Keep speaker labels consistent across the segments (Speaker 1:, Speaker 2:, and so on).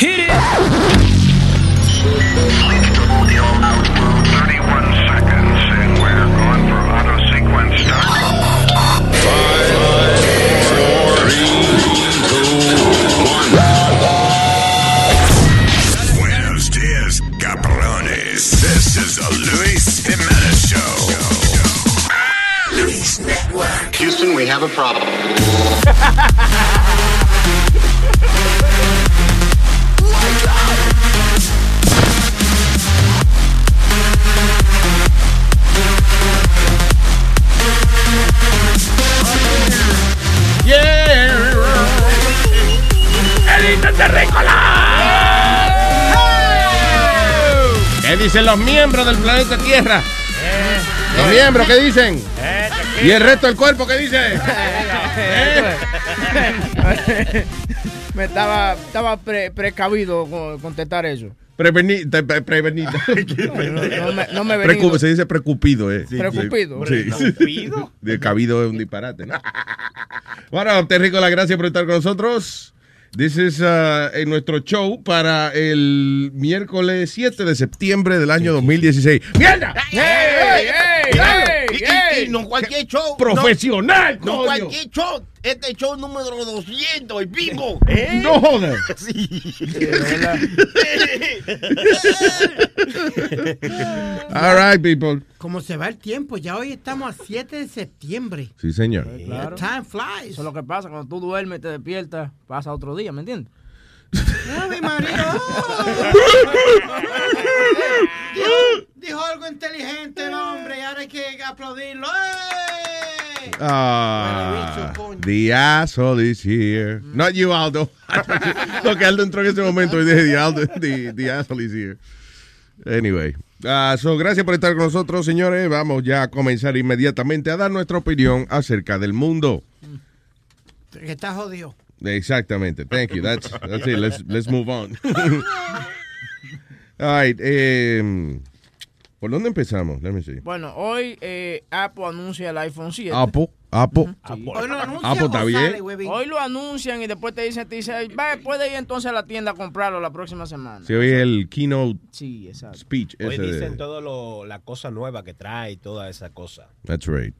Speaker 1: Hit it!
Speaker 2: Buenos dias, cabrones. This is the Luis Jimenez Show. Luis Network.
Speaker 3: Houston, we have a problem.
Speaker 4: ¿Qué dicen los miembros del planeta Tierra? Los miembros, ¿qué dicen? ¿Y el resto del cuerpo, qué dice?
Speaker 5: Eh, Me estaba, estaba pre- precavido con contestar eso.
Speaker 4: Prevenida, pre- prevenida.
Speaker 5: No, no me, no me he
Speaker 4: Precu-
Speaker 5: venido.
Speaker 4: se dice precupido, ¿eh?
Speaker 5: Precupido.
Speaker 4: Sí. De cabido es un disparate, ¿no? Bueno, te rico las gracias por estar con nosotros. This is uh, en nuestro show para el miércoles 7 de septiembre del año 2016. ¡Mierda!
Speaker 6: Y- y, y no cualquier show.
Speaker 4: ¡Profesional,
Speaker 6: No, no
Speaker 4: coño!
Speaker 6: cualquier show. Este show número 200 y pico.
Speaker 4: ¡No jodas! All right, people.
Speaker 7: Como se va el tiempo, ya hoy estamos a 7 de septiembre.
Speaker 4: Sí, señor.
Speaker 5: Claro. Eso
Speaker 7: Time flies.
Speaker 5: es lo que pasa. Cuando tú duermes y te despiertas, pasa otro día, ¿me entiendes?
Speaker 7: ¡Ave María! dijo, dijo algo inteligente el hombre y ahora hay que aplaudirlo. ¡Ey!
Speaker 4: Ah, the asshole is here. Not you, Aldo. no, que Aldo entró en ese momento y dije, the, Aldo, the, the asshole is here. Anyway. Ah, so, gracias por estar con nosotros, señores. Vamos ya a comenzar inmediatamente a dar nuestra opinión acerca del mundo.
Speaker 7: Que está jodido.
Speaker 4: Exactamente. Thank you. That's, that's it. Let's, let's move on. All right. em, ¿Por dónde empezamos? Let me see.
Speaker 5: Bueno, hoy eh, Apple anuncia el iPhone 7.
Speaker 4: Apo, Apo.
Speaker 7: Hoy lo anuncia
Speaker 4: Ah, pues,
Speaker 7: o
Speaker 4: está bien.
Speaker 7: sale, huevín.
Speaker 5: Hoy lo anuncian y después te dicen, te dicen, va, puede ir entonces a la tienda a comprarlo la próxima semana.
Speaker 4: Se oye el keynote
Speaker 5: Sí, exacto.
Speaker 4: speech.
Speaker 8: Hoy
Speaker 4: ese de-
Speaker 8: dicen todo lo, la cosa nueva que trae, toda esa cosa.
Speaker 4: That's right.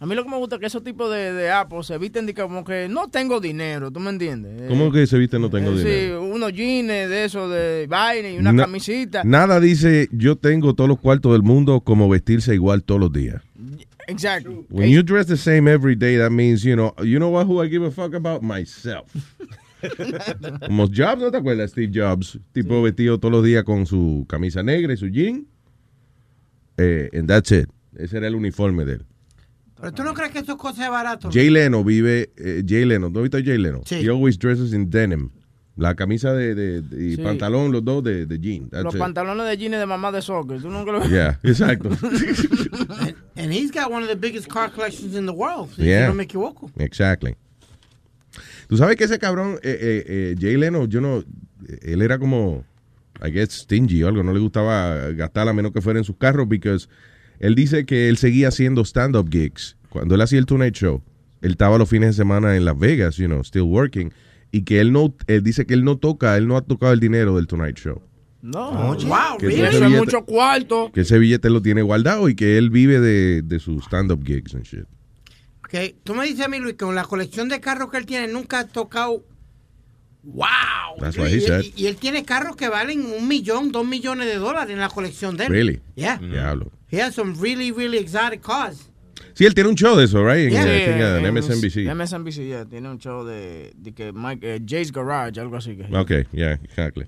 Speaker 5: A mí lo que me gusta es que esos tipos de, de Apple se visten de como que no tengo dinero, ¿tú me entiendes? Eh,
Speaker 4: ¿Cómo que se viste no tengo
Speaker 5: sí,
Speaker 4: dinero?
Speaker 5: unos jeans de eso, de vaina y una
Speaker 4: Na-
Speaker 5: camisita.
Speaker 4: Nada dice yo tengo todos los cuartos del mundo como vestirse igual todos los días.
Speaker 5: Exacto.
Speaker 4: When you dress the same every day, that means, you know, you know what, who I give a fuck about? Myself. Como Jobs, ¿no te acuerdas? Steve Jobs, tipo vestido todos los días con su camisa negra y su jean. Eh, and that's it. Ese era el uniforme de él.
Speaker 7: Pero tú no crees que eso es cosa de barato.
Speaker 4: Jay Leno vive, eh, Jay Leno, ¿no viste a Jay Leno?
Speaker 7: Sí.
Speaker 4: He always dresses in denim. La camisa de, de- de- y
Speaker 5: Sí.
Speaker 4: pantalón, los dos de, de jean. That's
Speaker 5: Los
Speaker 4: it.
Speaker 5: pantalones de jeans de mamá de soccer. ¿Tú nunca lo ves?
Speaker 4: Yeah, exacto.
Speaker 7: And he's got one of the biggest car collections in the world. si
Speaker 4: Yeah.
Speaker 7: no me equivoco.
Speaker 4: Exactly. Tú sabes que ese cabrón, eh, eh, eh, Jay Leno, yo no, él era como, I guess, stingy o algo, no le gustaba gastar a menos que fuera en sus carros, because él dice que él seguía haciendo stand-up gigs. Cuando él hacía el Tonight Show, él estaba los fines de semana en Las Vegas, you know, still working, y que él no, él dice que él no toca, él no ha tocado el dinero del Tonight Show.
Speaker 5: No.
Speaker 7: Wow,
Speaker 4: Que
Speaker 7: really?
Speaker 4: tiene
Speaker 5: Eso es
Speaker 4: billete.
Speaker 5: mucho cuarto.
Speaker 4: Que ese billete lo tiene guardado y que él vive de, de sus stand-up gigs and shit.
Speaker 7: Ok, Tú me dices a mí, Luis, que con la colección de carros que él tiene nunca ha tocado. ¡Wow!
Speaker 4: That's
Speaker 7: Y-
Speaker 4: what he
Speaker 7: y,
Speaker 4: said.
Speaker 7: y él tiene carros que valen un millón, dos millones de dólares en la colección de él.
Speaker 4: Really?
Speaker 7: Yeah.
Speaker 4: Diablo.
Speaker 7: He has some really, really exotic cars.
Speaker 4: Sí, él tiene un show de eso, right? En,
Speaker 7: Yeah.
Speaker 4: I
Speaker 5: Sí,
Speaker 4: think, uh, en
Speaker 5: en-
Speaker 4: MSNBC.
Speaker 5: MSNBC, yeah. Tiene un show de, de que Mike, eh, Jay's Garage, algo así. Que
Speaker 4: Ok, yeah, exactly.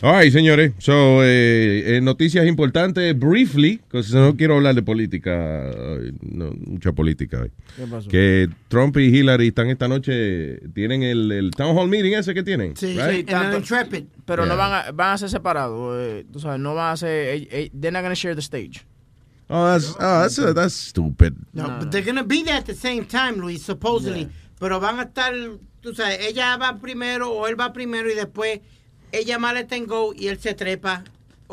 Speaker 4: All right, señores. So, eh, eh, noticias importantes, briefly, porque no quiero hablar de política, eh, no, mucha política hoy.
Speaker 5: ¿Qué pasó?
Speaker 4: Que Trump y Hillary están esta noche, tienen el, el town hall meeting ese que tienen.
Speaker 7: Sí,
Speaker 4: right?
Speaker 7: sí. En
Speaker 5: Tanto.
Speaker 7: el Intrepid.
Speaker 5: Pero
Speaker 4: Yeah.
Speaker 5: no van a, van a ser separados. eh, tú sabes, no van a ser. eh, eh, they're not gonna share the stage.
Speaker 4: Oh, that's, oh, that's, uh, that's stupid.
Speaker 7: No, but they're gonna be there at the same time, Luis, supposedly. Pero van a estar, tú sabes, ella va primero o él va primero y después ella maleta en go y él se trepa.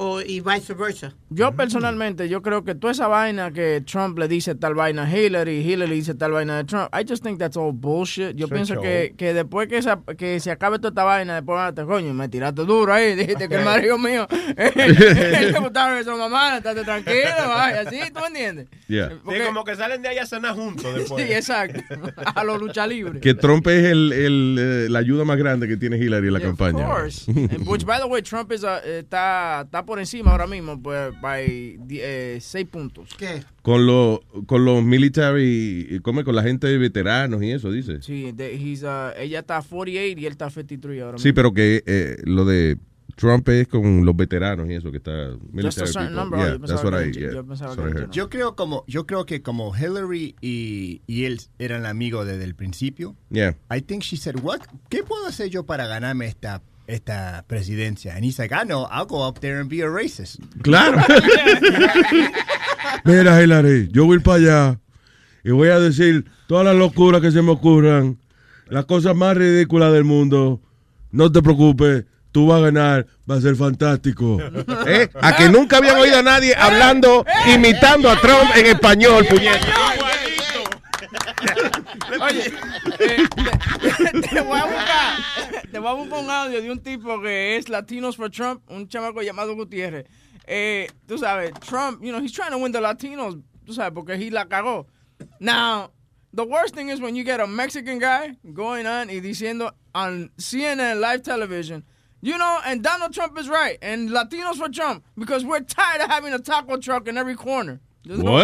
Speaker 7: o, y viceversa.
Speaker 5: Yo personalmente, yo creo que toda esa vaina que Trump le dice tal vaina a Hillary, Hillary dice tal vaina de Trump, I just think that's all bullshit. Yo
Speaker 8: Eso es
Speaker 5: pienso
Speaker 8: show.
Speaker 5: que, que después que, esa- que se acabe toda esta vaina, después van a estar, coño, me tiraste duro ahí, dijiste que el marido mío, él le gustaba eso mamá, estate tranquilo, vaya, así, ¿tú me entiendes?
Speaker 4: Yeah.
Speaker 8: Sí, como que salen de ahí a cenar juntos después.
Speaker 5: Sí, exacto, a los lucha libres.
Speaker 4: Que Trump es el, el, eh, la ayuda más grande que tiene Hillary en la
Speaker 5: Yeah,
Speaker 4: campaña.
Speaker 5: Of course. And Which, by the way, Trump is a- eh, está, está por encima ahora mismo pues, by die- eh, seis puntos.
Speaker 7: ¿Qué?
Speaker 4: Con, los con los military, come con la gente de veteranos y eso, dice. Sí,
Speaker 5: Sí, de- he's, uh, ella está 48 y él está 53 ahora mismo.
Speaker 4: pero que eh, lo de Trump es con los veteranos y eso, que está
Speaker 5: Just a
Speaker 4: military
Speaker 5: certain
Speaker 4: people.
Speaker 5: number,
Speaker 4: Yeah,
Speaker 5: yo
Speaker 4: that's
Speaker 5: pensaba
Speaker 4: what
Speaker 5: que
Speaker 4: I,
Speaker 5: era-
Speaker 4: yeah,
Speaker 5: yo pensaba
Speaker 4: that's
Speaker 5: que
Speaker 4: what I
Speaker 5: era
Speaker 4: heard.
Speaker 1: Yo creo, como, yo creo que como Hillary y, y él eran amigos desde el principio,
Speaker 4: Yeah.
Speaker 1: I think she said, What, ¿qué puedo hacer yo para ganarme esta, esta presidencia? And he's like, I know, I'll go up there and be a racist.
Speaker 4: Claro. Mira, Hillary, yo voy a ir para allá y voy a decir todas las locuras que se me ocurran, las cosas más ridículas del mundo. No te preocupes, tú vas a ganar, va a ser fantástico. ¿Eh? A que nunca habían oído a nadie hablando, imitando a Trump en español, puñeta.
Speaker 5: Oye, eh, te, te voy a buscar, te voy a buscar un audio de un tipo que es Latinos for Trump, un chamaco llamado Gutiérrez. Eh, tú sabes, Trump, you know, he's trying to win the Latinos, tú sabes, porque he la cagó. Now, the worst thing is when you get a Mexican guy going on y diciendo on CNN live television, you know, and Donald Trump is right, and Latinos for Trump, because we're tired of having a taco truck in every corner. There's no-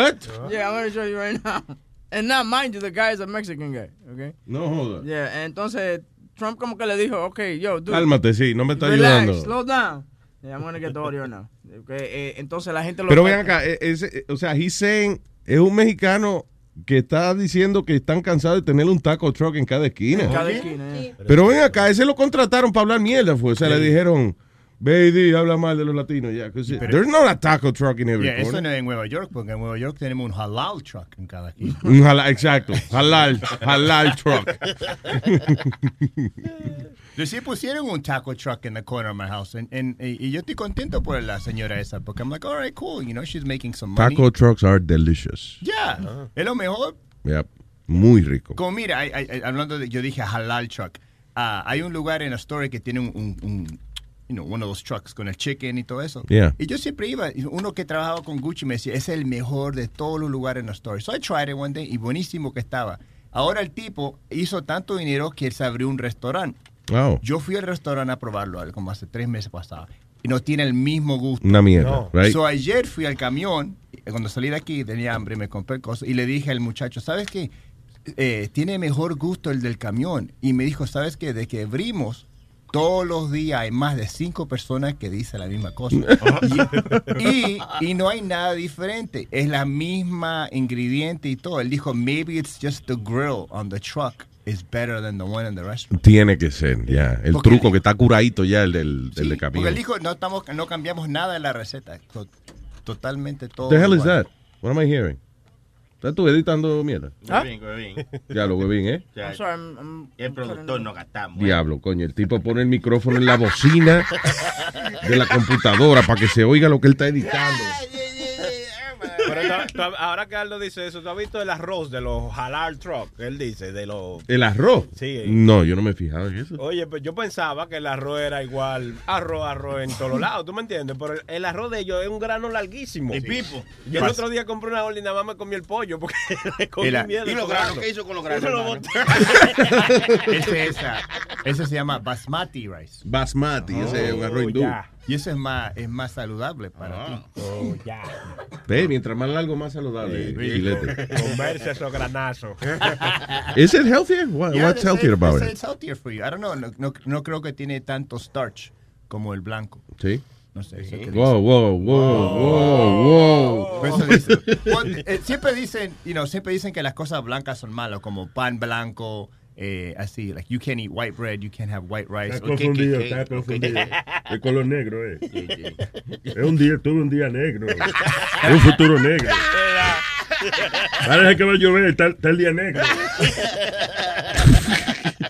Speaker 5: Yeah, I'm gonna show you right now. And now, mind you, the guy is a Mexican guy, okay?
Speaker 4: No jodas.
Speaker 5: Yeah, and entonces Trump como que le dijo, okay, yo, dude,
Speaker 4: Cálmate, sí, no me está
Speaker 5: relax,
Speaker 4: ayudando.
Speaker 5: slow down. Yeah, I'm gonna get the audio now. Okay, eh, entonces la gente lo...
Speaker 4: Pero vean acá, eh, ese, eh, o sea, he's saying, es un mexicano que está diciendo que están cansados de tener un taco truck en cada esquina.
Speaker 5: En cada esquina, yeah.
Speaker 4: Pero ven acá, ese lo contrataron para hablar mierda, fue. O sea, le dijeron, baby, habla mal de los latinos. ya. 'cause there's not a taco truck in every
Speaker 1: Yeah, eso
Speaker 4: corner.
Speaker 1: no es en Nueva York, porque en Nueva York tenemos un halal truck en cada esquina.
Speaker 4: Un halal- exacto, halal, halal truck.
Speaker 1: Yo sí pusieron un taco truck in the corner of my house, and, and, y yo estoy contento por la señora esa, porque I'm like, all right, cool, you know, she's making some money.
Speaker 4: Taco Ah. trucks are delicious.
Speaker 1: Yeah, es lo mejor
Speaker 4: Yep, Muy rico.
Speaker 1: Como mira, hay- hay- hay- hablando de, yo dije halal truck. Ah, hay un lugar en Astoria que tiene un, un- un, you know, uno de los trucks con el chicken y todo eso.
Speaker 4: Yeah.
Speaker 1: Y yo siempre iba, y uno que trabajaba con Gucci me decía, es el mejor de todos los lugares en Astoria. So I tried it one day y buenísimo que estaba. Ahora el tipo hizo tanto dinero que él se abrió un restaurante.
Speaker 4: Wow.
Speaker 1: Yo fui al restaurante a probarlo algo como hace tres meses pasado y no tiene el mismo gusto.
Speaker 4: Una mierda,
Speaker 8: No.
Speaker 4: right?
Speaker 1: So ayer fui al camión, y cuando salí de aquí tenía hambre, me compré cosas y le dije al muchacho, ¿sabes qué? Eh, tiene mejor gusto el del camión. Y me dijo, ¿sabes qué? De que abrimos, todos los días hay más de cinco personas que dicen la misma cosa. y, y- y no hay nada diferente. Es la misma ingrediente y todo. Él dijo, maybe it's just the grill on the truck is better than the one in the restaurant.
Speaker 4: Tiene que ser, ya. El
Speaker 1: Porque-
Speaker 4: truco que está curadito ya, el del, el de
Speaker 1: Sí, porque él
Speaker 4: camino.
Speaker 1: dijo, no, estamos, no cambiamos nada de la receta. To- totalmente todo.
Speaker 4: The hell is
Speaker 1: igual.
Speaker 4: that? What am I hearing? ¿Estás tú editando mierda?
Speaker 5: ¿Ah?
Speaker 3: Muy bien, muy bien.
Speaker 4: Ya lo bien, ¿eh?
Speaker 3: Ya,
Speaker 5: I'm sorry, I'm- I'm-
Speaker 3: el productor nos gastamos. ¿eh?
Speaker 4: Diablo, coño, el tipo pone el micrófono en la bocina de la computadora para que se oiga lo que él está editando.
Speaker 8: Pero tú- tú- ahora que Aldo dice eso, ¿tú has visto el arroz de los halal truck? Él dice, de los...
Speaker 4: ¿El arroz? Mm.
Speaker 8: Sí.
Speaker 4: No, yo no me he fijado en eso.
Speaker 8: Oye, pues yo pensaba que el arroz era igual arroz, arroz en todos los lados, ¿tú me entiendes? Pero el, el arroz de ellos es un grano larguísimo.
Speaker 3: El
Speaker 8: Sí.
Speaker 3: pipo.
Speaker 8: Yo el otro día compré una orden y nada más me comí el pollo porque le comí
Speaker 1: El-
Speaker 8: miedo.
Speaker 3: ¿Y los granos? ¿Qué hizo con los granos?
Speaker 8: Yo lo
Speaker 3: hermano?
Speaker 8: boté.
Speaker 1: Ese, esa, ese se llama basmati rice.
Speaker 4: Basmati, ese es un arroz
Speaker 8: Oh,
Speaker 4: hindú. Ah.
Speaker 8: ya.
Speaker 1: Y eso es más, es más saludable para ti.
Speaker 8: Oh, ya.
Speaker 4: Ve, mientras más largo, más saludable. Chilete.
Speaker 8: Comerse esos granazos.
Speaker 4: ¿Es it healthier? What-
Speaker 1: Yeah,
Speaker 4: what's
Speaker 1: they say-
Speaker 4: healthier about
Speaker 1: they say
Speaker 4: it?
Speaker 1: It's healthier for you. I don't know. No, no- no creo que tiene tanto starch como el blanco.
Speaker 4: Sí.
Speaker 1: No sé. eso que
Speaker 4: Wow, wow, wow, wow, wow.
Speaker 1: Por eso dice- Well, eh, siempre dicen, you know, siempre dicen que las cosas blancas son malas, como pan blanco, eh, así, like you can't eat white bread, you can't have white rice.
Speaker 9: Está confundido, está confundido. El color negro es. Es un día, tuve un día negro. Es un futuro negro. Parece que va a llover, está, está el día negro.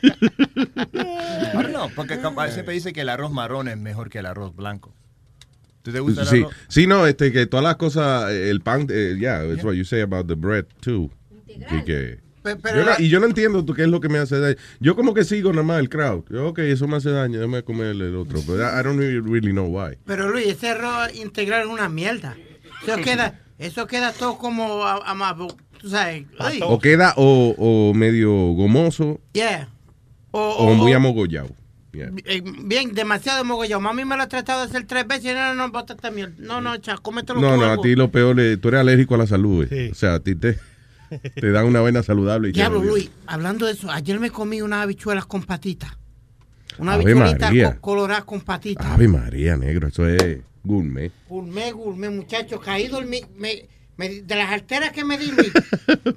Speaker 1: I don't know, porque como- siempre dicen que el arroz marrón es mejor que el arroz blanco. ¿Tú te gusta el
Speaker 4: sí,
Speaker 1: arroz?
Speaker 4: sí, no, este, que todas las cosas, eh, el pan, eh, yeah, that's what you say about the bread too. Que- que-
Speaker 7: Pe- pero
Speaker 4: yo no-
Speaker 7: la-
Speaker 4: y yo no entiendo tú qué es lo que me hace daño. Yo como que sigo nada más el crowd. Yo, ok, eso me hace daño, déjame comer el otro. Pero I I don't really- really know why.
Speaker 7: Pero Luis, ese arroz integral es una mierda. Eso queda, eso queda todo como a- amabo- tú sabes. ay.
Speaker 4: O queda o, o medio gomoso
Speaker 7: Yeah. O,
Speaker 4: o,
Speaker 7: o-
Speaker 4: muy
Speaker 7: o-
Speaker 4: amogollado. Yeah.
Speaker 7: eh, Bien, demasiado mogollón. Mami me lo ha tratado de hacer tres veces y no, no, no, bota esta mierda. No, no, cha, cómetelo
Speaker 4: No,
Speaker 7: tú
Speaker 4: no, a
Speaker 7: algo.
Speaker 4: ti lo peor, es- tú eres alérgico a la salud. eh. O sea, a ti te, te dan una vaina saludable. Y te
Speaker 7: Diablo,
Speaker 4: jodió.
Speaker 7: Luis, hablando de eso, ayer me comí unas habichuelas con patitas. Una
Speaker 4: Ave
Speaker 7: habichuelita
Speaker 4: María.
Speaker 7: co- colorada con patitas.
Speaker 4: Ave María, negro, eso es gourmet.
Speaker 7: Gourmet, gourmet, muchachos. Caí dormí. Me, me- de las alteras que me di, Luis,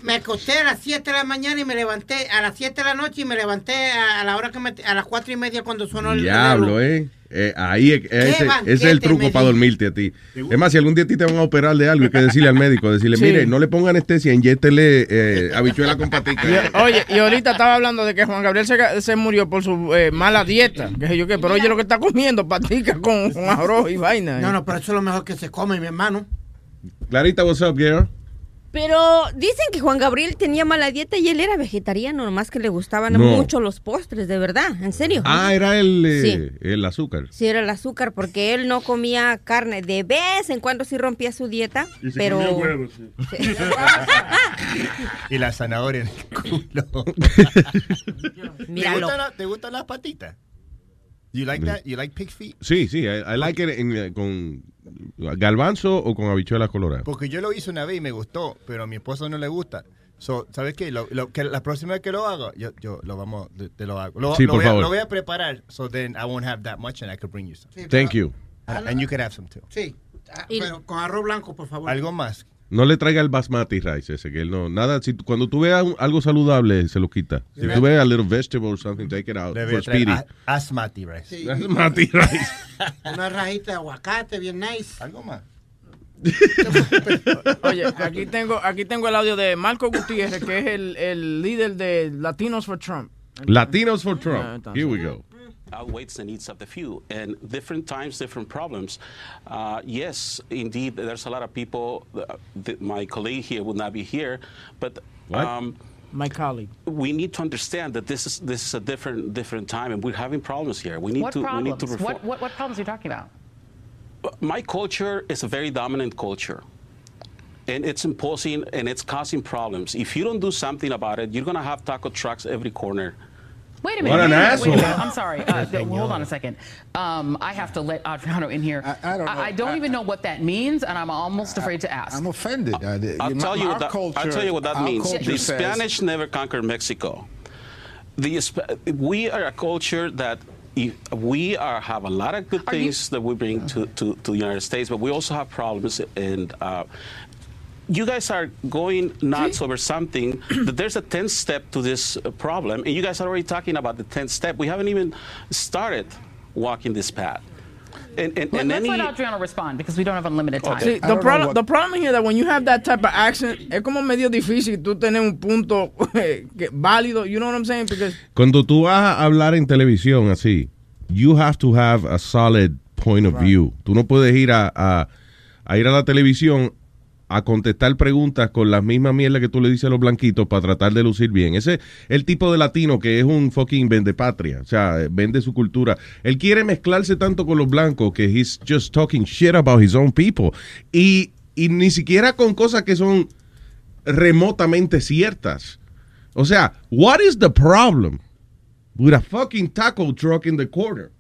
Speaker 7: me acosté a las 7 de la mañana y me levanté a las 7 de la noche y me levanté a, a la hora que me, a las 4 y media cuando sonó el
Speaker 4: Diablo, eh. Eh, ahí es- ese,
Speaker 7: banquete
Speaker 4: ese es el
Speaker 7: me
Speaker 4: truco para
Speaker 7: di?
Speaker 4: dormirte a ti. Es más, si algún día a ti te van a operar de algo, hay que decirle al médico, decirle,
Speaker 5: Sí.
Speaker 4: mire, no le ponga anestesia, inyétele eh, habichuela con patica.
Speaker 5: Oye, y ahorita estaba hablando de que Juan Gabriel se, ca- se murió por su eh, mala dieta. Que sé yo qué, pero oye lo que está comiendo, patica con, con arroz y vaina.
Speaker 7: No, no, pero eso es lo mejor que se come, mi hermano.
Speaker 4: Clarita, what's up, girl?
Speaker 10: Pero dicen que Juan Gabriel tenía mala dieta y él era vegetariano, nomás que le gustaban
Speaker 4: No.
Speaker 10: mucho los postres, de verdad, en serio.
Speaker 4: Ah, era el, eh,
Speaker 10: Sí.
Speaker 4: el azúcar.
Speaker 10: Sí, era el azúcar, porque él no comía carne. De vez en cuando sí rompía su dieta,
Speaker 9: Y se
Speaker 10: pero...
Speaker 9: comió huevos. sí.
Speaker 1: Y la zanahoria en el culo. ¿Te
Speaker 10: Míralo.
Speaker 1: gustan, la- te gustan las patitas? You like that? You like pig feet?
Speaker 4: Mm. Sí, sí, I, I like it en, eh, con galbanzo o con habichuelas coloradas.
Speaker 1: Porque yo lo hice una vez y me gustó, pero a mi esposo no le gusta. So, ¿Sabes qué? Lo- lo- que la próxima vez que lo hago, yo, yo lo vamos, te, te lo hago. Lo,
Speaker 4: Sí,
Speaker 1: lo
Speaker 4: por
Speaker 1: voy a-
Speaker 4: favor.
Speaker 1: lo voy a preparar, so then I won't have that much and I could bring you some.
Speaker 4: Thank you.
Speaker 1: And, and you can have some too.
Speaker 7: Sí. Ah, Pero con arroz blanco, por favor.
Speaker 1: Algo más.
Speaker 4: No le traiga el basmati rice ese, que él no, nada, si, tú- cuando tú veas un- algo saludable, se lo quita. Si tú veas a little vegetable or something, take it out
Speaker 1: Le voy
Speaker 4: Oh, for
Speaker 1: a traer ah,
Speaker 4: speedy.
Speaker 1: a- Asmati rice.
Speaker 7: Sí.
Speaker 4: Basmati rice.
Speaker 7: Una rajita de aguacate, bien nice.
Speaker 1: Algo más.
Speaker 5: Oye, aquí tengo, aquí tengo el audio de Marco Gutiérrez, que es el, el líder de Latinos for Trump.
Speaker 4: Latinos for
Speaker 5: eh. Ah,
Speaker 4: Trump.
Speaker 5: entonces.
Speaker 4: Here we go.
Speaker 11: outweighs the needs of the few. And different times, different problems. Uh, yes, indeed, there's a lot of people. Uh, th- my colleague here would not be here, but.
Speaker 5: What?
Speaker 11: Um,
Speaker 5: My colleague.
Speaker 11: we need to understand that this is this is a different different time, and we're having problems here. We need
Speaker 12: what
Speaker 11: to
Speaker 12: problems?
Speaker 11: we need to reform.
Speaker 12: what, what, what problems are you talking about?
Speaker 11: My culture is a very dominant culture. And it's imposing and it's causing problems. If you don't do something about it, you're going to have taco trucks every corner.
Speaker 12: Wait a
Speaker 11: What
Speaker 12: minute. wait, a minute,
Speaker 11: an
Speaker 12: wait a
Speaker 11: asshole.
Speaker 12: minute. I'm sorry. Uh, th- hold on a second. Um, I have to let Adriano in here. I, don't, I, don't even know what that means, and I'm almost afraid to ask. I'm
Speaker 13: offended.
Speaker 11: I'll tell you what that, I'll tell you what that means. The
Speaker 12: culture says-
Speaker 11: Spanish never conquered Mexico. The Sp- we are a culture that i- we are have a lot of good things that we bring to, to, to the United States, but we also have problems and. Uh, you guys are going nuts over something that there's a 10th step to this uh, problem and you guys are already talking about the 10th step we haven't even started walking this path and, and,
Speaker 12: Let,
Speaker 11: and
Speaker 12: let's
Speaker 11: any
Speaker 12: let Adriano respond because we don't have unlimited time.
Speaker 5: Sí, the, problem, the problem here that when you have that type of accent, es como medio difícil tú tener un punto eh, que- válido. You know what I'm saying? Because
Speaker 4: Cuando tú vas a hablar en televisión así, you have to have a solid point of view. Tú no puedes ir a, a- a ir a la televisión a contestar preguntas con las mismas mierdas que tú le dices a los blanquitos para tratar de lucir bien. Ese es el tipo de latino que es un fucking vende patria, o sea, vende su cultura. Él quiere mezclarse tanto con los blancos que he's just talking shit about his own people y, y ni siquiera con cosas que son remotamente ciertas. O sea, what is the problem with a fucking taco truck in the corner?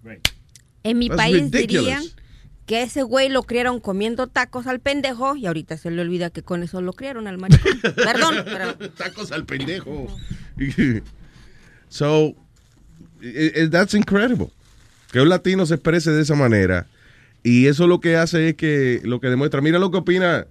Speaker 10: En mi
Speaker 4: That's
Speaker 10: país
Speaker 4: ridiculous.
Speaker 10: dirían que ese güey lo criaron comiendo tacos al pendejo y ahorita se le olvida que con eso lo criaron al maricón. Perdón, pero...
Speaker 4: Tacos al pendejo. so, i- i- that's incredible. Que un latino se exprese de esa manera. Y eso lo que hace es que lo que demuestra, mira lo que opina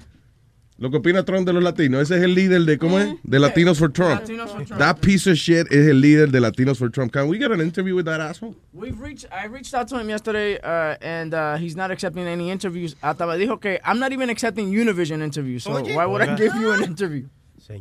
Speaker 4: lo que opina Trump de los latinos. Ese es el líder de ¿cómo es? De Latinos for Trump.
Speaker 5: Mm-hmm. Latinos for Trump.
Speaker 4: That piece of shit es el líder de Latinos for Trump. Can we get an interview with that asshole?
Speaker 5: We've reached. I reached out to him yesterday, uh, and uh, he's not accepting any interviews. Hasta me dijo que I'm not even accepting Univision interviews. So
Speaker 4: Oye.
Speaker 5: why would I give you an interview?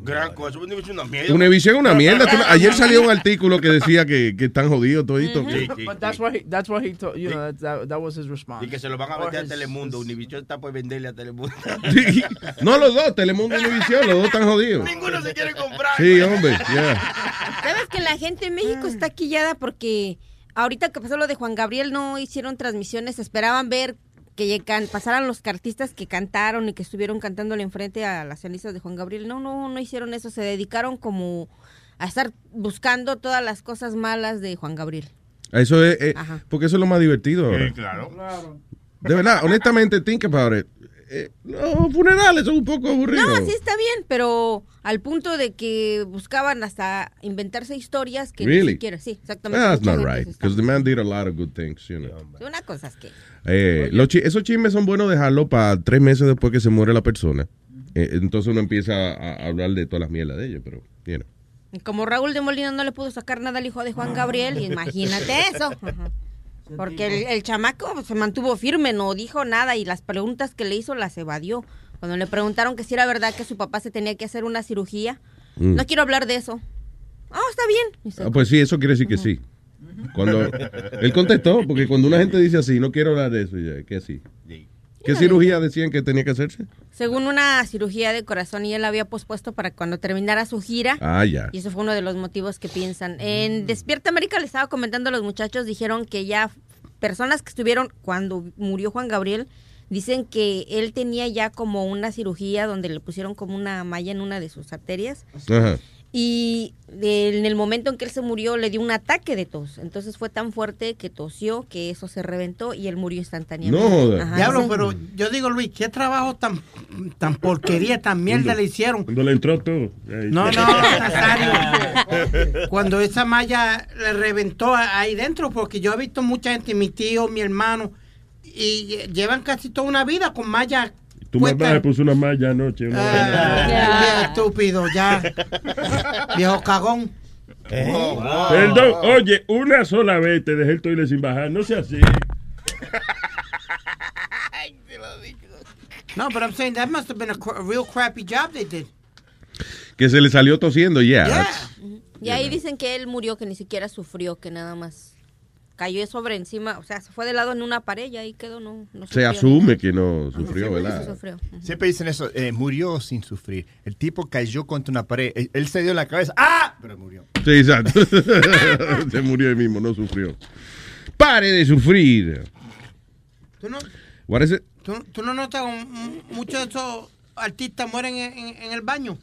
Speaker 3: Gran cosa, Univision es una mierda.
Speaker 4: Univision es una mierda. Tú no- Ayer salió un artículo que decía que, que están jodidos toditos.
Speaker 5: But that's what he, that's what he told, you know, that's- that, that was his response.
Speaker 3: Y que se lo van a
Speaker 5: Or
Speaker 3: vender a
Speaker 5: his-
Speaker 3: Telemundo. Univision está por venderle a Telemundo.
Speaker 4: No los dos, Telemundo y Univision, los dos están jodidos.
Speaker 3: Ninguno se quiere comprar.
Speaker 4: Sí, hombre, ya.
Speaker 10: Sabes que la gente en México está quillada porque ahorita que pasó lo de Juan Gabriel no hicieron transmisiones, esperaban ver que llegan- pasaran los artistas que cantaron y que estuvieron cantándole enfrente a las cenizas de Juan Gabriel. No, no, no hicieron eso, se dedicaron como a estar buscando todas las cosas malas de Juan Gabriel.
Speaker 4: Eso es, eh, porque eso es lo más divertido ahora.
Speaker 3: claro.
Speaker 4: De verdad, honestamente, think about it. Eh, los funerales son un poco aburridos.
Speaker 10: No, sí está bien, pero al punto de que buscaban hasta inventarse historias que ni
Speaker 4: Really?
Speaker 10: siquiera, sí, exactamente.
Speaker 4: That's
Speaker 10: Mucha
Speaker 4: not
Speaker 10: gente
Speaker 4: right,
Speaker 10: se está-
Speaker 4: because the man did a lot of good things, you know.
Speaker 10: Sí, Una cosa es que
Speaker 4: Eh, los chi- esos chismes son buenos dejarlo para tres meses después que se muere la persona. Eh, entonces uno empieza a, a hablar de todas las mierdas de ellos, pero, you know.
Speaker 10: Como Raúl de Molina no le pudo sacar nada al hijo de Juan Gabriel, imagínate eso. Ajá. Porque el, el chamaco se mantuvo firme, no dijo nada y las preguntas que le hizo las evadió. Cuando le preguntaron que si era verdad que su papá se tenía que hacer una cirugía,
Speaker 4: Mm.
Speaker 10: no quiero hablar de eso. Ah, está bien. Y se-
Speaker 4: Ah, pues sí, eso quiere decir que sí. Cuando él contestó, porque cuando una gente dice así, no quiero hablar de eso, ya, que sí. ¿Qué cirugía decían que tenía que hacerse?
Speaker 10: Según una cirugía de corazón y él la había pospuesto para cuando terminara su gira.
Speaker 4: Ah, ya. Mm.
Speaker 10: Y eso fue uno de los motivos que piensan. En Despierta América le estaba comentando a los muchachos, dijeron que ya personas que estuvieron cuando murió Juan Gabriel, dicen que él tenía ya como una cirugía donde le pusieron como una malla en una de sus arterias.
Speaker 4: Ajá.
Speaker 10: Y de- en el momento en que él se murió le dio un ataque de tos. Entonces fue tan fuerte que tosió que eso se reventó y él murió instantáneamente.
Speaker 4: No joda.
Speaker 10: Ajá,
Speaker 7: Diablo,
Speaker 10: sí.
Speaker 7: pero yo digo, Luis, ¿qué trabajo tan, tan porquería, tan mierda le hicieron?
Speaker 9: Cuando le entró todo. Ahí.
Speaker 7: No, no, Nazario. Cuando esa malla le reventó a- ahí dentro, porque yo he visto mucha gente, mi tío, mi hermano, y lle- llevan casi toda una vida con malla.
Speaker 9: Tu mamá le puso una malla anoche. una vaina.
Speaker 7: Bien Estúpido, ya. Viejo cagón.
Speaker 9: Perdón, oye, una sola vez te dejé el toile sin bajar. No sea así.
Speaker 7: No, but I'm saying that must have been a, cr- a real crappy job they did.
Speaker 4: Que se le salió tosiendo, ya.
Speaker 10: Y ahí dicen que él murió, que ni siquiera sufrió, que nada más cayó sobre encima, o sea, se fue de lado en una pared y ahí quedó, no, no
Speaker 4: Se
Speaker 10: sufrió.
Speaker 4: asume que no sufrió,
Speaker 10: Sí,
Speaker 4: ¿verdad?
Speaker 10: sufrió.
Speaker 1: Siempre dicen eso, eh, murió sin sufrir. El tipo cayó contra una pared. Él, él se dio en la cabeza. ¡Ah! Pero murió.
Speaker 4: Sí, exacto. Se murió él mismo, no sufrió. Pare de sufrir.
Speaker 7: ¿Tú no,
Speaker 4: What is it?
Speaker 7: tú, tú no notas un- un- muchos de esos artistas mueren en, en- en el baño?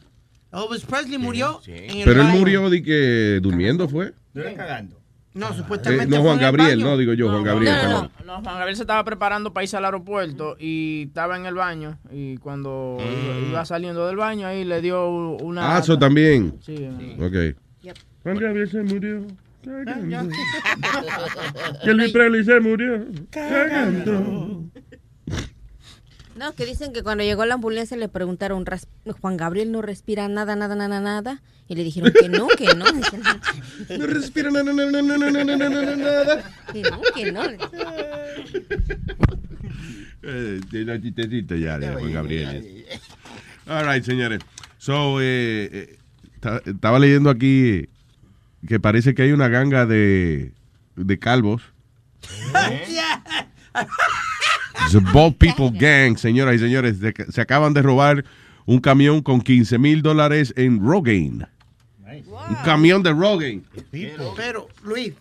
Speaker 7: Elvis Presley murió en el
Speaker 4: Pero él
Speaker 7: baño.
Speaker 4: murió de que durmiendo fue.
Speaker 7: cagando. No,
Speaker 4: Eh,
Speaker 7: supuestamente.
Speaker 4: no
Speaker 7: fue
Speaker 4: Juan
Speaker 7: en el
Speaker 4: Gabriel,
Speaker 7: baño.
Speaker 4: no digo yo, Juan Gabriel.
Speaker 5: No,
Speaker 4: perdón.
Speaker 5: no, Juan Gabriel se estaba preparando para irse al aeropuerto y estaba en el baño y cuando
Speaker 4: Mm.
Speaker 5: iba saliendo del baño ahí le dio una...
Speaker 4: Ah, eso también.
Speaker 5: Sí.
Speaker 4: Ok.
Speaker 9: Juan Gabriel se murió.
Speaker 5: ya.
Speaker 9: Que Luis Presley se murió. Cagando.
Speaker 10: No, que dicen que cuando llegó la ambulancia le preguntaron, "Ras- Juan Gabriel no respira nada, nada, nada, nada, y le dijeron que no, que no,
Speaker 4: No respira nada, nada, nada, nada, nada, nada, nada.
Speaker 10: que no, que no.
Speaker 4: Eh, de la chistecita ya de Juan Gabriel. All right, señores. So, eh, eh, ta- estaba leyendo aquí que parece que hay una ganga de, de calvos. ¿Eh? The Bald People Gang, señoras y señores, de- se acaban de robar un camión con 15 mil dólares en Rogaine. Un camión de Rogaine.
Speaker 7: Pero, pero, Luis,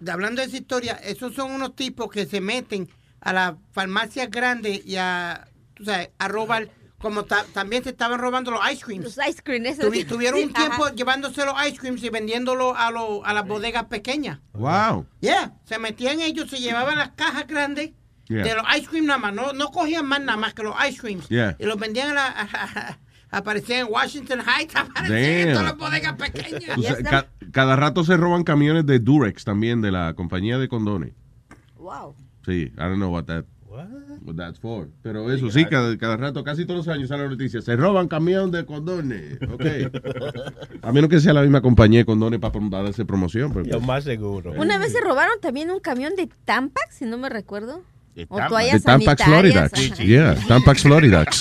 Speaker 7: de- hablando de esa historia, esos son unos tipos que se meten a las farmacias grandes y a, tú sabes, a robar, como ta- también se estaban robando los ice creams.
Speaker 10: Los ice creams, eso
Speaker 7: Tuvi-
Speaker 10: sí.
Speaker 7: tuvieron un
Speaker 10: Sí,
Speaker 7: tiempo
Speaker 10: ajá.
Speaker 7: llevándose los ice creams y vendiéndolos a, los a las bodegas pequeñas.
Speaker 4: Wow.
Speaker 7: Yeah, se metían ellos, se llevaban las cajas grandes
Speaker 4: Yeah.
Speaker 7: de los ice cream nada más, no, no cogían más nada más que los ice creams.
Speaker 4: Yeah.
Speaker 7: Y los vendían a la... a- a- aparecían en Washington Heights, aparecían
Speaker 4: Damn.
Speaker 7: en todas las bodegas pequeñas.
Speaker 4: Tú sa- ca- cada rato se roban camiones de Durex también, de la compañía de condones.
Speaker 10: Wow.
Speaker 4: Sí, I don't know what that what that's for. Pero eso sí, cada, cada rato, casi todos los años sale la noticia. Se roban camión de condones. Ok. A menos que sea la misma compañía de condones para, prom- para darse promoción. pues. porque-
Speaker 8: Lo más seguro.
Speaker 10: Una vez se robaron también un camión de Tampax, si no me recuerdo.
Speaker 3: De
Speaker 10: O toallas
Speaker 4: de Tampax, Florida.
Speaker 10: sanitarias. ajá.
Speaker 4: Yeah, Tampax, Florida.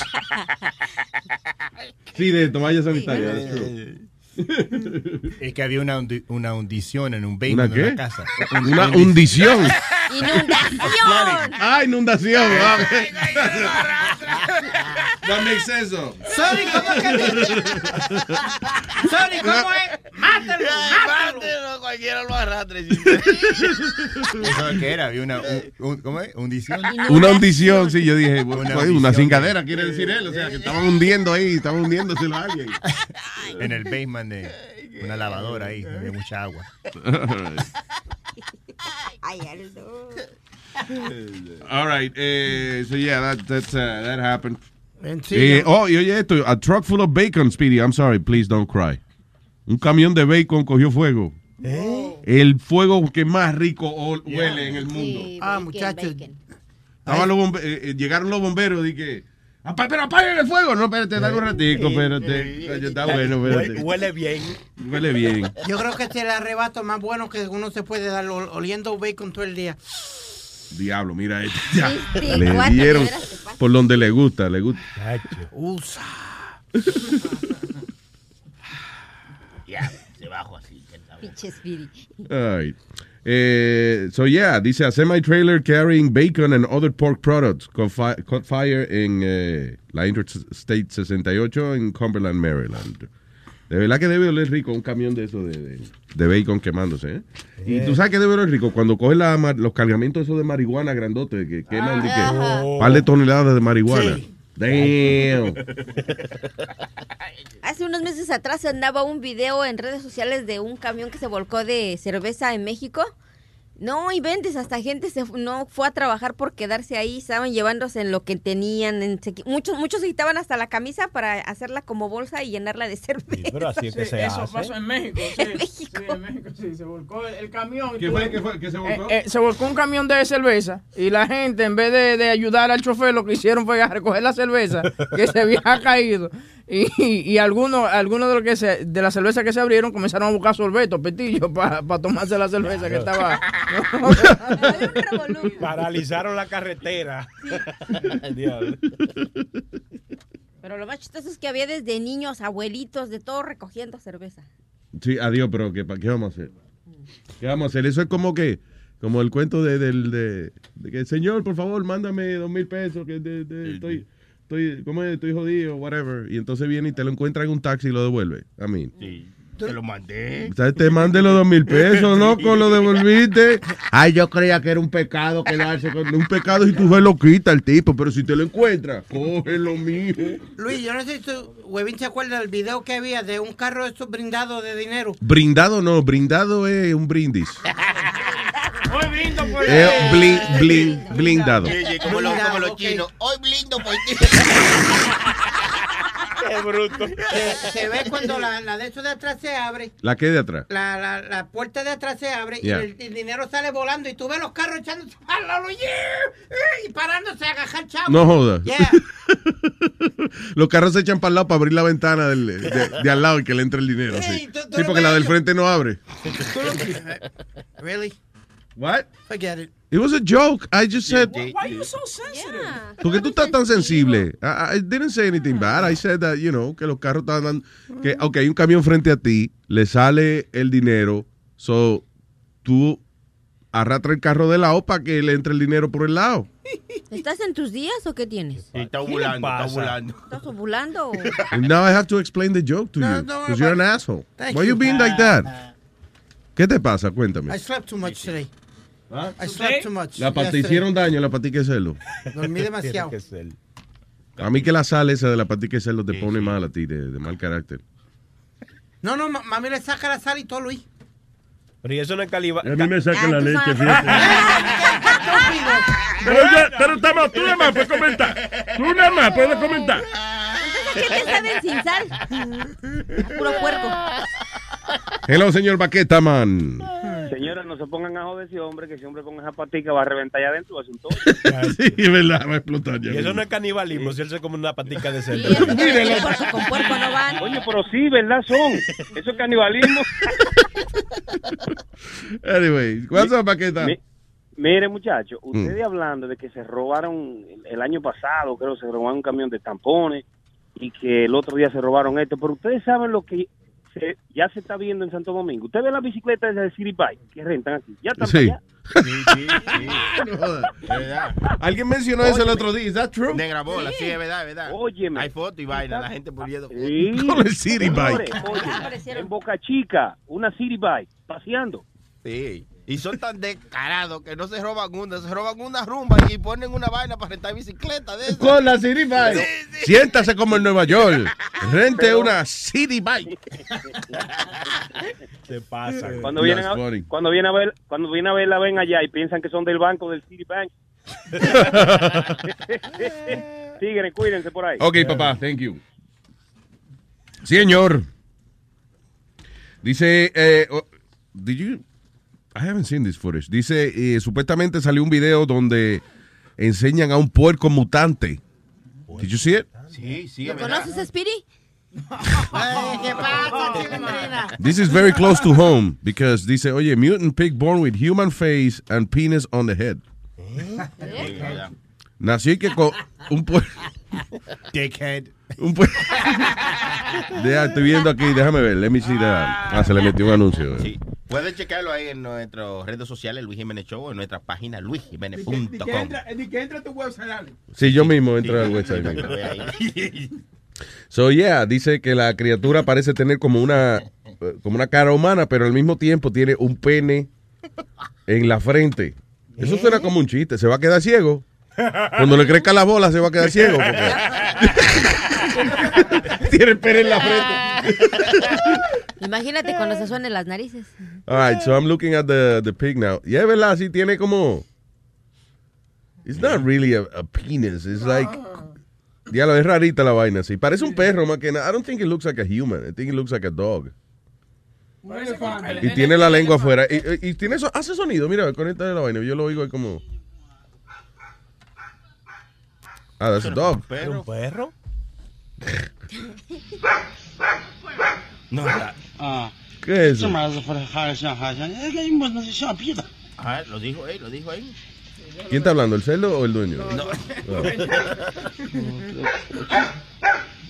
Speaker 4: Sí, de toallas
Speaker 1: sanitarias, that's eh, Es que había una, hundi- una hundición en un basement
Speaker 4: ¿Una
Speaker 1: de
Speaker 4: qué?
Speaker 1: una casa.
Speaker 4: Una hundición.
Speaker 10: ¡Inundación!
Speaker 4: ¡Ah, inundación! No me eso.
Speaker 6: Sorry, ¿cómo que
Speaker 7: Sorry, ¿cómo es? ¡Mátalo! ¡Mátalo!
Speaker 3: Cualquiera lo arrastre.
Speaker 1: ¿Eso qué era? Había una. un- un- ¿Cómo es? Hundición.
Speaker 4: Una hundición, sí, yo dije, bueno, pues, una,
Speaker 1: hundición.
Speaker 4: cingadera, quiere decir él. O sea, que estaban hundiendo ahí, estaban hundiéndoselo a alguien.
Speaker 1: En el basement de una lavadora ahí, donde había mucha agua.
Speaker 10: Ay, Aldo.
Speaker 4: All right, eh, so yeah, that, that's, uh, that happened.
Speaker 6: Sencillo.
Speaker 4: Eh, oh, y oye esto, a truck full of bacon, Speedy, I'm sorry, please don't cry. Un camión de bacon cogió fuego.
Speaker 6: ¿Eh?
Speaker 4: El fuego que más rico ol- huele en el mundo.
Speaker 6: Ah, muchachos.
Speaker 4: Estaban los bombe- eh, eh, llegaron los bomberos y que, "Apa- Ah, pero apaguen el fuego. No, espérate, dale un ratico, espérate. Coño, Está bueno, espérate.
Speaker 8: Huele bien.
Speaker 4: Huele bien.
Speaker 7: Yo creo que este es el arrebato más bueno que uno se puede dar ol- oliendo bacon todo el día.
Speaker 4: Diablo, mira esto.
Speaker 7: sí,
Speaker 4: le
Speaker 7: guata,
Speaker 4: dieron
Speaker 7: de veras que pasa.
Speaker 4: por donde le gusta, le gusta. Uh,
Speaker 7: Usa.
Speaker 3: Ya, se bajo así. que está bueno.
Speaker 10: Pinche Speedy.
Speaker 4: All right. Eh, so yeah, dice a semi-trailer carrying bacon and other pork products caught, fi- caught fire in eh, la Interstate 68 en Cumberland, Maryland. De verdad que debe oler rico un camión de eso de, de- de bacon quemándose. ¿eh? Y tú sabes que debe oler rico cuando coges la ma- los cargamentos esos de marihuana grandote que
Speaker 7: Ah,
Speaker 4: queman de que,
Speaker 6: ajá.
Speaker 4: par de toneladas de marihuana. Damn.
Speaker 10: Hace unos meses atrás andaba un video en redes sociales de un camión que se volcó de cerveza en México. No inventes, hasta gente se fu- no fue a trabajar por quedarse ahí, estaban llevándose en lo que tenían. en- se qui- muchos, muchos se quitaban hasta la camisa para hacerla como bolsa y llenarla de cerveza.
Speaker 8: Pero así es que se
Speaker 5: Eso
Speaker 8: hace.
Speaker 5: pasó en México. Sí, en México. Sí, en México, sí. Se volcó el, el camión.
Speaker 4: ¿Qué fue? ¿Qué fue? ¿Qué se volcó?
Speaker 5: Eh, eh, se volcó un camión de cerveza y la gente, en vez de, de ayudar al chofer, lo que hicieron fue a recoger la cerveza que se había caído. Y, y, y algunos, algunos de, los que se- de las cervezas que se abrieron comenzaron a buscar sorbetos, petillos, para tomarse la cerveza que estaba.
Speaker 8: Paralizaron la carretera. Diablo.
Speaker 10: Pero lo más chistoso es que había desde niños, abuelitos, de todo recogiendo cerveza.
Speaker 4: Sí, adiós, pero ¿qué, pa- ¿qué vamos a hacer? ¿Qué vamos a hacer? Eso es como que, como el cuento de, del de, de que, señor, por favor, mándame dos mil pesos, que de- de- estoy, estoy, ¿cómo es? Estoy jodido, whatever. Y entonces viene y te lo encuentra en un taxi y lo devuelve. A mí.
Speaker 3: Te lo mandé.
Speaker 4: Te mande los dos mil pesos, loco, lo devolviste. Ay, yo creía que era un pecado quedarse con un pecado y tú se lo quita el tipo, pero si te lo encuentra, cógelo, mijo.
Speaker 7: Luis, yo no sé si tú, Webin, se acuerda del video que había de un carro de estos brindados de dinero.
Speaker 4: Brindado no, brindado es un brindis.
Speaker 7: Muy brindo por
Speaker 4: Es blin, blin, blindado.
Speaker 3: Como los, como los chinos. Hoy blindo por ti.
Speaker 8: Qué bruto.
Speaker 7: Se, se ve cuando la, la de eso de atrás se abre.
Speaker 4: ¿La qué de atrás?
Speaker 7: La, la, la puerta de atrás se abre
Speaker 4: Yeah.
Speaker 7: y el, el dinero sale volando y tú ves los carros echándose al lado yeah, eh, y parándose a agajar chavo.
Speaker 4: No jodas.
Speaker 7: Yeah.
Speaker 4: Los carros se echan para el lado para abrir la ventana del- de, de al lado y que le entre el dinero. Sí, Sí, porque la del frente no abre.
Speaker 5: eh,
Speaker 7: Really?
Speaker 4: What?
Speaker 7: Forget it.
Speaker 4: It was a joke. I just said.
Speaker 5: Why are you so sensitive?
Speaker 4: ¿Por qué tú estás tan sensible? I, I didn't say anything bad. I said that, you know, que los carros estaban dando. Que, ok, hay un camión frente a ti, le sale el dinero, so tú arrastra el carro de lado para que le entre el dinero por el lado.
Speaker 10: ¿Estás en tus días o qué tienes?
Speaker 3: Está
Speaker 8: le
Speaker 3: ovulando, está
Speaker 8: pasa?
Speaker 3: ovulando.
Speaker 10: ¿Estás ovulando? o-
Speaker 4: And now I have to explain the joke to
Speaker 7: No,
Speaker 4: you.
Speaker 7: no,
Speaker 4: Because you're an asshole.
Speaker 7: Thank
Speaker 4: Why you
Speaker 7: you.
Speaker 4: being like that? ¿Qué te pasa?
Speaker 7: I
Speaker 4: Cuéntame.
Speaker 7: slept too much today. I slept too much.
Speaker 4: La pata
Speaker 7: yesterday.
Speaker 4: hicieron daño, la pata hay que hacerlo.
Speaker 7: Dormí demasiado.
Speaker 4: A mí que la sal esa de la pata hay que hacerlo te pone mal a ti, de, de mal carácter.
Speaker 7: No, no, ma- mami le saca la sal y todo, Luis.
Speaker 8: Pero y eso no es caliba. Ah,
Speaker 9: A mí me saca la leche,
Speaker 8: sabes.
Speaker 9: fíjate. Pero, ya- pero está mal, tú nada más puedes comentar. Tú nada más puedes comentar.
Speaker 10: ¿Qué te saben sin sal? A Puro puerco.
Speaker 4: Hello, señor Baqueta Man.
Speaker 13: Señora, no se pongan a joder si hombre, que si hombre con esa patica va a reventar allá adentro, va a ser un tollo.
Speaker 4: sí, es verdad, va a explotar ya.
Speaker 8: Y eso no es canibalismo, si él se come una patica de cerdo.
Speaker 13: Oye, pero sí, ¿verdad? Son. Eso es canibalismo.
Speaker 4: Anyway, what's up, Baqueta?
Speaker 13: Mi- Mire, muchachos, ustedes hablando de que se robaron el año pasado, creo, se robaron un camión de tampones y que el otro día se robaron esto, pero ustedes saben lo que se- ya se está viendo en Santo Domingo. Ustedes ven las bicicletas de City Bike que rentan aquí. Ya están
Speaker 4: Sí.
Speaker 13: allá.
Speaker 4: Alguien mencionó eso el otro día. ¿Es that true?
Speaker 6: Negra bola, sí, es verdad, es verdad.
Speaker 13: Óyeme.
Speaker 6: Hay foto y vaina, la gente poniendo.
Speaker 4: Con el City Bike.
Speaker 13: Señores, oye, en Boca Chica, una City Bike, paseando.
Speaker 6: Sí. Y son tan descarados que no se roban una, se roban una rumba y ponen una vaina para rentar bicicleta de esas.
Speaker 4: Con la City Bike. Siéntase como en Nueva York. Rente una City Bike.
Speaker 8: Se pasa.
Speaker 4: Eh,
Speaker 13: Cuando vienen, a, cuando, vienen a ver, cuando vienen a ver la ven allá y piensan que son del banco del City Bank. Tigres, cuídense por ahí.
Speaker 4: Ok, papá, thank you. Señor. Dice, eh, oh, did you, I haven't seen this footage. Dice, eh, supuestamente salió un video donde enseñan a un puerco mutante. Did you see it?
Speaker 6: Sí, sí,
Speaker 10: ¿Lo conoces, Spiri?
Speaker 7: ¿Qué pasa, Chilindrina?
Speaker 4: This is very close to home because dice, oye, mutant pig born with human face and penis on the head.
Speaker 6: ¿Eh?
Speaker 4: ¿Eh? Nací que con un puerco.
Speaker 1: Dickhead.
Speaker 4: Un puer- Deja, estoy viendo aquí, déjame ver. Let me see that. Ah, se le metió un anuncio.
Speaker 6: Pueden checarlo ahí en nuestras redes sociales, Luis Jiménez Show, en nuestra página
Speaker 14: Ni que
Speaker 6: luisjiménez.com.
Speaker 14: entra, eh, ni que entra a tu website, dale.
Speaker 4: Sí, yo mismo entro al website. So yeah, dice que la criatura parece tener como una eh, como una cara humana, pero al mismo tiempo tiene un pene en la frente. Eso suena como un chiste, se va a quedar ciego. Cuando le crezca la bola se va a quedar ciego. porque- tiene el pene en la frente.
Speaker 10: Imagínate cuando se suenen las narices.
Speaker 4: All right, so I'm looking at the, the pig now. Y es verdad, sí tiene como. It's not really a, a penis. It's like. Ya lo es rarita la vaina, sí. Parece un perro más que nada. I don't think it looks like a human. I think it looks like a dog. Y tiene la lengua afuera. Y, y- y tiene so- hace sonido. Mira, conecta la vaina. Yo lo oigo ahí como. Ah, that's a dog.
Speaker 6: ¿Perro? ¿Perro?
Speaker 15: No, ah,
Speaker 4: ¿Qué es eso?
Speaker 15: eso más fuera, ja, ja, ja, ja. Es que hay un montón de chapitas.
Speaker 6: Ah, lo dijo él, lo dijo él.
Speaker 4: ¿Quién está hablando? ¿El cerdo o el dueño?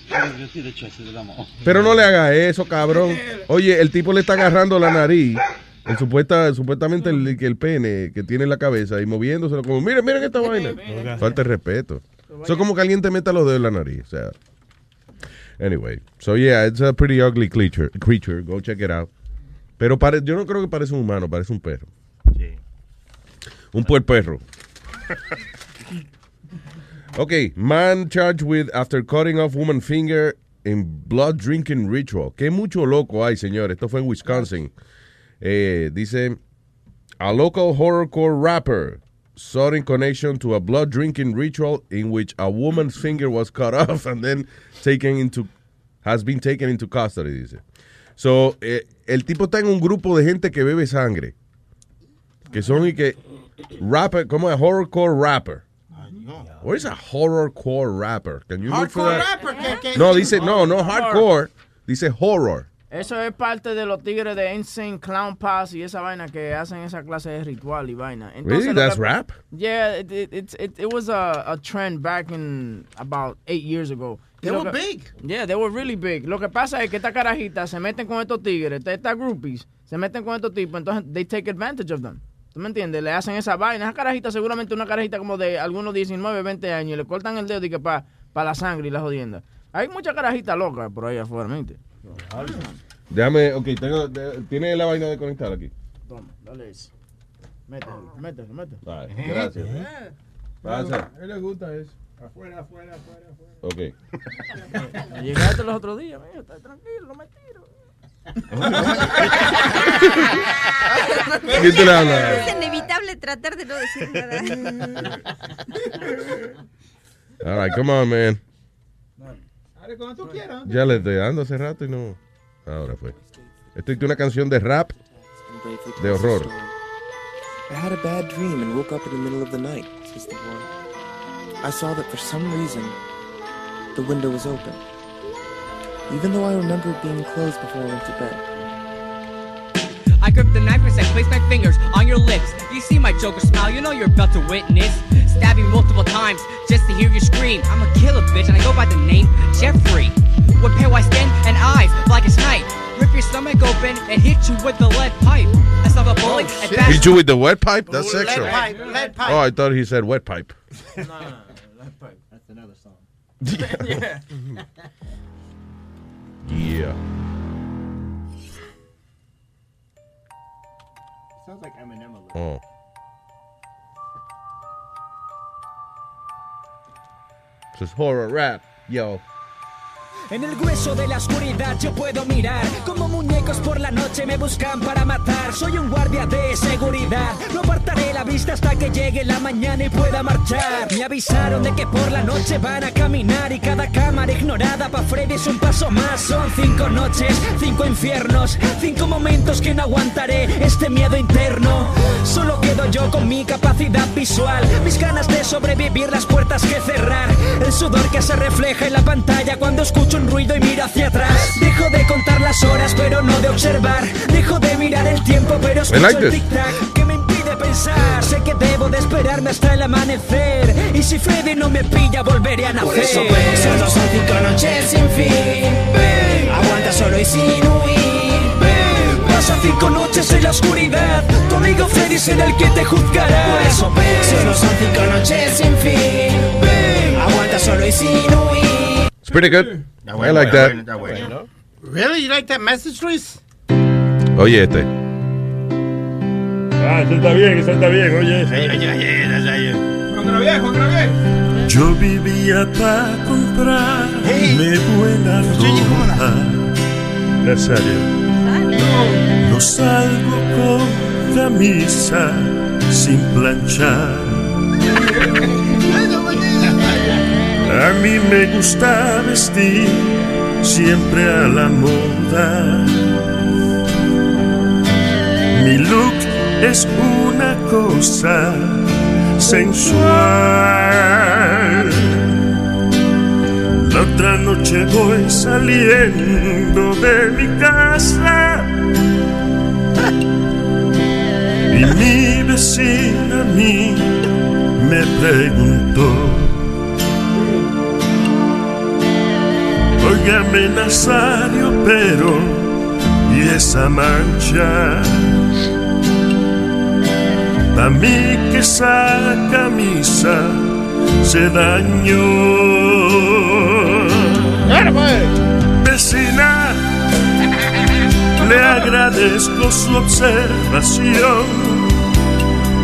Speaker 4: Oh.
Speaker 15: Yo sí le echo así de la mano.
Speaker 4: Pero no le hagas eso, cabrón. Oye, el tipo le está agarrando la nariz. El supuesta, supuestamente el, que el pene que tiene en la cabeza y moviéndoselo como, miren, miren esta vaina. Falta de respeto. Eso es como que alguien te meta los dedos en la nariz. O sea. Anyway, so yeah, it's a pretty ugly creature. creature. Go check it out. Pero pare- yo no creo que parece un humano, parece un perro. Un puerperro. Ok, man charged with after cutting off woman finger in blood drinking ritual. Qué mucho loco hay, señor. Esto fue en Wisconsin. Eh, dice, a local horrorcore rapper sought in connection to a blood drinking ritual in which a woman's finger was cut off and then taken into has been taken into custody. Dice. So, eh, el tipo está en un grupo de gente que bebe sangre, que son y que rapper, ¿cómo es horrorcore rapper? What is a horrorcore rapper? Can you look for
Speaker 5: Hardcore
Speaker 4: that?
Speaker 5: rapper, ¿qué- qué-
Speaker 4: No, dice, no, no,
Speaker 5: Horror.
Speaker 4: hardcore. Dice horror.
Speaker 5: Eso es parte de los tigres de Insane Clown Pass y esa vaina que hacen esa clase de ritual y vaina.
Speaker 4: Really?
Speaker 5: lo
Speaker 4: That's
Speaker 5: que-
Speaker 4: rap?
Speaker 5: Yeah, it, it, it's- it, it was a, a trend back in about eight years ago.
Speaker 6: They
Speaker 5: Y lo
Speaker 6: were
Speaker 5: que-
Speaker 6: big.
Speaker 5: Yeah, they were really big. Lo que pasa es que estas carajitas se meten con estos tigres, estas- estas groupies, se meten con estos tipos, entonces they take advantage of them. ¿Tú me entiendes? Le hacen esa vaina. Esa carajita, seguramente una carajita como de algunos 19, 20 años, y le cortan el dedo y que para pa la sangre y la jodienda. Hay mucha carajita loca por ahí afuera, ¿viste?
Speaker 4: Déjame, ok, tengo, de- tiene la vaina de conectar aquí.
Speaker 5: Toma, dale eso. Mételo, mételo, mételo.
Speaker 4: Vale, gracias. Pasa.
Speaker 14: A él le gusta eso. Afuera, afuera, afuera. afuera.
Speaker 4: Ok.
Speaker 5: Llegaste los otros días, mira, está tranquilo, no me tiro.
Speaker 4: ¿Quién te le habla?
Speaker 10: Es inevitable tratar de no decir nada.
Speaker 4: All right, come on, man.
Speaker 14: Dale, cuando tú quieras.
Speaker 4: Ya le estoy dando hace rato y no. Ahora fue. Esto es una canción de rap de horror.
Speaker 16: I had a bad dream and woke up in the middle of the night, says the boy. I saw that for some reason the window was open, even though I remember it being closed before I went to bed.
Speaker 17: I
Speaker 18: grip the knife as I place my fingers on your lips. You see my Joker smile, you know you're about to witness. Stab you multiple times just to hear you scream. I'm a killer bitch, and I go by the name Jeffrey. With pale white skin and eyes black as night. Rip your stomach open and hit you with the lead pipe. I saw the bullet at that.
Speaker 4: Hit you with the wet pipe? That's
Speaker 18: Lead
Speaker 4: sexual.
Speaker 18: pipe, lead pipe.
Speaker 4: Oh, I thought he said wet pipe.
Speaker 1: No, no, no, that pipe. That's another song.
Speaker 4: Yeah. Yeah.
Speaker 1: Sounds like Eminem a little.
Speaker 4: Oh. This is horror rap, yo.
Speaker 19: En el hueso de la oscuridad yo puedo mirar Como muñecos por la noche me buscan para matar Soy un guardia de seguridad No apartaré la vista hasta que llegue la mañana y pueda marchar Me avisaron de que por la noche van a caminar Y cada cámara ignorada pa' Freddy es un paso más Son cinco noches, cinco infiernos Cinco momentos que no aguantaré este miedo interno Solo quedo yo con mi capacidad visual Mis ganas de sobrevivir, las puertas que cerrar El sudor que se refleja en la pantalla cuando escucho un ruido y miro hacia atrás Dejo de contar las horas pero no de observar Dejo de mirar el tiempo pero escucho
Speaker 4: like
Speaker 19: el
Speaker 4: this.
Speaker 19: tic-tac que me impide pensar Sé que debo de esperarme hasta el amanecer Y si Freddy no me pilla volveré a nacer
Speaker 20: Por eso ven, solo son cinco noches sin fin. Ven, aguanta solo y sin huir. Ven,
Speaker 19: Pasan cinco noches en la oscuridad Tu amigo Freddy será el que te juzgará
Speaker 20: por eso ven, solo son cinco noches sin fin. Ven, aguanta solo y sin huir.
Speaker 4: It's pretty good. I like that.
Speaker 7: Really? You like that message, Luis?
Speaker 4: Oye, este.
Speaker 5: Ah, eso está bien, eso está bien, oye.
Speaker 9: Yo vivía para comprarme buena ropa. No salgo con camisa sin planchar. A mí me gusta vestir siempre a la moda. Mi look es una cosa sensual. La otra noche voy saliendo de mi casa y mi vecina a mí me preguntó. Óigame Nazario, pero y esa mancha. A mí que esa camisa se dañó. Vecina, le agradezco su observación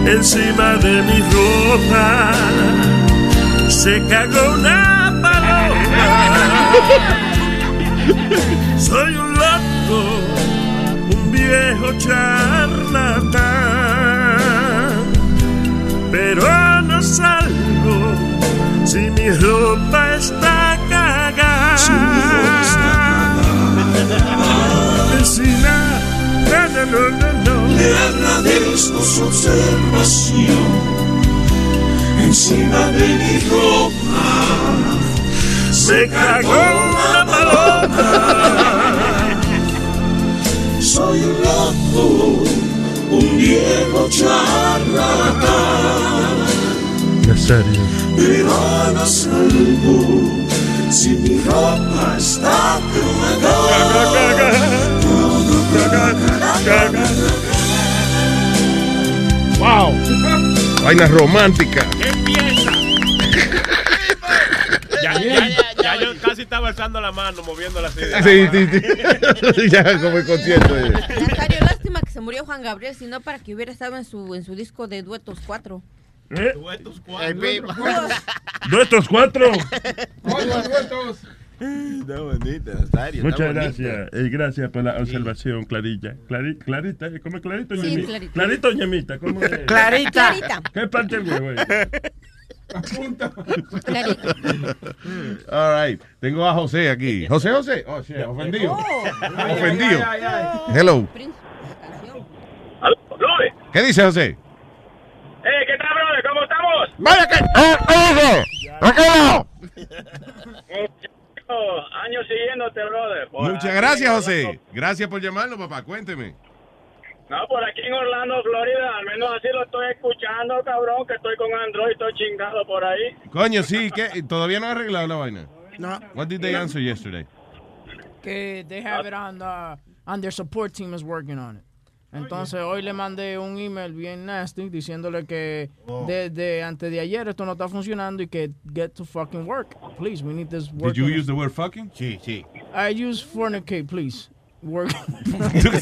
Speaker 9: encima de mi ropa. Se cagó una paloma. Soy un loco, un viejo charlatán, pero no salgo si mi ropa está cagada. Vecina, no, no, no, no, no. Le agradezco su observación encima de mi ropa. Se cagó una paloma. Soy un loco, un viejo charlatán,
Speaker 4: Nazario.
Speaker 9: pero no salgo si mi ropa está cagada.
Speaker 4: Wow. Vaina romántica.
Speaker 14: Ya, ya, ya yo casi estaba alzando la mano, moviéndola así.
Speaker 4: Sí, sí, sí. ya como el concierto. eh.
Speaker 10: Nazario, lástima que se murió Juan Gabriel, sino para que hubiera estado en su, en su disco de duetos 4.
Speaker 5: ¿Eh?
Speaker 10: ¿Duetos
Speaker 5: cuatro? Duetos cuatro.
Speaker 14: No, bonita, Nazario.
Speaker 5: Muchas gracias. eh, gracias por la observación, Clarilla. Clari- clarita, eh, ¿cómo es Clarita? o
Speaker 14: Sí,
Speaker 5: Ñemita?
Speaker 14: Clarita.
Speaker 5: Clarita o Ñemita, ¿cómo es?
Speaker 14: Clarita. Clarita.
Speaker 5: ¿Qué parte el huevo es?
Speaker 1: Apunta.
Speaker 4: All right. Tengo a José aquí. José, José. Oh, shit, ofendido. Ofendido. Hello. ¿Qué dice José?
Speaker 21: ¡Eh, qué tal, brother! ¿Cómo estamos?
Speaker 4: ¡Vaya que... eh,
Speaker 21: Muchacho, años Eh, siguiéndote, brother. Por
Speaker 4: Muchas
Speaker 21: ahí,
Speaker 4: gracias,
Speaker 21: por
Speaker 4: José. Gracias por llamarnos, papá. Cuénteme.
Speaker 21: ahí. No, por aquí en Orlando, Florida, al menos así lo estoy escuchando, cabrón, que estoy con Android, estoy chingado por ahí.
Speaker 4: Coño, sí, que todavía no ha arreglado la vaina.
Speaker 5: No.
Speaker 4: What did they answer yesterday?
Speaker 5: que they have it on the, on their support team is working on it. Entonces hoy le mandé un email bien nasty diciéndole que
Speaker 4: Oh.
Speaker 5: desde antes de ayer esto no está funcionando y que get to fucking work, please. We need this work.
Speaker 20: Did you
Speaker 5: on it.
Speaker 20: use the word fucking?
Speaker 4: Sí, sí.
Speaker 5: I use fornicate, please. Work.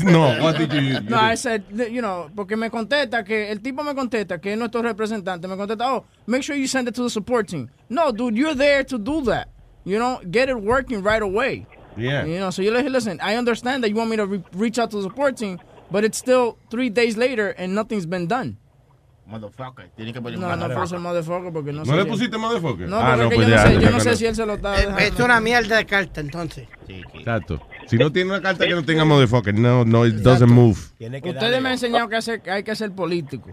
Speaker 20: No, what did you use?
Speaker 5: No, I said, you know, porque me contesta que el tipo me contesta que es nuestro representante. Me contesta, oh, make sure you send it to the support team. No, dude, you're there to do that. You know, get it working right away.
Speaker 4: Yeah.
Speaker 5: You know, so you like, listen, I understand that you want me to re- reach out to the support team, but it's still three days later and nothing's been done.
Speaker 6: Motherfucker. Tiene que poner
Speaker 5: No, no puse el motherfucker porque
Speaker 4: ¿No
Speaker 5: no sé.
Speaker 4: le
Speaker 5: si-
Speaker 4: pusiste motherfucker?
Speaker 5: No,
Speaker 4: Ah,
Speaker 5: porque
Speaker 4: no,
Speaker 5: es que
Speaker 4: pues
Speaker 5: yo
Speaker 4: ya,
Speaker 5: no sé, yo
Speaker 4: ya
Speaker 5: no sé
Speaker 4: no.
Speaker 5: si él se lo está dejando.
Speaker 7: Eh, Es una mierda de carta, entonces.
Speaker 4: Exacto. Si no tiene una carta que no tenga motherfucker, no, no, it doesn't move.
Speaker 5: Ustedes me han enseñado que, hacer- que hay que ser político.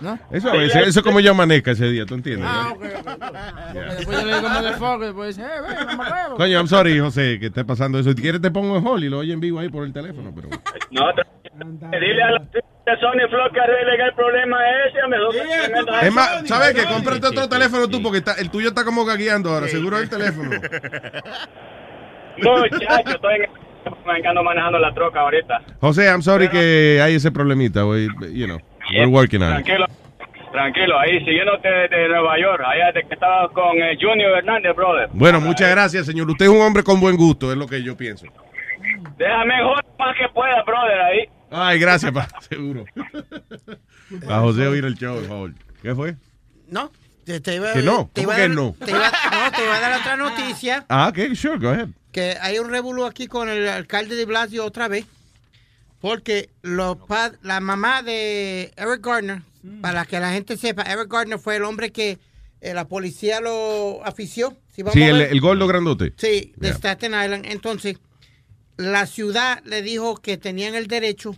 Speaker 5: ¿No?
Speaker 4: Eso a veces, eso es como yo amanezca ese día, ¿tú entiendes?
Speaker 5: Ah, ok, ok, ok. Porque Después yo le digo motherfucker, después dice, eh, ven, mamá,
Speaker 4: Coño, I'm sorry, José, que esté pasando eso. Si quieres te pongo en hall y lo oye en vivo ahí por el teléfono, pero...
Speaker 21: No, tra- dile a la de Sony Flow que arregle el problema ese, me lo
Speaker 4: Es más, ¿sabes qué? Cómprate otro teléfono tú, porque está- el tuyo está como gagueando ahora, seguro el teléfono.
Speaker 21: Muchacho, estoy en- ando manejando la troca ahorita.
Speaker 4: José, I'm sorry que hay ese problemita, güey, you know, we're working on it.
Speaker 21: Tranquilo, tranquilo, ahí siguiéndote de Nueva York, allá de que estaba con eh, Junior Hernández, brother.
Speaker 4: Bueno, muchas gracias, señor. Usted es un hombre con buen gusto, es lo que yo pienso.
Speaker 21: Déjame joder más que pueda, brother, ahí.
Speaker 4: Ay, gracias, pa, seguro. A José oír el show, por favor. ¿Qué fue?
Speaker 7: No, te, te iba,
Speaker 4: Que no,
Speaker 7: te
Speaker 4: ¿cómo
Speaker 7: iba a
Speaker 4: que
Speaker 7: dar-
Speaker 4: no?
Speaker 7: Te iba, no, te iba a dar otra noticia.
Speaker 4: Ah, ok, sure, go ahead.
Speaker 7: que hay un revolú aquí con el alcalde de Blasio otra vez, porque los pa- la mamá de Eric Gardner,
Speaker 20: Mm.
Speaker 7: para que la gente sepa, Eric Gardner fue el hombre que eh, la policía lo afició. si vamos
Speaker 4: Sí,
Speaker 7: a
Speaker 4: el,
Speaker 7: ver.
Speaker 4: el gordo grandote.
Speaker 7: Sí, de
Speaker 4: Yeah.
Speaker 7: Staten Island. Entonces, la ciudad le dijo que tenían el derecho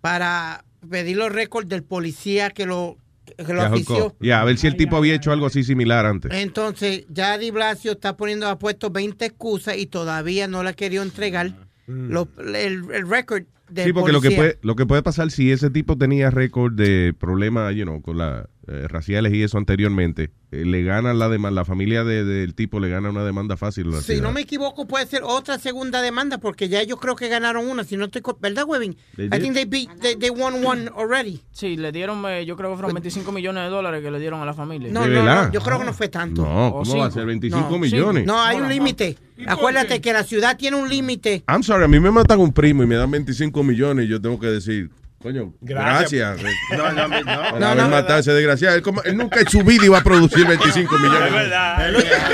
Speaker 7: para pedir los récords del policía que lo, que lo
Speaker 4: Ya,
Speaker 7: afició.
Speaker 4: Jocó. Ya, a ver si el tipo había hecho algo así similar
Speaker 7: Eh,
Speaker 4: antes.
Speaker 7: Entonces, ya Di Blasio está poniendo, ha puesto 20 excusas y todavía no le ha querido entregar lo- el, el récord del
Speaker 4: Ah, mm. Sí, porque lo que,
Speaker 7: policía.
Speaker 4: puede, lo que puede pasar si ese tipo tenía récord de problemas, you know, con las raciales y eso anteriormente, eh, le gana la demanda, la familia de- del tipo le gana una demanda fácil. a la
Speaker 7: Si
Speaker 4: ciudad.
Speaker 7: no me equivoco, puede ser otra segunda demanda porque ya ellos creo que ganaron una. Si no estoy, co- ¿verdad, Webin?
Speaker 4: They
Speaker 7: I
Speaker 4: did.
Speaker 7: think they beat, they, they won one already.
Speaker 5: Sí, le dieron, eh, yo creo que fueron 25 millones de dólares que le dieron a la familia.
Speaker 7: No, no, no, yo creo que no fue tanto.
Speaker 4: No, ¿cómo
Speaker 5: O
Speaker 4: va a
Speaker 5: cinco.
Speaker 4: ser 25
Speaker 5: No,
Speaker 4: millones?
Speaker 7: No, hay un límite. Acuérdate que la ciudad tiene un límite.
Speaker 4: I'm sorry, a mí me matan un primo y me dan 25 millones y yo tengo que decir, coño, gracias.
Speaker 6: No, no, no.
Speaker 4: Por haber matado a ese desgraciado. Él, como- él nunca en su vida iba a producir 25 millones.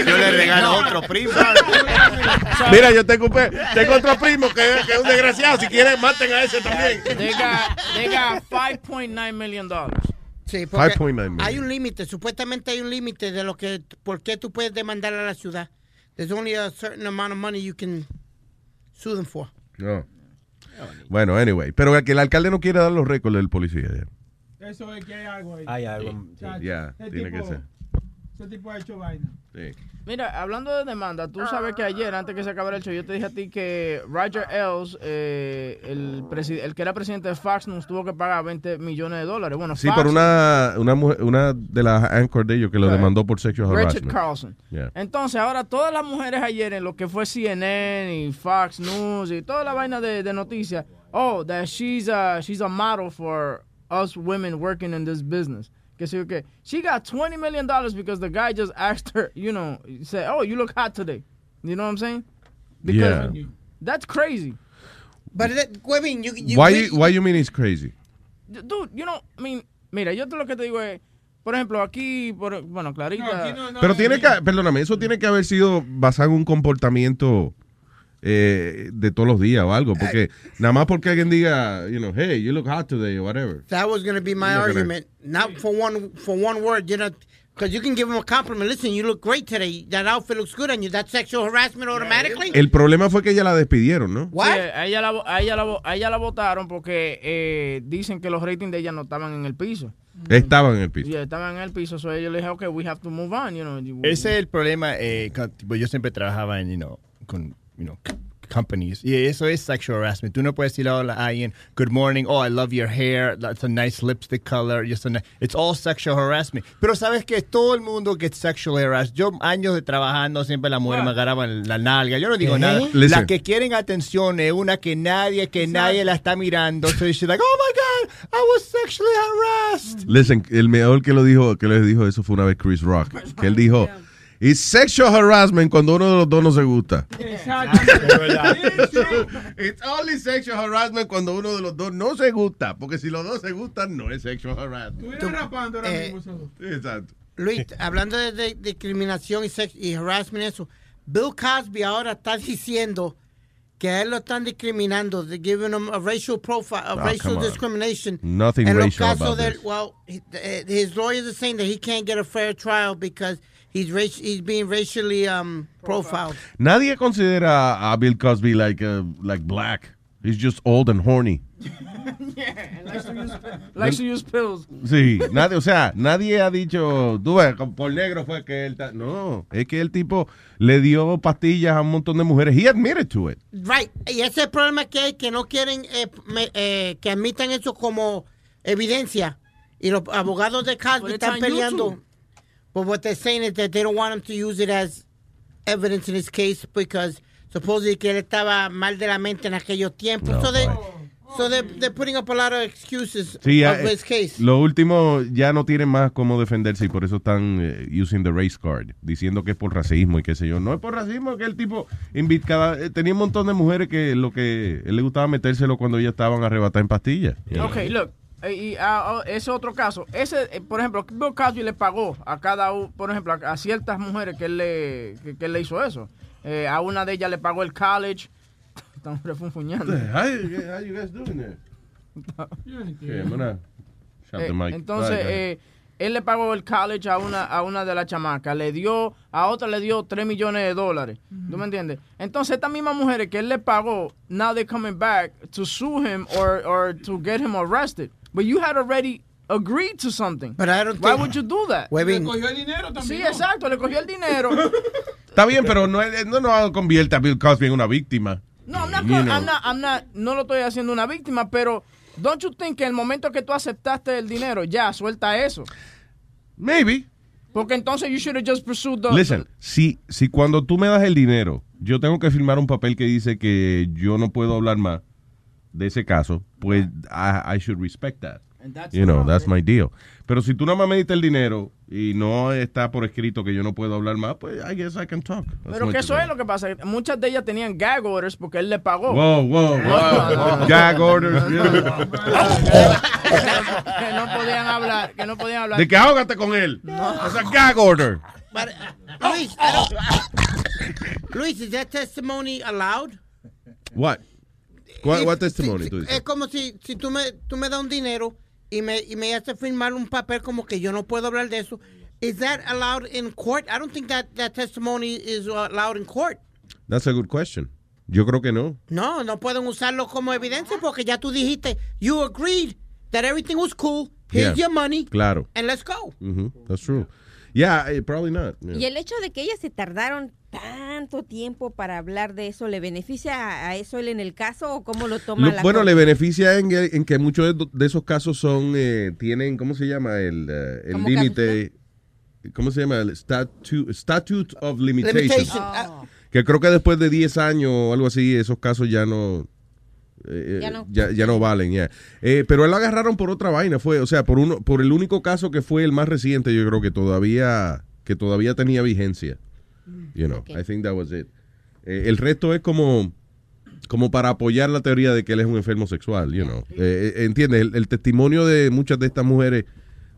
Speaker 6: Yo le regalo otro primo.
Speaker 4: Mira, yo tengo, un pe- tengo otro primo que, que es un desgraciado. Si quieren, maten a ese también.
Speaker 5: They got, they got 5.9 million dollars.
Speaker 7: Sí, porque
Speaker 4: 5.9 million.
Speaker 7: hay un límite, supuestamente hay un límite de lo que, por qué tú puedes demandar a la ciudad. There's only a certain amount of money you can sue them for.
Speaker 4: No. Bueno, anyway. Pero que el alcalde no quiere dar los récords del policía. ya.
Speaker 14: Eso es que hay algo ahí.
Speaker 4: Hay algo, sí.
Speaker 14: Chacho,
Speaker 4: Ya,
Speaker 14: ese
Speaker 4: tiene que
Speaker 14: tipo-
Speaker 4: ser.
Speaker 14: Ese tipo ha hecho vaina.
Speaker 5: Mira, hablando de demanda, tú sabes que ayer, antes que se acabara el show, yo te dije a ti que Roger Ailes, eh, el, presi- el que era presidente de Fox News, tuvo que pagar 20 millones de dólares. Bueno,
Speaker 4: Sí,
Speaker 5: Fox,
Speaker 4: por una, una, mujer- una de las anchor de ellos que lo demandó por sexual
Speaker 5: Richard
Speaker 4: harassment.
Speaker 5: Carlson.
Speaker 4: Yeah.
Speaker 5: Entonces, ahora todas las mujeres ayer en lo que fue CNN y Fox News y toda la vaina de, de noticias, oh, that she's a, she's a model for us women working in this business. Que sé yo qué. She got 20 million dollars because the guy just asked her, you know, said, oh, you look hot today. You know what I'm saying? Because
Speaker 4: Yeah.
Speaker 5: that's crazy.
Speaker 7: But that, Webin, you, you,
Speaker 4: Why, you- why you mean it's crazy?
Speaker 5: dude, you know, I mean, mira, yo te lo que te digo es, por ejemplo, aquí, por, bueno, Clarita.
Speaker 4: Pero tiene que, perdóname, eso tiene que haber sido basado en un comportamiento eh, de todos los días o algo, porque nada más porque alguien diga, you know, hey, you look hot today or whatever.
Speaker 7: That was going to be my
Speaker 4: You're not gonna-
Speaker 7: argument. Not for one for one word, you know, because you can give him a compliment. Listen, you look great today. That outfit looks good on you. That's sexual harassment automatically.
Speaker 4: El problema fue que ella la despidieron, ¿no?
Speaker 5: Sí, a ella la, a ella la, a ella la votaron porque eh, dicen que los ratings de ella no estaban en el piso.
Speaker 4: Estaban en el piso.
Speaker 5: Y estaban en el piso, so yo le dije, okay, we have to move on, you know. you-
Speaker 1: Ese es el problema. eh, con- tipo, yo siempre trabajaba en, you know, con, you know, c- companies. Y eso es sexual harassment. Tú no puedes decirle a la- a alguien, good morning, oh, I love your hair, that's a nice lipstick color. It's, a ni- it's all sexual harassment. Pero sabes que todo el mundo gets sexually harassed. Yo años de trabajando, siempre la mujer me agarraba la nalga. Yo no digo
Speaker 4: ¿Eh?
Speaker 1: nada.
Speaker 4: Listen.
Speaker 1: La que quieren atención es una que nadie, que nadie la está mirando. So she's like, oh my God, I was sexually harassed.
Speaker 4: Listen, el mejor que lo dijo, que les dijo eso fue una vez Chris Rock, que él dijo, "It's sexual harassment cuando uno de los dos no se gusta." It's only sexual harassment cuando uno de los dos no se gusta, porque si los dos se gustan no es sexual harassment.
Speaker 14: Estuvieron rapando ahora mismo
Speaker 7: Eh,
Speaker 14: esos dos.
Speaker 4: Exacto.
Speaker 7: Luis, hablando de, de- discriminación y, sex- y harassment, eso, Bill Cosby ahora está diciendo que a él lo están discriminando, de giving him a racial profile, a
Speaker 4: Oh, come
Speaker 7: racial
Speaker 4: on.
Speaker 7: discrimination.
Speaker 4: Nothing
Speaker 7: en los
Speaker 4: racial
Speaker 7: casos
Speaker 4: about
Speaker 7: del,
Speaker 4: this.
Speaker 7: well, he- eh, his lawyers are saying that he can't get a fair trial because he's rac he's being racially um, profiled.
Speaker 4: Nadie considera a Bill Cosby like uh, like black. He's just old and horny.
Speaker 5: yeah, likes to use, likes to use pills.
Speaker 4: Sí, nadie, o sea, nadie ha dicho, tú ves, con- por negro fue que él... ta-". No, es que el tipo le dio pastillas a un montón de mujeres. He admitted to it.
Speaker 7: Right. Y ese es el problema que hay, que no quieren eh, me- eh, que admitan eso como evidencia. Y los abogados de Cosby
Speaker 5: But it's
Speaker 7: están
Speaker 5: on
Speaker 7: peleando.
Speaker 5: YouTube.
Speaker 7: But what they're saying is that they don't want him to use it as evidence in his case because supposedly que él estaba mal de la mente en aquellos tiempos.
Speaker 4: No, pues.
Speaker 7: so they, so they, they're putting up a lot of excuses
Speaker 4: Sí,
Speaker 7: of
Speaker 4: eh,
Speaker 7: his case.
Speaker 4: lo último ya no tienen más cómo defenderse y por eso están eh, using the race card, diciendo que es por racismo y qué sé yo. No es por racismo que el tipo invi- cada- eh, tenía un montón de mujeres que lo que él le gustaba metérselo cuando ellas estaban arrebatadas en pastillas.
Speaker 5: Ok, look. eh, Y ah, oh, ese otro caso, ese, eh, por ejemplo, Bill Cosby le pagó a cada, u- por ejemplo, a, a ciertas mujeres que él le, que, que él le hizo eso. Eh, a una de ellas le pagó el college. Estamos refunfuñando.
Speaker 4: Yeah, I'm gonna shut
Speaker 5: Eh,
Speaker 4: the mic.
Speaker 5: Entonces,
Speaker 4: All right,
Speaker 5: eh, él le pagó el college a una, a una de las chamacas, le dio, a otra le dio 3 millones de dólares. ¿Tú me entiendes? Entonces, estas mismas mujeres que él le pagó, now they're coming back to sue him or, or to get him arrested. But you had already agreed to something.
Speaker 7: But I don't
Speaker 5: Why
Speaker 7: think-
Speaker 5: would you do that?
Speaker 7: Webin. Le
Speaker 5: cogió el dinero también. Sí, exacto, le cogió el dinero.
Speaker 4: Está bien, pero no, es- no nos convierte a Bill Cosby en una víctima.
Speaker 5: No, I'm not,
Speaker 4: You know.
Speaker 5: I'm not- I'm not- no lo estoy haciendo una víctima, pero don't you think que el momento que tú aceptaste el dinero, ya, suelta eso.
Speaker 4: Maybe.
Speaker 5: Porque entonces you should have just pursued the...
Speaker 4: Listen, si, si cuando tú me das el dinero, yo tengo que firmar un papel que dice que yo no puedo hablar más de ese caso, pues I, I should respect that.
Speaker 5: And that's
Speaker 4: You know,
Speaker 5: not
Speaker 4: that's
Speaker 5: it.
Speaker 4: my deal. Pero si tú nada más me diste el dinero y no está por escrito que yo no puedo hablar más, pues I guess I can talk. That's
Speaker 5: Pero
Speaker 4: my
Speaker 5: que eso es lo que pasa. que Muchas de ellas tenían gag orders porque él le pagó.
Speaker 4: Wow, Oh, wow, wow. Gag orders.
Speaker 5: Que no podían hablar, que no podían hablar.
Speaker 4: De que ahógate con él. That's a gag order.
Speaker 7: But, uh, Luis, I don't- Luis, is that testimony allowed?
Speaker 4: What? What, what testimony tú
Speaker 7: Es
Speaker 4: dices?
Speaker 7: como si, si tú, me, tú me das un dinero y me, y me haces firmar un papel como que yo no puedo hablar de eso. Is that allowed in court? I don't think that, that testimony is allowed in court.
Speaker 4: That's a good question. Yo creo que no.
Speaker 7: No, no pueden usarlo como evidencia porque ya tú dijiste, you agreed that everything was cool, here's
Speaker 4: Yeah.
Speaker 7: your money,
Speaker 4: Claro.
Speaker 7: and let's go.
Speaker 4: Mhm, That's true. Yeah, eh, probably not. Yeah.
Speaker 10: Y el hecho de que ellas se tardaron tanto tiempo para hablar de eso, ¿le beneficia a- a eso él en el caso o cómo lo toma
Speaker 4: Lo-
Speaker 10: la
Speaker 4: bueno,
Speaker 10: corte?
Speaker 4: le beneficia en, en que muchos de, do- de esos casos son, eh, tienen, ¿cómo se llama? El eh, el
Speaker 10: Como
Speaker 4: límite. ¿Cómo se llama? El statute, statute of Limitations.
Speaker 7: Limitation.
Speaker 14: Ah, Oh.
Speaker 7: Ah.
Speaker 4: Que creo que después de 10 años o algo así, esos casos ya no. eh,
Speaker 10: Ya
Speaker 4: ya,
Speaker 10: no.
Speaker 4: ya no valen, ya. Eh, pero él lo agarraron por otra vaina, fue, o sea, por uno, por el único caso que fue el más reciente, yo creo que todavía, que todavía tenía vigencia. You know, I think that was it. Eh, el resto es como, como para apoyar la teoría de que él es un enfermo sexual, you know. Eh, eh, ¿Entiendes? El, el testimonio de muchas de estas mujeres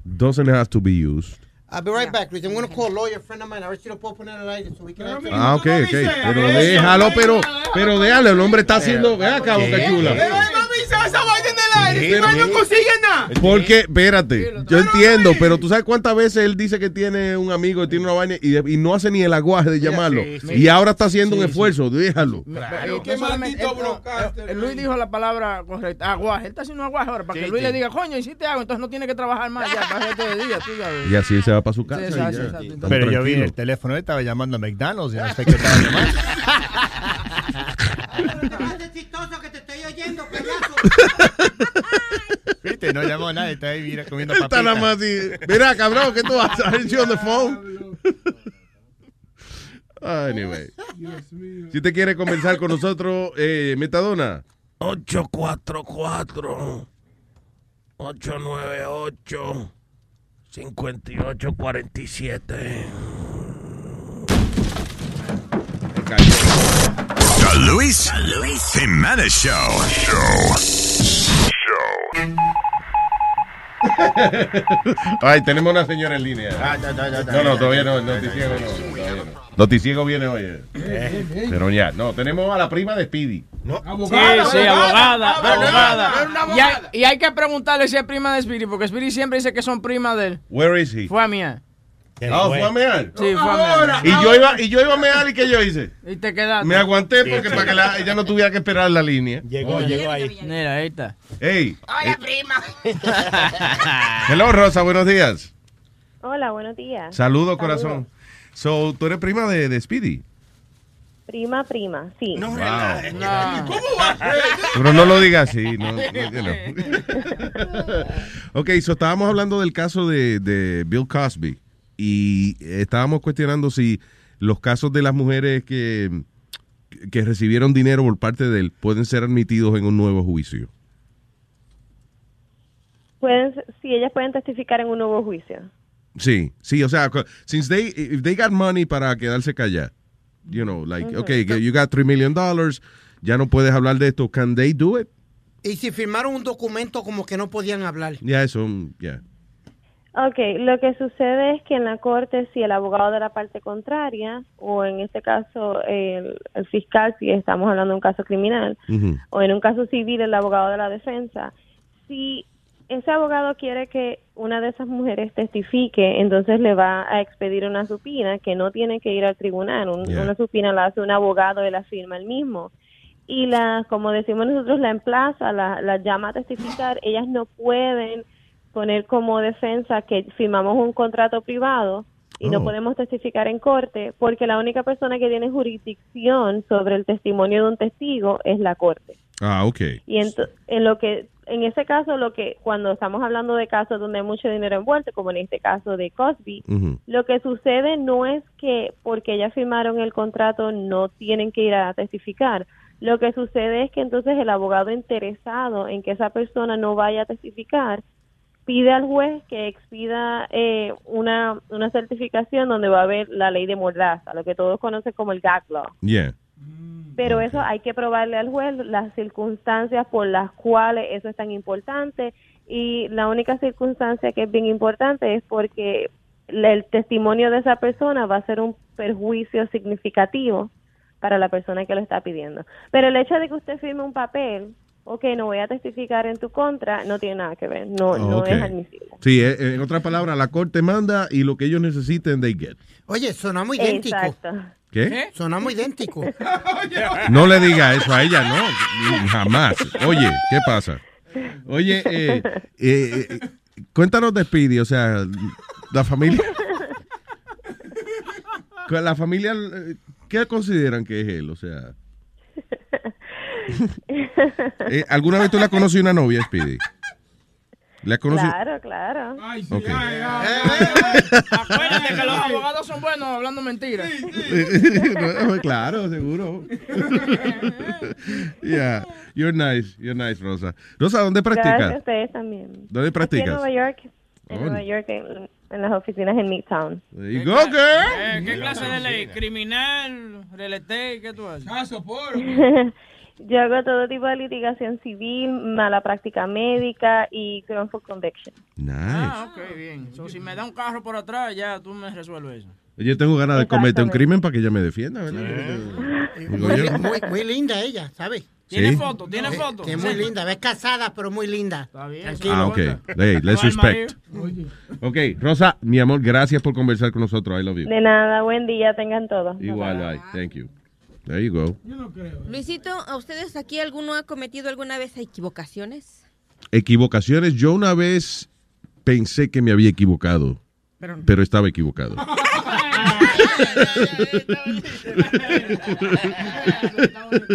Speaker 4: doesn't have to be used.
Speaker 7: I'll be right back, Luis. I'm going to call a lawyer friend of mine. A ver si lo puedo poner al aire so we can answer.
Speaker 4: Ah, ok, ok. Pero déjalo, pero, pero déjalo, el hombre está haciendo, ve acá, boca
Speaker 14: Pero
Speaker 4: chula.
Speaker 14: él no me hizo esa vaina en el aire.
Speaker 4: Sí,
Speaker 14: Si no, no
Speaker 4: sí.
Speaker 14: consigue nada.
Speaker 4: Porque, espérate, yo entiendo, pero tú sabes cuántas veces él dice que tiene un amigo que tiene una vaina y, y no hace ni el aguaje de llamarlo.
Speaker 5: sí, sí.
Speaker 4: Y ahora está haciendo un esfuerzo, déjalo.
Speaker 5: Pero no solamente- eh, eh, eh, Luis dijo la palabra correcta, aguaje. Él está haciendo aguaje ahora para que
Speaker 4: Sí,
Speaker 5: Luis
Speaker 4: sí.
Speaker 5: le diga, coño, y si te hago, entonces no tiene que trabajar más ya para el resto de día, tú sabes.
Speaker 4: Y así él se va para su casa.
Speaker 5: Sí,
Speaker 4: y
Speaker 5: exacto,
Speaker 4: ya.
Speaker 5: exacto.
Speaker 4: Estamos
Speaker 1: Pero yo vi
Speaker 4: tranquilos.
Speaker 1: el teléfono, él estaba llamando a McDonald's, yo no sé qué estaba llamando.
Speaker 7: exitoso que te estoy oyendo, pedazo.
Speaker 1: Viste, no llamó a nadie, está ahí mira, comiendo papitas.
Speaker 4: Está nada más así. Mira, cabrón, ¿qué tú haces? Are you on the phone? Ah, anyway. Si usted quiere conversar con nosotros, eh, Metadona.
Speaker 2: 844 898 5847
Speaker 11: The Luis, Jimenez Show. Show. Show.
Speaker 4: Ay, tenemos una señora en línea.
Speaker 11: Ah, ya, ya, ya, ya.
Speaker 4: no, no, todavía no, noticiego no. todavía no. Noticiego viene hoy. eh.
Speaker 11: Eh, eh.
Speaker 4: Pero ya, no, tenemos a la prima de Speedy.
Speaker 5: Sí, sí, abogada, abogada. Y hay, y hay que preguntarle si es prima de Spirit, porque Spirit siempre dice que son primas de él.
Speaker 4: Where is he?
Speaker 5: Fue a mía.
Speaker 4: Ah, fue a mear.
Speaker 5: Sí, fue a mear. Ahora,
Speaker 4: Y yo
Speaker 5: ahora.
Speaker 4: iba, y yo iba a mear y ¿qué yo hice?
Speaker 5: Y te quedaste.
Speaker 4: Me aguanté porque para que la- ella no tuviera que esperar la línea.
Speaker 5: Llegó, llegó ahí. Mira, ahí está.
Speaker 4: Hey,
Speaker 22: Hola, prima.
Speaker 4: hello Rosa, buenos días.
Speaker 22: Hola, buenos días.
Speaker 4: Saludos, corazón. So, tú eres prima de, de Speedy.
Speaker 22: Prima, prima, sí.
Speaker 4: Wow.
Speaker 22: ¿Cómo
Speaker 4: pues? Pero no lo digas así. No, no, you know. ok, so estábamos hablando del caso de, de Bill Cosby y estábamos cuestionando si los casos de las mujeres que, que recibieron dinero por parte de él pueden ser admitidos en un nuevo juicio.
Speaker 22: Pueden, sí, ellas pueden testificar en un nuevo juicio.
Speaker 4: Sí, sí, o sea, co- since they, if they got money para quedarse callada, you know, like,
Speaker 7: Ujú.
Speaker 4: okay, que you got 3 million dollars, ya no puedes hablar de esto, can they do it?
Speaker 7: Y si firmaron un documento como que no podían hablar.
Speaker 4: Ya, eso, mm, ya.
Speaker 22: Ok, lo que sucede es que en la corte, si el abogado de la parte contraria, o en este caso el, el fiscal, si estamos hablando de un caso criminal, o en un caso civil el abogado de la defensa, si ese abogado quiere que una de esas mujeres testifique, entonces le va a expedir una supina que no tiene que ir al tribunal, Un-
Speaker 23: Yeah.
Speaker 22: una supina la hace un abogado y la firma el mismo. Y la, como decimos nosotros, la emplaza, la, la llama a testificar, ellas no pueden poner como defensa que firmamos un contrato privado y no
Speaker 23: Oh.
Speaker 22: podemos testificar en corte porque la única persona que tiene jurisdicción sobre el testimonio de un testigo es la corte.
Speaker 4: Ah, ok.
Speaker 22: Y en, en lo que en ese caso lo que cuando estamos hablando de casos donde hay mucho dinero envuelto, como en este caso de Cosby, lo que sucede no es que porque ya firmaron el contrato no tienen que ir a testificar. Lo que sucede es que entonces el abogado interesado en que esa persona no vaya a testificar pide al juez que expida eh, una, una certificación donde va a haber la ley de mordaza, lo que todos conocen como el gag law.
Speaker 4: Yeah.
Speaker 22: Pero eso hay que probarle al juez las circunstancias por las cuales eso es tan importante y la única circunstancia que es bien importante es porque la- el testimonio de esa persona va a ser un perjuicio significativo para la persona que lo está pidiendo. Pero el hecho de que usted firme un papel, ok, no voy a testificar en tu contra, no tiene nada que ver, no,
Speaker 4: Ah,
Speaker 22: no
Speaker 4: Ok.
Speaker 22: es admisible.
Speaker 4: Sí, eh, en otras palabras, la corte manda y lo que ellos necesiten, they get.
Speaker 22: Oye, sonamos
Speaker 7: idéntico.
Speaker 4: ¿Qué?
Speaker 7: Sonamos idénticos.
Speaker 4: No le diga eso a ella, no, jamás. Oye, ¿qué pasa? Oye, eh, eh, eh, cuéntanos de Speedy, o sea, la familia, la familia, eh, ¿qué consideran que es él? O sea, eh, ¿alguna vez tú la conocí una novia, Speedy? ¿La conocí?
Speaker 22: Claro, claro.
Speaker 4: Ok.
Speaker 5: Eh, Acuérdate que los abogados son buenos hablando mentiras.
Speaker 4: No, claro, seguro. yeah, you're nice, you're nice, Rosa. Rosa, ¿dónde
Speaker 22: Gracias a
Speaker 4: practicas?
Speaker 22: ustedes también.
Speaker 4: ¿Dónde practicas?
Speaker 22: Aquí en Nueva York. En
Speaker 4: Oh.
Speaker 22: Nueva York, en, en las oficinas en Midtown.
Speaker 4: There you go, girl.
Speaker 5: Eh, ¿Qué clase de ley? ¿Criminal? ¿Relete? ¿Qué tú haces? Caso por.
Speaker 22: Yo hago todo tipo de litigación civil, mala práctica médica y wrongful conviction.
Speaker 4: Nice.
Speaker 5: Ah, ok, bien. So, si me da un carro por atrás, ya tú me resuelves eso.
Speaker 4: Yo tengo ganas de comerte un
Speaker 5: Exactamente.
Speaker 4: crimen para que ella me defienda, ¿verdad? Digo yo.
Speaker 7: muy, muy linda ella, ¿sabes?
Speaker 4: ¿Tiene Sí.
Speaker 5: foto? ¿Tiene
Speaker 7: foto? Es muy
Speaker 5: Sí.
Speaker 7: linda, es casada, pero muy linda. Tranquilo.
Speaker 4: Ah, ok. Hey, let's respect. Ok, Rosa, mi amor, gracias por conversar con nosotros. I love you.
Speaker 22: De nada, buen día, tengan todos.
Speaker 4: Igual, bye. Thank you. There you go.
Speaker 10: Luisito, ¿a ustedes aquí alguno ha cometido alguna vez equivocaciones?
Speaker 4: Equivocaciones. Yo una vez pensé que me había equivocado,
Speaker 10: Pero no.
Speaker 4: pero estaba equivocado.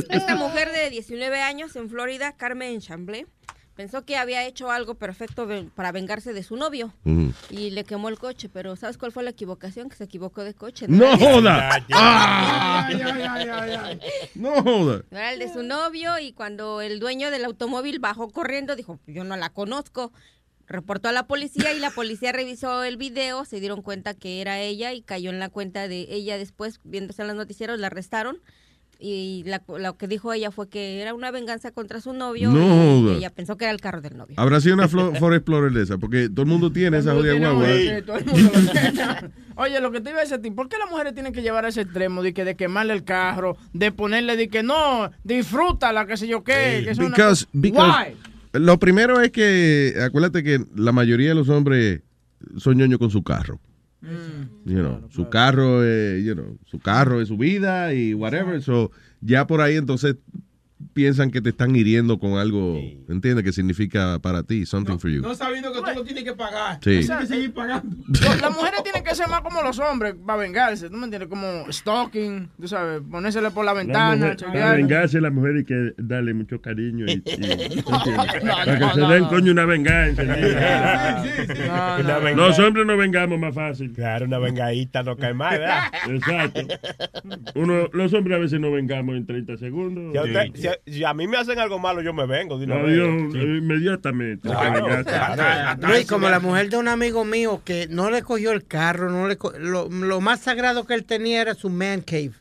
Speaker 10: Esta mujer de de 19 años en Florida, Carmen Chamblé, pensó que había hecho algo perfecto ve- para vengarse de su novio
Speaker 4: Mm.
Speaker 10: y le quemó el coche, pero ¿sabes cuál fue la equivocación? Que se equivocó de coche.
Speaker 4: ¡No
Speaker 10: era el de-
Speaker 4: joda! ¡Ah! No joda.
Speaker 10: No era el de su novio y cuando el dueño del automóvil bajó corriendo, dijo, yo no la conozco. Reportó a la policía y la policía revisó el video, se dieron cuenta que era ella y cayó en la cuenta de ella después, viéndose en los noticieros, la arrestaron y la- lo que dijo ella fue que era una venganza contra su novio
Speaker 4: No,
Speaker 10: y
Speaker 4: güey.
Speaker 10: ella pensó que era el carro del novio.
Speaker 4: Habrá sido una Flo- Ford Explorer de esa, porque todo el mundo tiene esa jodida guagua.
Speaker 14: eh,
Speaker 5: Sí, todo el mundo lo tiene. Oye, lo que te iba a decir, a ti, ¿por qué las mujeres tienen que llevar a ese extremo de que de quemarle el carro, de ponerle de que no, disfrútala, qué sé yo qué? que eso es una
Speaker 4: Eh, Because,
Speaker 5: cosa-
Speaker 4: because-
Speaker 5: Why?
Speaker 4: lo primero es que, acuérdate que la mayoría de los hombres son ñoños con su carro. You know, su carro es, you know, su carro es su vida y whatever. So, ya por ahí entonces piensan que te están hiriendo con algo, ¿entiendes? Que significa para ti, something for you.
Speaker 14: No sabiendo que tú lo tienes que pagar.
Speaker 4: Sí.
Speaker 14: Tienes que seguir pagando.
Speaker 5: Pues, Las mujeres tienen que ser más como los hombres para vengarse, ¿tú me entiendes? Como stalking, tú sabes, ponérsele por la
Speaker 9: La
Speaker 5: ventana,
Speaker 9: mujer, para
Speaker 5: chequear.
Speaker 9: vengarse, la mujer hay que darle mucho cariño. Y, y- ¿entiendes?
Speaker 5: no,
Speaker 9: para que
Speaker 5: no,
Speaker 9: se
Speaker 5: no,
Speaker 9: den
Speaker 5: no.
Speaker 9: coño una venganza. ¿entiendes?
Speaker 8: No, no, no.
Speaker 9: Los hombres no vengamos más fácil.
Speaker 8: Claro, una vengadita no cae mal, ¿verdad?
Speaker 9: Exacto. Uno, los hombres a veces no vengamos en 30 segundos.
Speaker 8: Si a, usted- si a- si a mí me hacen algo malo, yo me vengo. de una vez.
Speaker 9: Adiós, inmediatamente.
Speaker 8: Claro.
Speaker 9: Venganza.
Speaker 7: No, y como la mujer de un amigo mío que no le cogió el carro, no le co- lo, lo más sagrado que él tenía era su man cave.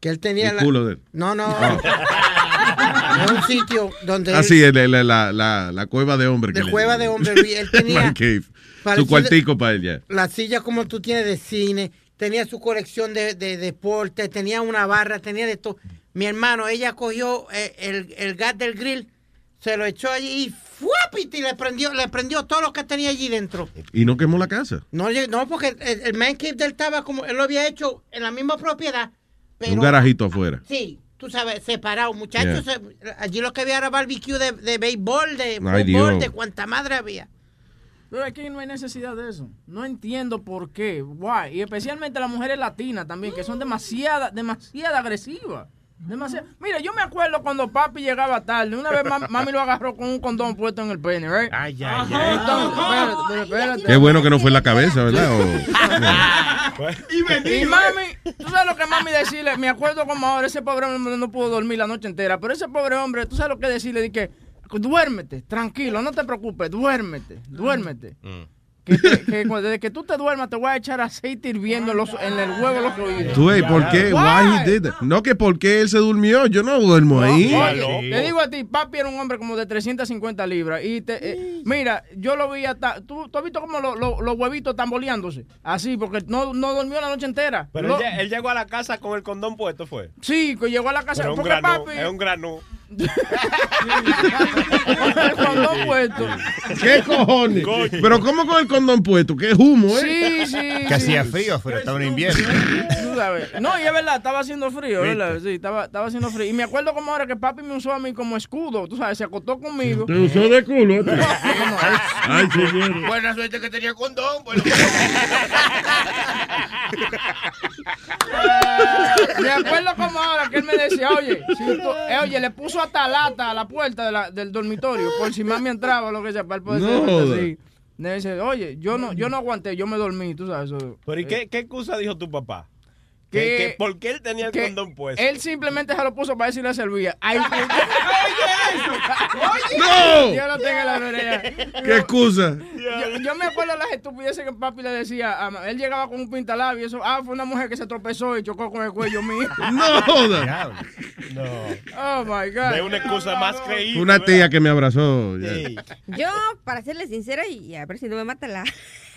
Speaker 7: Que él tenía
Speaker 4: El
Speaker 7: la-
Speaker 4: culo de él. Ah.
Speaker 7: No, no. Es un sitio donde él-
Speaker 4: Así, la, la, la, la- la cueva de hombre.
Speaker 7: De
Speaker 4: que le
Speaker 7: cueva
Speaker 4: dicen.
Speaker 7: de hombre, Luis, él tenía-
Speaker 4: Man cave.
Speaker 7: parecía-
Speaker 4: Su cuartico para ella.
Speaker 7: la silla como tú tienes de cine, tenía su colección de, de deporte, tenía una barra, tenía de todo. Mi hermano, ella cogió eh, el, el gas del grill, se lo echó allí y ¡fuapiti! le prendió, le prendió todo lo que tenía allí dentro.
Speaker 4: Y no quemó la casa.
Speaker 7: No, lle- no porque el, el man cave de él estaba como, él lo había hecho en la misma propiedad. Pero,
Speaker 4: Un garajito afuera.
Speaker 7: Sí, tú sabes, separado, muchachos.
Speaker 4: Yeah.
Speaker 7: se- allí lo que había era barbecue de, de béisbol, de
Speaker 4: Ay,
Speaker 7: fútbol,
Speaker 4: Dios.
Speaker 7: de cuanta madre había.
Speaker 5: Pero aquí no hay necesidad de eso. No entiendo por qué. Why. Y especialmente las mujeres latinas también, que son demasiada, demasiada agresivas. Demasiado. Mira, yo me acuerdo cuando papi llegaba tarde. Una vez mam- mami lo agarró con un condón puesto en el pene, ¿right? Ay, ya,
Speaker 8: ya.
Speaker 5: Entonces, espérate, pero espérate.
Speaker 4: Qué bueno que no fue en la cabeza, ¿verdad? O-
Speaker 5: Y, mami, tú sabes lo que mami decirle, me acuerdo como ahora, ese pobre hombre no pudo dormir la noche entera, pero ese pobre hombre, tú sabes lo que decirle, di que duérmete, tranquilo, no te preocupes, duérmete, duérmete. Que, te- que cu- desde que tú te duermas te voy a echar aceite hirviendo en, los- en el huevo de los oídos.
Speaker 4: Tú, ey, ¿por qué? Why he did that? No, que por qué él se durmió. Yo no duermo ahí.
Speaker 5: Oye, te digo a ti, papi era un hombre como de 350 libras. Y te, eh, mira, yo lo vi hasta. ¿Tú, tú has visto como lo- lo- los huevitos tamboleándose? Así, porque no, no durmió la noche entera.
Speaker 8: Pero
Speaker 5: Lo-
Speaker 8: él, lle- él llegó a la casa con el condón puesto, fue.
Speaker 5: Sí, que llegó a la casa.
Speaker 8: Pero es un
Speaker 5: porque
Speaker 8: grano,
Speaker 5: papi.
Speaker 8: es un grano.
Speaker 5: el condón puesto.
Speaker 4: ¿Qué cojones? Pero ¿cómo con el condón puesto? ¿Qué humo, eh?
Speaker 5: Sí, sí,
Speaker 1: Que hacía
Speaker 5: sí.
Speaker 1: frío afuera, estaba en invierno.
Speaker 5: Tú sabes. No, y es verdad, estaba haciendo frío, ¿verdad? Sí, estaba, estaba haciendo frío. Y me acuerdo como ahora que papi me usó a mí como escudo, tú sabes, se acostó conmigo.
Speaker 9: Te usó de culo. ¿eh? Ay, señor.
Speaker 6: Buena suerte que tenía condón. pues. Bueno.
Speaker 5: Me acuerdo como ahora que él me decía, oye, si tú- eh, oye, le puso hasta lata a la puerta de la- del dormitorio, por si mami entraba, lo que sea, para él poder
Speaker 8: No,
Speaker 5: hacer-
Speaker 8: joder.
Speaker 5: así. Me dice, oye, yo no, yo no aguanté, yo me dormí, tú sabes. eso.
Speaker 8: Pero ¿y
Speaker 5: Eh,
Speaker 8: qué, qué excusa dijo tu papá?
Speaker 5: Que-
Speaker 8: Que, que ¿Por qué él tenía el
Speaker 5: que
Speaker 8: condón puesto?
Speaker 5: Él simplemente se lo puso para decirle servía. Ay,
Speaker 4: ¡No!
Speaker 5: Yo no tengo la memoria.
Speaker 4: ¿Qué excusa?
Speaker 5: Yo, yo me acuerdo las estupideces que papi le decía. a ma- él llegaba con un pintalabio y eso. Ah, fue una mujer que se tropezó y chocó con el cuello mío.
Speaker 4: No joda.
Speaker 5: Oh my God.
Speaker 8: Es una excusa más creíble.
Speaker 4: Una tía que me abrazó. ya.
Speaker 10: Yo, para serles sincera y a ver si no me mata la,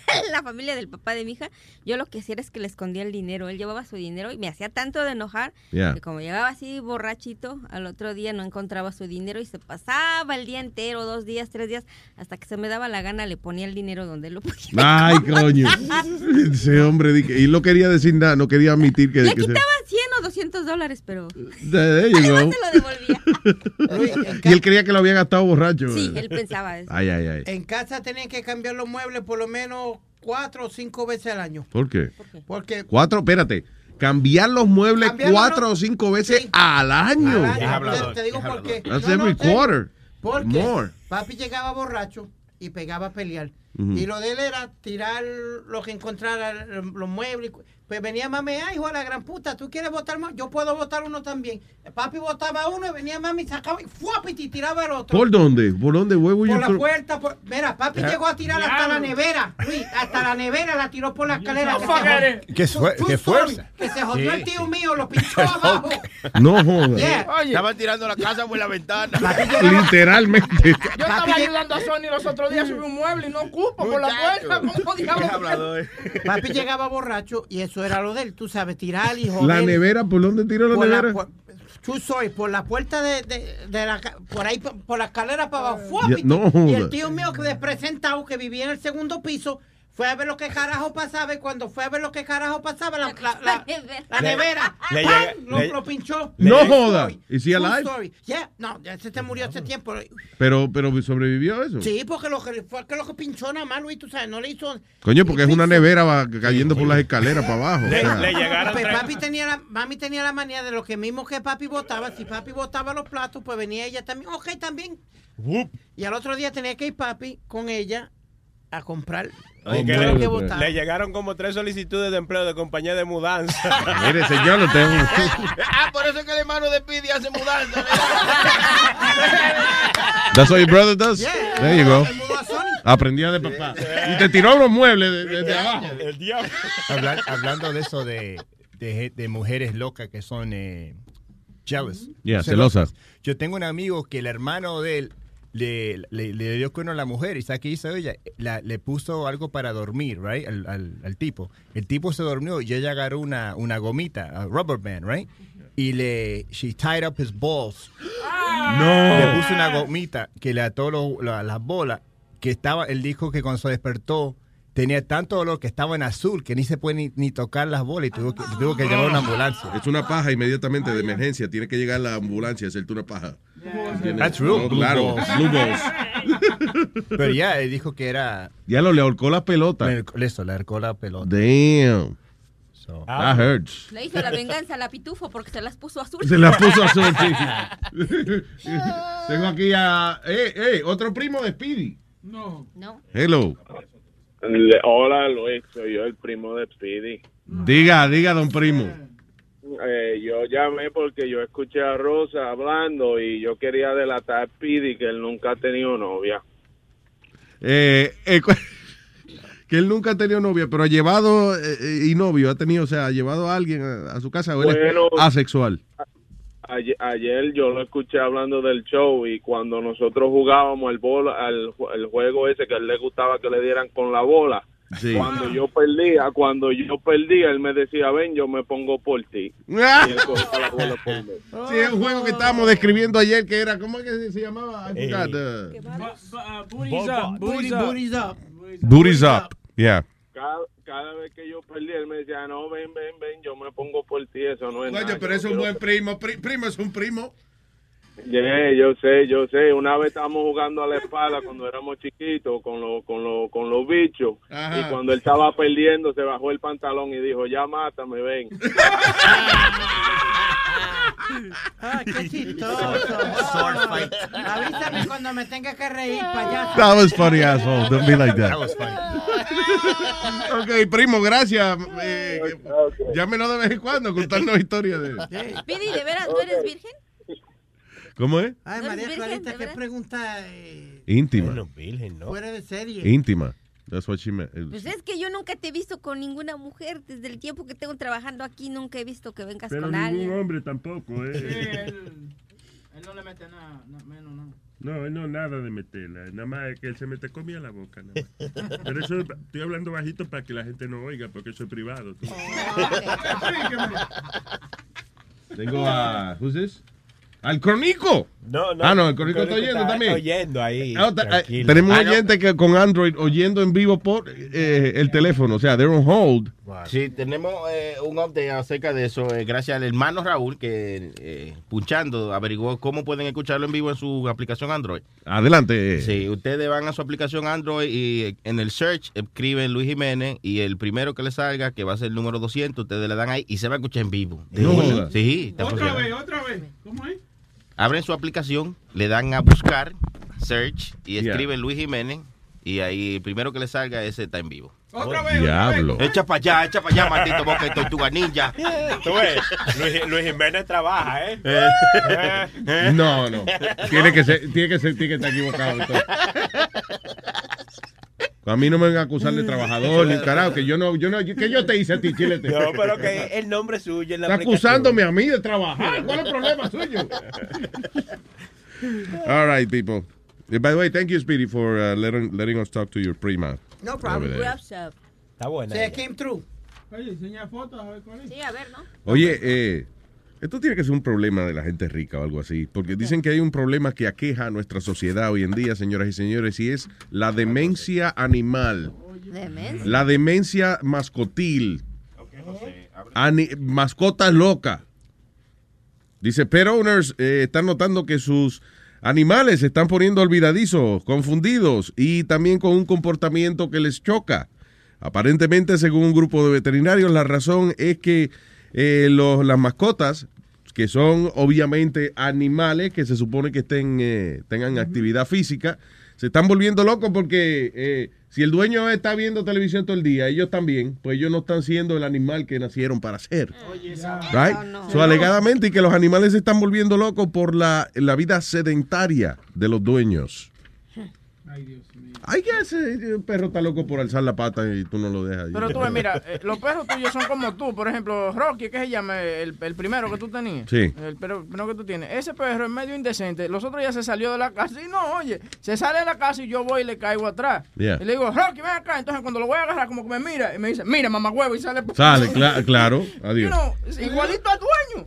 Speaker 10: la familia del papá de mi hija, yo lo que hacía era es que le escondía el dinero. Él llevaba su dinero y me hacía tanto de enojar
Speaker 4: Ya.
Speaker 10: que como llegaba así borrachito, al otro día no encontraba su dinero y se pasaba el día entero, dos días, tres días, hasta que se me daba la gana, le ponía el dinero donde lo podía.
Speaker 4: Ay, coño. Ese hombre. di que- Y no quería decir nada, no quería admitir que.
Speaker 10: Le
Speaker 4: que se-
Speaker 10: quitaba 100 o 200 dólares, pero...
Speaker 4: There you go.
Speaker 10: Además se lo
Speaker 4: y él creía que lo había gastado borracho.
Speaker 10: Sí, él pensaba eso. Eh.
Speaker 4: Ay, ay, ay.
Speaker 7: En casa tenían que cambiar los muebles por lo menos cuatro o cinco veces al año.
Speaker 4: ¿Por qué?
Speaker 7: Porque
Speaker 4: Cuatro, espérate. cambiar los muebles
Speaker 7: Cambiar los
Speaker 4: cuatro o cinco veces al año.
Speaker 7: Al año. Te- Te digo por qué.
Speaker 4: That's
Speaker 7: No, no,
Speaker 4: every
Speaker 7: en serio.
Speaker 4: quarter.
Speaker 7: Porque
Speaker 4: More.
Speaker 7: papi llegaba borracho y pegaba a pelear.
Speaker 4: Ujú.
Speaker 7: Y lo de él era tirar lo que encontrara, los muebles. Pues venía mami, ay, hijo de la gran puta, ¿tú quieres votar más? Yo puedo votar uno también. Papi votaba uno y venía mami, sacaba y ¡fuap! y te tiraba el otro.
Speaker 4: ¿Por dónde? ¿Por dónde? Where were
Speaker 7: Por
Speaker 4: you
Speaker 7: la
Speaker 4: throw-
Speaker 7: puerta, por- mira, papi
Speaker 4: Ya.
Speaker 7: llegó a tirar hasta la nevera, Luis, hasta la nevera la tiró por la escalera. que se
Speaker 1: fucker.
Speaker 7: jod-
Speaker 1: Qué sue-
Speaker 7: True
Speaker 1: qué
Speaker 7: story,
Speaker 1: fuerza.
Speaker 7: Que se jodió
Speaker 1: Sí.
Speaker 7: el tío mío, lo pinchó abajo.
Speaker 4: No jodas.
Speaker 6: Estaban tirando la casa por la ventana.
Speaker 4: Literalmente.
Speaker 5: Yo estaba ayudando a Sony los otros días a subir un mueble y no ocupo por la puerta. ¿Cómo diablos?
Speaker 7: Papi llegaba borracho y eso era lo de él, tú sabes, tirar y joder.
Speaker 4: La nevera, ¿por dónde tiró la
Speaker 7: Por la
Speaker 4: nevera?
Speaker 7: pu- Tú soy por la puerta de, de- de la ca- por ahí por por la escalera para abajo. ¡fua!
Speaker 4: Ya, no
Speaker 7: y
Speaker 4: joda.
Speaker 7: el tío mío que despresentado que vivía en el segundo piso fue a ver lo que carajo pasaba y cuando fue a ver lo que carajo pasaba la, la- la- la
Speaker 4: Le-
Speaker 7: nevera
Speaker 4: le
Speaker 7: ¡pam!
Speaker 4: llega-
Speaker 7: lo,
Speaker 4: le-
Speaker 7: lo pinchó.
Speaker 4: No
Speaker 7: True
Speaker 4: joda.
Speaker 7: story.
Speaker 4: Is he
Speaker 7: True
Speaker 4: alive?
Speaker 7: story. Yeah. No, ya se te murió hace tiempo.
Speaker 4: Pero, pero sobrevivió eso.
Speaker 7: Sí, porque lo que fue que lo que pinchó nada más, Luis, tú sabes, no le hizo
Speaker 4: Coño, porque es una nevera va cayendo por las escaleras para abajo. o sea.
Speaker 7: Pues papi tenía la, mami tenía la manía de lo que mismo que papi botaba. Si papi botaba los platos, pues venía ella también. Ok, también. Y al otro día tenía que ir papi con ella a comprar
Speaker 8: Oye,
Speaker 7: lo
Speaker 8: que
Speaker 7: que
Speaker 8: le,
Speaker 7: botaba.
Speaker 8: le llegaron como tres solicitudes de empleo de compañía de mudanza.
Speaker 4: Mire, señor, no tengo.
Speaker 6: ah, por eso es que el hermano de Pidi hace mudanza.
Speaker 4: That's what your brother does.
Speaker 6: Yeah.
Speaker 4: There you go.
Speaker 6: El mudó a Sony.
Speaker 4: Aprendía de papá. Y te tiró los muebles de- de- de abajo.
Speaker 8: El diablo.
Speaker 1: Hablan- hablando de eso de, de, de mujeres locas que son eh, jealous.
Speaker 4: Yeah, celosas.
Speaker 1: Yo tengo un amigo que el hermano de él le, le, le dio cuerno a la mujer y ¿sabes qué hizo ella? La- le puso algo para dormir, right? Al, al- al tipo. El tipo se durmió y ella agarró una, una gomita, a rubber band, right? Y le, she tied up his balls.
Speaker 4: No.
Speaker 1: Le puso una gomita que le ató lo- la- las bolas. Que estaba, él dijo que cuando se despertó tenía tanto dolor que estaba en azul que ni se puede ni, ni tocar las bolas y tuvo que, tuvo que llamar a una ambulancia.
Speaker 4: Es una paja inmediatamente de emergencia. Tiene que llegar la ambulancia y hacerte una paja. ¿Entiendes?
Speaker 1: That's real.
Speaker 4: No,
Speaker 1: Blue
Speaker 4: claro,
Speaker 1: balls.
Speaker 4: blue balls.
Speaker 1: Pero ya, él dijo que era.
Speaker 4: Ya lo le ahorcó la pelota.
Speaker 1: le- Eso, le arcó la pelota.
Speaker 4: Damn. That hurts.
Speaker 10: Le hizo la venganza a la pitufo porque se las puso azul.
Speaker 4: Se la puso azul, sí. Tengo aquí a. ¡Eh, eh! Otro primo de Speedy.
Speaker 10: No. No.
Speaker 4: Hello.
Speaker 3: Le- Hola Luis, soy yo el primo de Speedy.
Speaker 4: Diga, diga, don primo.
Speaker 3: Eh, yo llamé porque yo escuché a Rosa hablando y yo quería delatar a Speedy que él nunca ha tenido novia.
Speaker 4: Eh, eh, cu- que él nunca ha tenido novia, pero ha llevado. eh, eh, y novio, ha tenido, o sea, ha llevado a alguien a, a su casa o él es
Speaker 3: Bueno.
Speaker 4: asexual.
Speaker 3: Ayer, ayer yo lo escuché hablando del show y cuando nosotros jugábamos al, bola, al ju- el juego ese que a él le gustaba que le dieran con la bola,
Speaker 4: Sí.
Speaker 3: cuando yo perdía, cuando yo perdía, él me decía, ven, yo me pongo por ti. Y él cogía la bola por mí.
Speaker 4: Sí, es un juego que estábamos describiendo ayer que era, ¿cómo es que se- se llamaba? I forgot, uh,
Speaker 5: Booties up, booties up.
Speaker 7: Booties up.
Speaker 4: Booties up. Yeah.
Speaker 3: Cada, cada vez que yo perdí, él me decía, no, ven, ven, ven, yo me pongo por ti, eso no es
Speaker 4: Coño,
Speaker 3: nada.
Speaker 4: pero
Speaker 3: yo
Speaker 4: es un
Speaker 3: quiero-
Speaker 4: buen primo. Pri- primo es un primo.
Speaker 3: Yeah, yo sé, yo sé. Una vez estábamos jugando a la espada cuando éramos chiquitos con, los con, los con los bichos.
Speaker 4: Ajá.
Speaker 3: Y cuando él estaba perdiendo, se bajó el pantalón y dijo, ya mátame, ven.
Speaker 7: Ah, qué chistoso. Avísame cuando me tenga que reír, payaso.
Speaker 4: That was funny, asshole. Don't be like that.
Speaker 1: That was funny.
Speaker 4: Ok, primo, gracias. Eh, Llámenos de vez en cuando, contarnos historias de.
Speaker 10: Pidi, ¿de veras no eres virgen?
Speaker 4: ¿Cómo es?
Speaker 7: Ay,
Speaker 10: ¿No eres
Speaker 7: María
Speaker 10: virgen,
Speaker 7: Clarita,
Speaker 10: de
Speaker 7: qué
Speaker 10: verdad?
Speaker 7: pregunta eh,
Speaker 4: Íntima.
Speaker 8: Bueno, virgen, ¿no?
Speaker 7: fuera de serie.
Speaker 4: Íntima. That's what she meant.
Speaker 10: Pues es que yo nunca te he visto con ninguna mujer. Desde el tiempo que tengo trabajando aquí, nunca he visto que vengas
Speaker 9: Pero
Speaker 10: con
Speaker 9: ningún
Speaker 10: alguien.
Speaker 9: hombre tampoco, ¿eh?
Speaker 5: Él no le mete nada, no, menos nada.
Speaker 9: No, él no nada de meterla. Nada más es que él se mete comida en la boca. nada más. Pero eso estoy hablando bajito para que la gente no oiga, porque eso es privado. tú.
Speaker 4: Tengo a. Pues, ¿Who's this? ¿Al Cronico?
Speaker 8: No, no.
Speaker 4: Ah, no, el Cronico está oyendo
Speaker 8: está
Speaker 4: también.
Speaker 8: oyendo ahí.
Speaker 4: Ah, ta- ah,
Speaker 8: tranquilo.
Speaker 4: tenemos
Speaker 8: Ah,
Speaker 4: un
Speaker 8: no.
Speaker 4: oyente que con Android oyendo en vivo por eh, el teléfono, o sea, they're on hold.
Speaker 6: Sí, tenemos eh, un update acerca de eso, eh, gracias al hermano Raúl que eh, Punchando averiguó cómo pueden escucharlo en vivo en su aplicación Android. Ah,
Speaker 4: Adelante.
Speaker 6: Sí, ustedes van a su aplicación Android y eh, en el search escriben Luis Jiménez y el primero que le salga, que va a ser el número 200, ustedes le dan ahí y se va a escuchar en vivo. De
Speaker 4: No
Speaker 6: una.
Speaker 4: joda.
Speaker 6: Sí, está
Speaker 14: Otra
Speaker 6: funcionando.
Speaker 14: vez, otra vez. ¿Cómo es?
Speaker 6: Abren su aplicación, le dan a buscar, search y escriben Luis Jiménez y ahí el primero que le salga ese está en vivo.
Speaker 14: Otra
Speaker 4: vez. Diablo.
Speaker 6: Echa para allá, echa para allá, maldito boca de tortuga ninja.
Speaker 8: Tú ves, Luis, Luis Jiménez trabaja, ¿eh?
Speaker 4: No, no. Tiene que ser, tiene que ser, tiene que estar equivocado. entonces. A mí no me van a acusar de trabajador, ni un carajo, que yo no, yo no, que yo te hice a ti, chilete.
Speaker 8: No, pero que el nombre suyo en la
Speaker 4: Está
Speaker 8: aplicación.
Speaker 4: acusándome a mí de trabajar. ¿Cuál es el problema suyo? All right, people. Eh, By the way, thank you, Speedy, for uh, letting, letting us talk to your prima.
Speaker 10: No
Speaker 4: over
Speaker 10: problem.
Speaker 4: there.
Speaker 10: Wraps up.
Speaker 8: Está buena.
Speaker 7: Se came true.
Speaker 14: Oye, enseña fotos a ver cuál es.
Speaker 10: Sí, a ver, ¿no?
Speaker 4: Oye, eh, esto tiene que ser un problema de la gente rica o algo así, porque dicen que hay un problema que aqueja a nuestra sociedad hoy en día, señoras y señores, y es la demencia animal,
Speaker 10: Demencia.
Speaker 4: la demencia mascotil, ani- mascota loca. Dice, pet owners eh, están notando que sus animales se están poniendo olvidadizos, confundidos y también con un comportamiento que les choca. Aparentemente, según un grupo de veterinarios, la razón es que eh, los- las mascotas, que son obviamente animales que se supone que estén, eh, tengan actividad física, se están volviendo locos porque eh, si el dueño está viendo televisión todo el día, ellos también, pues ellos no están siendo el animal que nacieron para ser. Right? So, alegadamente y que los animales se están volviendo locos por la, la vida sedentaria de los dueños. Ay, que ese perro está loco por alzar la pata y tú no lo dejas.
Speaker 5: Pero tú ves, mira, eh, los perros tuyos son como tú. Por ejemplo, Rocky, ¿qué se llama? El, el primero que tú tenías.
Speaker 4: Sí.
Speaker 5: El perro, primero que tú tienes. Ese perro es medio indecente. Los otros ya se salió de la casa. Y no, oye, se sale de la casa y yo voy y le caigo atrás.
Speaker 4: Yeah.
Speaker 5: Y le digo, Rocky, ven acá. Entonces cuando lo voy a agarrar, como que me mira. Y me dice, mira, mamá huevo. Y sale.
Speaker 4: Sale, cla- claro.
Speaker 5: You
Speaker 4: Adiós.
Speaker 5: know, es igualito al dueño.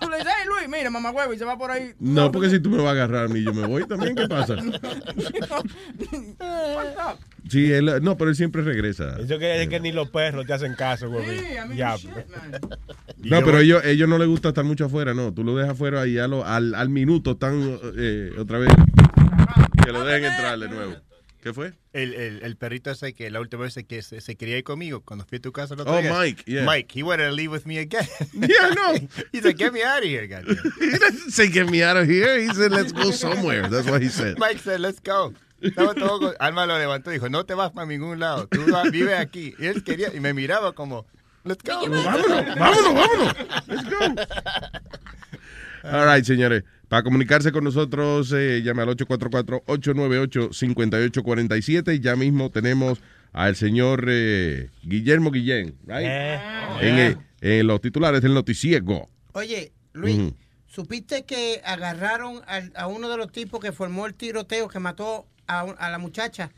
Speaker 5: tú le dices, hey, Luis, mira, mamá huevo. Y se va por ahí.
Speaker 4: No, porque si tú me vas a agarrar a mí, yo me voy también. ¿Qué pasa?
Speaker 5: Fucked up.
Speaker 4: Sí, él, no, pero él siempre regresa.
Speaker 8: Eso quiere decir que ni los perros te hacen caso, güey. Ya, pues.
Speaker 4: No, pero ellos, ellos no les gusta estar mucho afuera, no. Tú lo dejas afuera y ya lo- al, al minuto están eh, otra vez. Que lo dejen entrar de nuevo. ¿Qué fue?
Speaker 1: El, el, el perrito ese que la última vez que se, se quería ir conmigo cuando fui a tu casa el otro
Speaker 4: Oh,
Speaker 1: día.
Speaker 4: Mike, yeah.
Speaker 1: Mike, he wanted to leave with me again.
Speaker 4: Yeah, no.
Speaker 1: He's like, get me out of here, goddamn.
Speaker 4: He didn't say, get me out of here. He said, let's go somewhere. That's what he said.
Speaker 1: Mike said, let's go. Estaba todo con- Alma lo levantó y dijo, no te vas para ningún lado, tú vas- vives aquí. Y él quería, y me miraba como, let's go.
Speaker 4: Vámonos, vámonos, vámonos. Let's go. All right, señores. Para comunicarse con nosotros, eh, llame al 844-898-5847. Ya mismo tenemos al señor eh, Guillermo Guillén, right? En, eh, en los titulares del noticiego.
Speaker 7: Oye, Luis,
Speaker 4: Ujú.
Speaker 7: ¿supiste que agarraron al- a uno de los tipos que formó el tiroteo que mató a, un- a la muchacha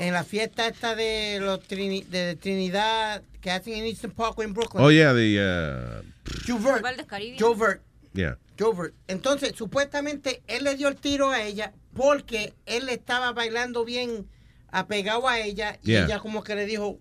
Speaker 7: en la fiesta esta de los Trini- de Trinidad que hacen en Eastern Parkway en Brooklyn?
Speaker 4: Oh, yeah, the, uh,
Speaker 7: Jovert. Jovert.
Speaker 4: yeah.
Speaker 7: Jovert. Entonces, supuestamente él le dio el tiro a ella porque él estaba bailando bien apegado a ella y
Speaker 5: Yeah.
Speaker 7: ella como que le dijo,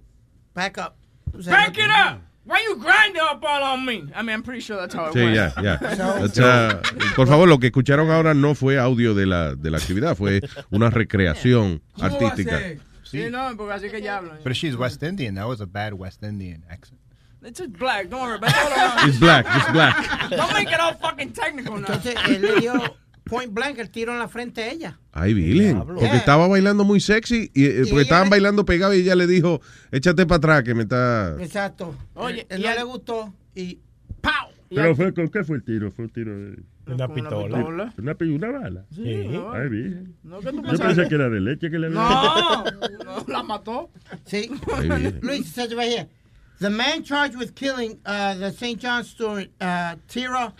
Speaker 7: back up. O sea,
Speaker 5: Break it up. Why you grind up all on me? I mean, I'm pretty sure that's how it
Speaker 4: Sí,
Speaker 5: went.
Speaker 4: ya, ya. That's, uh, por favor, lo que escucharon ahora no fue audio de la, de la actividad, fue una recreación artística.
Speaker 5: Sí, Eh, no, porque así que ya hablan.
Speaker 1: But she's West Indian. That was a bad West Indian accent.
Speaker 5: It's just black, don't worry about it.
Speaker 1: It's black, it's black.
Speaker 5: Don't make it all fucking technical now.
Speaker 7: Entonces él le dio point blank el tiro en la frente a ella.
Speaker 4: Ay, Vilen, porque estaba bailando muy sexy y, eh, porque estaban bailando pegado y ella le dijo, échate para atrás que me está...
Speaker 7: Exacto. Oye, él,
Speaker 5: y
Speaker 7: no
Speaker 5: al-
Speaker 7: le gustó y ¡pau!
Speaker 9: Pero fue, ¿con qué fue el tiro? Fue un tiro de...
Speaker 8: Una pistola.
Speaker 9: Una, pi- una bala.
Speaker 8: Sí.
Speaker 9: Ay, bien.
Speaker 5: No, ¿qué tú
Speaker 9: Yo
Speaker 5: pensabas?
Speaker 9: pensé que era de leche que le había
Speaker 5: No, no, la mató.
Speaker 7: Sí.
Speaker 9: Ahí viene.
Speaker 7: Luis, it says right here. The man charged with killing uh, the St. John student, uh, Tira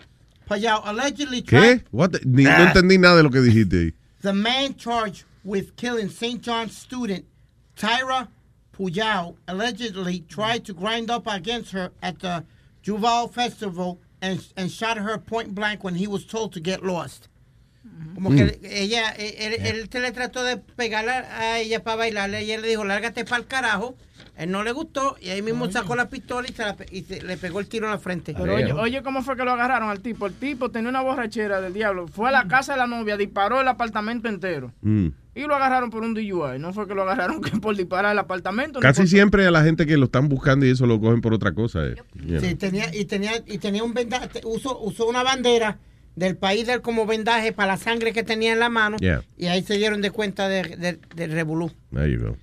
Speaker 7: Payao, allegedly tried.
Speaker 4: ¿Qué? What the- ni- No entendí nada de lo que dijiste ahí.
Speaker 7: The man charged with killing St. John's student Tyra Puyao allegedly tried to grind up against her at the Juval Festival and, and shot her point blank when he was told to get lost. Como que
Speaker 15: Mm.
Speaker 7: ella, él, él- él te le trató de pegarla a ella para bailarle y él le dijo, lárgate para el carajo. Él no le gustó y ahí mismo sacó la pistola y, se la pe- y se- le pegó el tiro en la frente.
Speaker 5: Pero oye, oye, ¿cómo fue que lo agarraron al tipo? El tipo tenía una borrachera del diablo. Fue a la casa de la novia, disparó el apartamento entero.
Speaker 4: Mm.
Speaker 5: Y lo agarraron por un DUI. No fue que lo agarraron que por disparar el apartamento. ni
Speaker 15: Casi
Speaker 5: por-
Speaker 15: siempre a la gente que lo están buscando y eso lo cogen por otra cosa. eh. You know.
Speaker 7: Sí, tenía, y tenía, y tenía un vendaje, usó, usó una bandera del país del como vendaje para la sangre que tenía en la mano.
Speaker 15: Yeah.
Speaker 7: Y ahí se dieron de cuenta de- de- del revolú.
Speaker 15: There you go.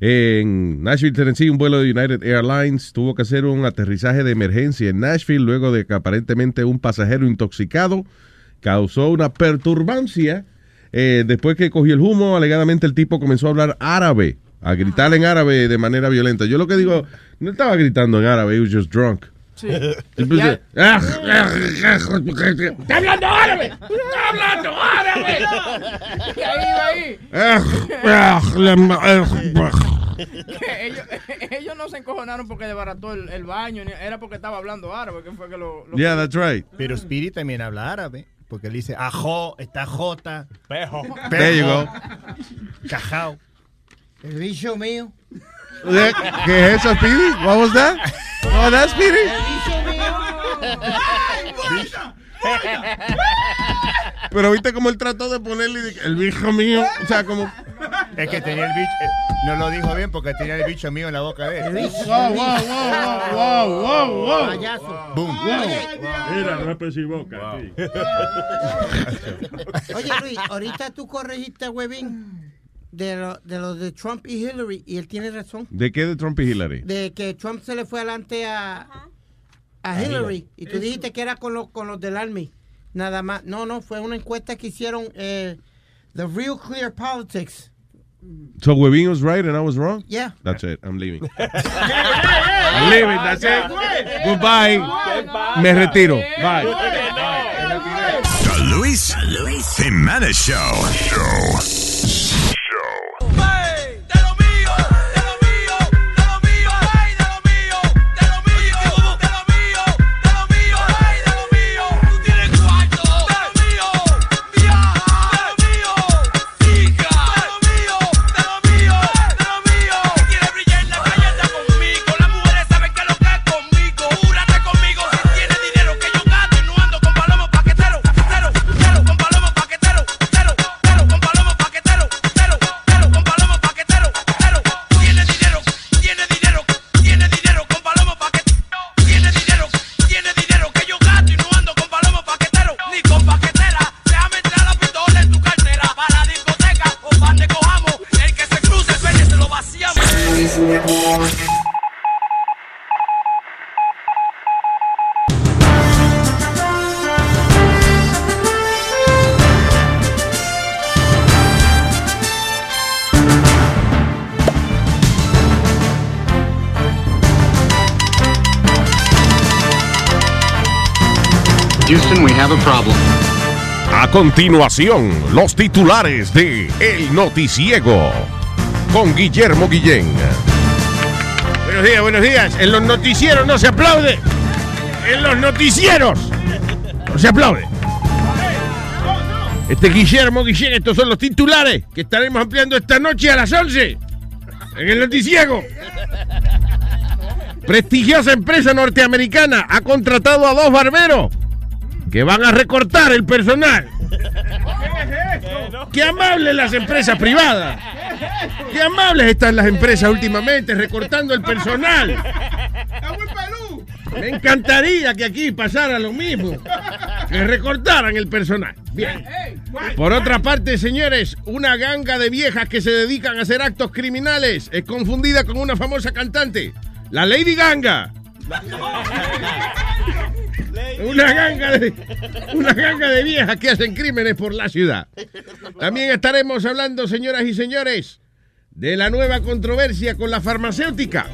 Speaker 15: En Nashville, Tennessee, un vuelo de United Airlines tuvo que hacer un aterrizaje de emergencia en Nashville luego de que aparentemente un pasajero intoxicado causó una perturbancia. Eh, después que cogió el humo, alegadamente el tipo comenzó a hablar árabe, a gritar en árabe de manera violenta. Yo lo que digo, no estaba gritando en árabe, he was just drunk.
Speaker 5: Sí.
Speaker 15: He was just, "Ah, ah, ah, ah,
Speaker 14: ¡Está hablando árabe! ¡Está hablando árabe!
Speaker 5: Y ahí,
Speaker 15: ah, ah, la ma- ah, ah".
Speaker 5: Que ellos, ellos no se encojonaron porque desbarató el, el baño, ni- era porque estaba hablando árabe, que fue que lo... lo-
Speaker 15: Yeah, that's right.
Speaker 1: Pero Spirit también habla árabe, porque él dice ajo, está jota, pejo,
Speaker 15: There you go.
Speaker 1: cajao.
Speaker 7: El bicho mío.
Speaker 14: Eh.
Speaker 15: ¿Qué es eso, Speedy? What was that? Oh, that's Speedy.
Speaker 14: Eh.
Speaker 15: Pero viste cómo él trató de ponerle de- el viejo mío. O sea, como.
Speaker 1: Es que tenía el bicho, eh, no lo dijo bien porque tenía el bicho mío en la boca de él.
Speaker 15: Wow, wow, wow, wow, wow, wow.
Speaker 7: Payaso.
Speaker 1: Boom.
Speaker 9: Era, no es boca. sí.
Speaker 7: Oye, Luis, ahorita tú corregiste a Webin de los de, lo de Trump y Hillary y él tiene razón.
Speaker 15: ¿De qué de Trump y Hillary?
Speaker 7: De que Trump se le fue adelante a, a Hillary. Y tú dijiste que era con, los con los del Army. Nada más. No, no, fue una encuesta que hicieron eh, The Real Clear Politics.
Speaker 15: So Webin was right and I was wrong?
Speaker 7: Yeah.
Speaker 15: That's it. I'm leaving. I'm leaving. That's it. Goodbye. Me retiro. Bye.
Speaker 20: The Luis, Jiménez Show. Show.
Speaker 19: Houston, we have a problem.
Speaker 15: A continuación, los titulares de El Noticiego con Guillermo Guillén. Buenos días, buenos días. En los noticieros no se aplaude. En los noticieros no se aplaude. Este Guillermo Guillén, estos son los titulares que estaremos ampliando esta noche a las 11 en El Noticiego. Prestigiosa empresa norteamericana ha contratado a dos barberos que van a recortar el personal. Qué amables las empresas privadas. Qué amables están las empresas últimamente recortando el personal. Me encantaría que aquí pasara lo mismo. Que recortaran el personal. Bien. Por otra parte, señores, una ganga de viejas que se dedican a hacer actos criminales es confundida con una famosa cantante, la Lady Ganga. Una ganga de, una ganga de viejas que hacen crímenes por la ciudad. También estaremos hablando, señoras y señores, de la nueva controversia con la farmacéutica.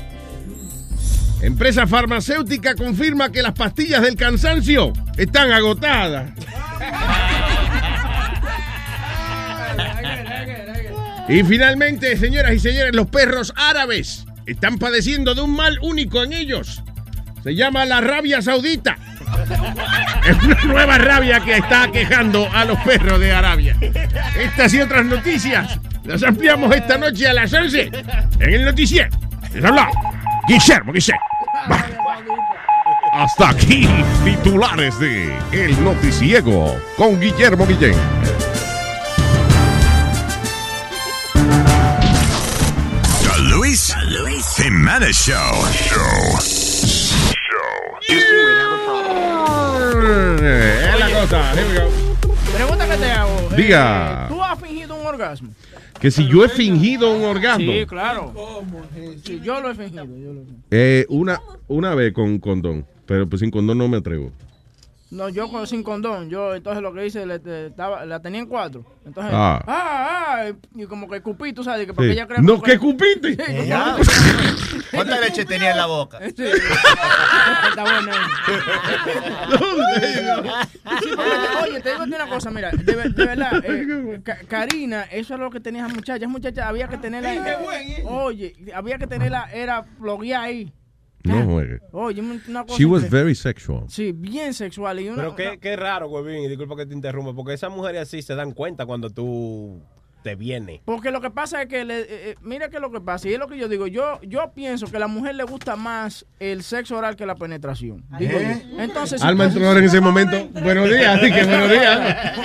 Speaker 15: Empresa farmacéutica confirma que las pastillas del cansancio están agotadas. Y finalmente, señoras y señores, los perros árabes están padeciendo de un mal único en ellos. Se llama la rabia saudita.
Speaker 12: Es una nueva rabia que está quejando a los perros de Arabia. Estas y otras noticias las ampliamos esta noche a las 11 en el noticiero. Les habla Guillermo Guillermo.
Speaker 11: Hasta aquí, titulares de El Noticiego con Guillermo Guillén.
Speaker 13: The Luis, Jiménez Show.
Speaker 4: Es la cosa. Here we go.
Speaker 5: Pregunta que te hago. eh,
Speaker 4: Diga.
Speaker 5: ¿Tú has fingido un orgasmo?
Speaker 4: Que si yo he fingido un orgasmo,
Speaker 5: Sí, claro. Sí, yo lo he fingido. yo lo he fingido.
Speaker 4: eh, una, una vez con condón, pero pues sin condón no me atrevo.
Speaker 5: No, yo con, sin condón. Yo entonces lo que hice, le, te- estaba, la tenía en cuatro. Entonces,
Speaker 4: Ah.
Speaker 5: ah, ah, y, y como que cupí, tú sabes,
Speaker 4: Sí.
Speaker 5: que porque ella cree
Speaker 4: No,
Speaker 5: fue-
Speaker 4: que cupiste.
Speaker 5: Sí,
Speaker 4: Eh,
Speaker 5: como-
Speaker 4: ya.
Speaker 15: ¿Cuánta leche tenía en la boca?
Speaker 5: Está bueno. Sí, porque, Oye, te digo una cosa, mira, de, ver- de verdad, eh, Ca- Karina, eso es lo que tenía esa muchacha. Esa muchacha había que tenerla. eh, Oye, había que tenerla, era bloguear ahí.
Speaker 4: No juegue.
Speaker 5: Oye, una cosa.
Speaker 4: She was
Speaker 5: increíble.
Speaker 4: very sexual.
Speaker 5: Sí, bien sexual. Y una,
Speaker 8: Pero qué, qué raro, huevín, y disculpa que te interrumpa, porque esas mujeres así se dan cuenta cuando tú te vienes.
Speaker 5: Porque lo que pasa es que, le- eh, eh, mira que lo que pasa, y es lo que yo digo, yo yo pienso que a la mujer le gusta más el sexo oral que la penetración. Digo yo. Entonces, si
Speaker 4: Alma
Speaker 5: tú-
Speaker 4: entró ahora en ese momento. Buenos días, así que buenos días.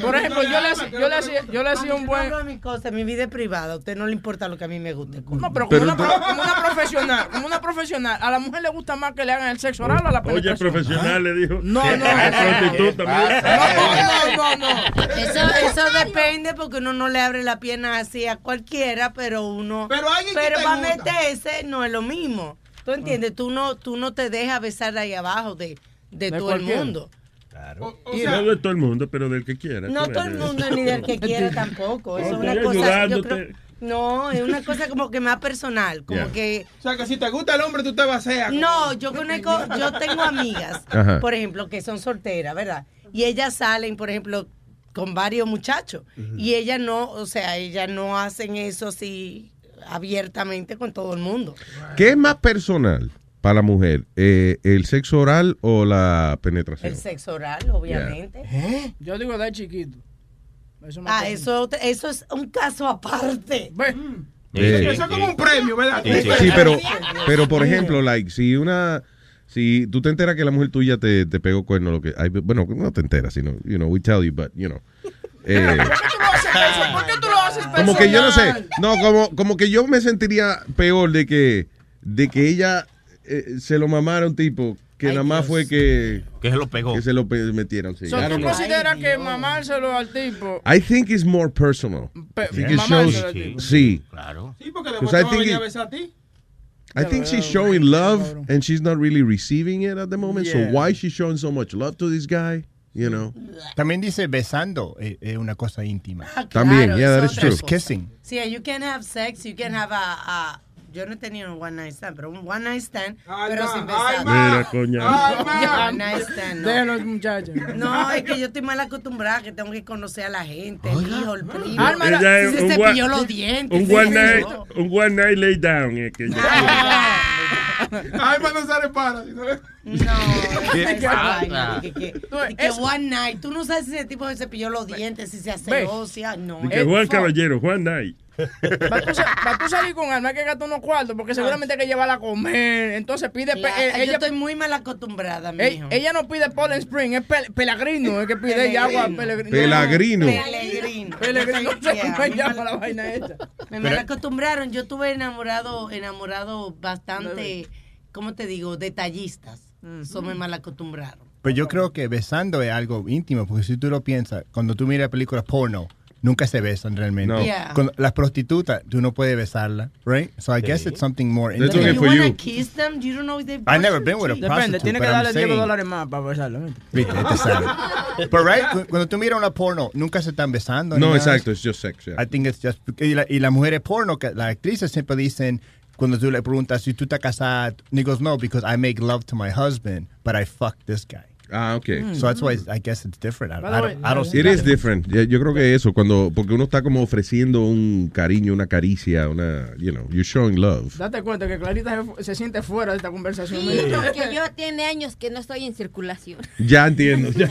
Speaker 5: Por ejemplo, yo le hacía- yo le hacía- yo le hacía un buen-
Speaker 23: No hablo de mi cosa, mi vida es privada. A usted no le importa lo que a mí me guste.
Speaker 5: No, pero como,
Speaker 23: Pero
Speaker 5: una,
Speaker 23: tú-
Speaker 5: pro- como una profesional, como una profesional, a la mujer le gusta más que le hagan el sexo oral o a la
Speaker 9: Oye,
Speaker 5: penetración.
Speaker 9: profesional, le dijo.
Speaker 5: No, no,
Speaker 9: prostituta, mira.
Speaker 5: No, no, no.
Speaker 23: Eso, eso depende porque uno no le abre la pierna así a cualquiera, pero uno.
Speaker 24: Pero alguien que te
Speaker 23: para
Speaker 24: gusta.
Speaker 23: meterse no es lo mismo. ¿Tú
Speaker 5: Ah.
Speaker 23: entiendes? Tú no, tú no te dejas besar ahí abajo de, de,
Speaker 9: De
Speaker 23: todo
Speaker 9: cualquiera.
Speaker 23: el mundo.
Speaker 9: O sea, no de todo el mundo, pero del que quiera.
Speaker 23: No
Speaker 9: tú
Speaker 23: todo el
Speaker 9: eres.
Speaker 23: mundo ni del que quiera tampoco. Eso es
Speaker 9: Estoy
Speaker 23: una cosa. yo
Speaker 9: ayudándote.
Speaker 23: creo- no, es una cosa como que más personal. Como
Speaker 9: Ya.
Speaker 23: que.
Speaker 24: O sea, que si te gusta el hombre, tú te vacías.
Speaker 23: No, yo conozco, yo tengo amigas,
Speaker 24: Ajá.
Speaker 23: por ejemplo, que son solteras, ¿verdad? Y ellas salen, por ejemplo, con varios muchachos. Y ellas no, o sea, ellas no hacen eso así abiertamente con todo el mundo.
Speaker 4: ¿Qué es más personal para la mujer? Eh, ¿El sexo oral o la penetración?
Speaker 23: El sexo oral, obviamente.
Speaker 5: Yo digo de chiquito. Eso
Speaker 23: ah, eso, eso es un caso aparte.
Speaker 24: Mm.
Speaker 4: Eh,
Speaker 23: Eso es como un
Speaker 24: premio, ¿verdad?
Speaker 4: Sí, pero, pero por ejemplo, like, si una... Si tú te enteras que la mujer tuya te, te pegó cuerno, lo que, ay, bueno, no te enteras, sino, you know, we tell you, but, you know. eh,
Speaker 5: ¿Por qué tú lo haces personal?
Speaker 4: como que yo no sé, no, como, como que yo me sentiría peor de que, de que ella eh, se lo mamara a un tipo que nada más fue que...
Speaker 6: Que se lo pegó.
Speaker 4: Que se lo pe- metieron, sí.
Speaker 5: So,
Speaker 4: I don't
Speaker 5: ¿Tú
Speaker 4: know.
Speaker 5: consideras que mamárselo al tipo?
Speaker 4: I think it's more personal.
Speaker 5: Pe-
Speaker 4: I think
Speaker 5: Yeah.
Speaker 4: it shows,
Speaker 5: Mamárselo,
Speaker 4: sí.
Speaker 5: tipo.
Speaker 4: Claro.
Speaker 24: Sí, porque después
Speaker 4: Because
Speaker 24: te
Speaker 4: I
Speaker 24: va a
Speaker 4: think,
Speaker 24: venir a
Speaker 4: it-
Speaker 24: besar a ti.
Speaker 4: I think she's showing love and she's not really receiving it at the moment. So
Speaker 1: Yeah.
Speaker 4: why is she showing so much love to this guy? You know.
Speaker 1: También dice besando eh, es una cosa íntima.
Speaker 23: Ah, claro, También,
Speaker 4: yeah, that is true.
Speaker 1: Es kissing.
Speaker 23: Sí, you can have sex, you can have a, a- yo no he tenido un one night stand, pero un one night stand, pero sin besar.
Speaker 9: Mira, coña.
Speaker 23: Ya, one night stand, no.
Speaker 5: Déjalo, muchacha.
Speaker 23: No, es que yo estoy mal acostumbrada, que tengo que conocer a la gente, el hijo, el primo.
Speaker 9: Alma, Ella es
Speaker 23: si se
Speaker 9: un
Speaker 23: cepilló
Speaker 9: gua-
Speaker 23: los dientes.
Speaker 9: Un
Speaker 23: si
Speaker 9: one
Speaker 23: se-
Speaker 9: night, un one night lay down. eh, que yo-
Speaker 23: Ah,
Speaker 24: Ay, mano, sale para.
Speaker 23: Esa es la vaina,
Speaker 9: ¿Qué
Speaker 23: Que, que- y que one night. Tú no sabes si ese tipo se cepilló los dientes, si se hace
Speaker 5: Ve.
Speaker 23: ósea. No.
Speaker 9: Y que Juan Caballero, Juan Night.
Speaker 5: Para tú, sa- pa' tú salir con alma hay que gastar unos cuartos porque seguramente hay que llevarla a comer. Entonces pide. pe-
Speaker 23: Claro,
Speaker 5: eh,
Speaker 23: yo
Speaker 5: ella,
Speaker 23: estoy muy mal acostumbrada,
Speaker 5: eh,
Speaker 23: mijo.
Speaker 5: ella no pide Polen Spring, es pel- pelagrino. Es que pide ella agua pelagrino.
Speaker 4: Pelagrino.
Speaker 23: Pellegrino.
Speaker 5: Pellegrino,
Speaker 23: No
Speaker 5: no sé
Speaker 23: sé,
Speaker 5: cómo
Speaker 23: yeah,
Speaker 5: se llama
Speaker 23: me
Speaker 5: la
Speaker 23: mal-
Speaker 5: vaina esa.
Speaker 23: Me
Speaker 5: Pero-
Speaker 23: mal acostumbraron. Yo estuve enamorado, enamorado bastante, ¿cómo te digo? Detallistas. Eso me mal acostumbraron.
Speaker 1: Pero yo creo que besando es algo íntimo, porque si tú lo piensas, cuando tú miras películas porno, nunca se besan realmente.
Speaker 23: No. Yeah.
Speaker 1: Con las prostitutas, tú no puedes besarla, right? So I guess it's something more
Speaker 4: They're
Speaker 1: intimate.
Speaker 23: you wanna kiss them, you don't know if they've
Speaker 1: I never
Speaker 23: touched
Speaker 1: been with a
Speaker 23: you.
Speaker 1: prostitute, but I'm saying-
Speaker 5: más para besarlo.
Speaker 1: Viste, este sabe. Pero, right, cu- cuando tú miras una porno, nunca se están besando. ni
Speaker 4: No,
Speaker 1: nada.
Speaker 4: exacto, it's just sex. yeah.
Speaker 1: I think it's just- y, la- y las mujeres porno, que las actrices siempre dicen, cuando tú le preguntas si tú estás casada, and he goes, no, because I make love to my husband, but I fuck this guy.
Speaker 4: Ah, ok.
Speaker 1: So that's why it's- I guess it's different. I, I don't, I don't see
Speaker 4: It
Speaker 1: that.
Speaker 4: is different. Yo, yo creo que eso, cuando, porque uno está como ofreciendo un cariño, una caricia, una, you know, you're showing love.
Speaker 5: Date cuenta que Clarita se, se siente fuera de esta conversación.
Speaker 10: Sí, porque yo tiene años que no estoy en circulación.
Speaker 4: Ya entiendo. ya.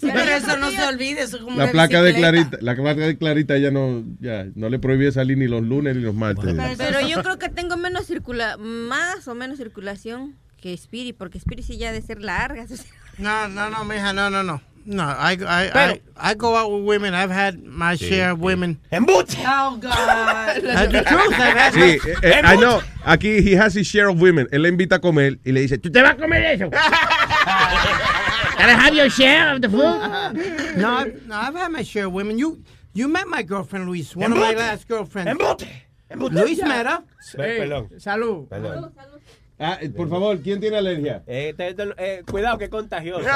Speaker 10: Pero
Speaker 23: eso no se olvide, eso es como
Speaker 4: La
Speaker 23: una
Speaker 4: placa de
Speaker 23: bicicleta.
Speaker 4: Clarita, la placa de Clarita ya no, ya, no le prohíbe salir ni los lunes ni los martes.
Speaker 10: Pero yo creo que tengo menos circula más o menos circulación que Spirit, porque Spirit sí ya ha de ser larga.
Speaker 7: No, no, no, mija, no, no, no. No, I, I,
Speaker 10: Pero-
Speaker 7: I, I go out with women. I've had my
Speaker 4: Sí,
Speaker 7: share of women.
Speaker 23: ¡Embuste! Oh, God.
Speaker 7: That's the truth. I've had
Speaker 4: Sí, eh,
Speaker 7: my-
Speaker 4: eh, I know. Aquí he has his share of women. Él le invita a comer y le dice, ¿tú te vas a comer eso?
Speaker 25: Gotta have your share of the food.
Speaker 7: no, I've, no, I've had my share of women. You you met my girlfriend, Luis, one of my
Speaker 5: Embute.
Speaker 7: last girlfriends.
Speaker 5: Embute. Embute.
Speaker 7: Luis
Speaker 5: Ya.
Speaker 7: met her.
Speaker 5: Sí, Salud.
Speaker 8: Perdón.
Speaker 4: Ah, eh, por favor, ¿quién tiene alergia?
Speaker 8: Eh, te- te- eh, cuidado que es contagioso.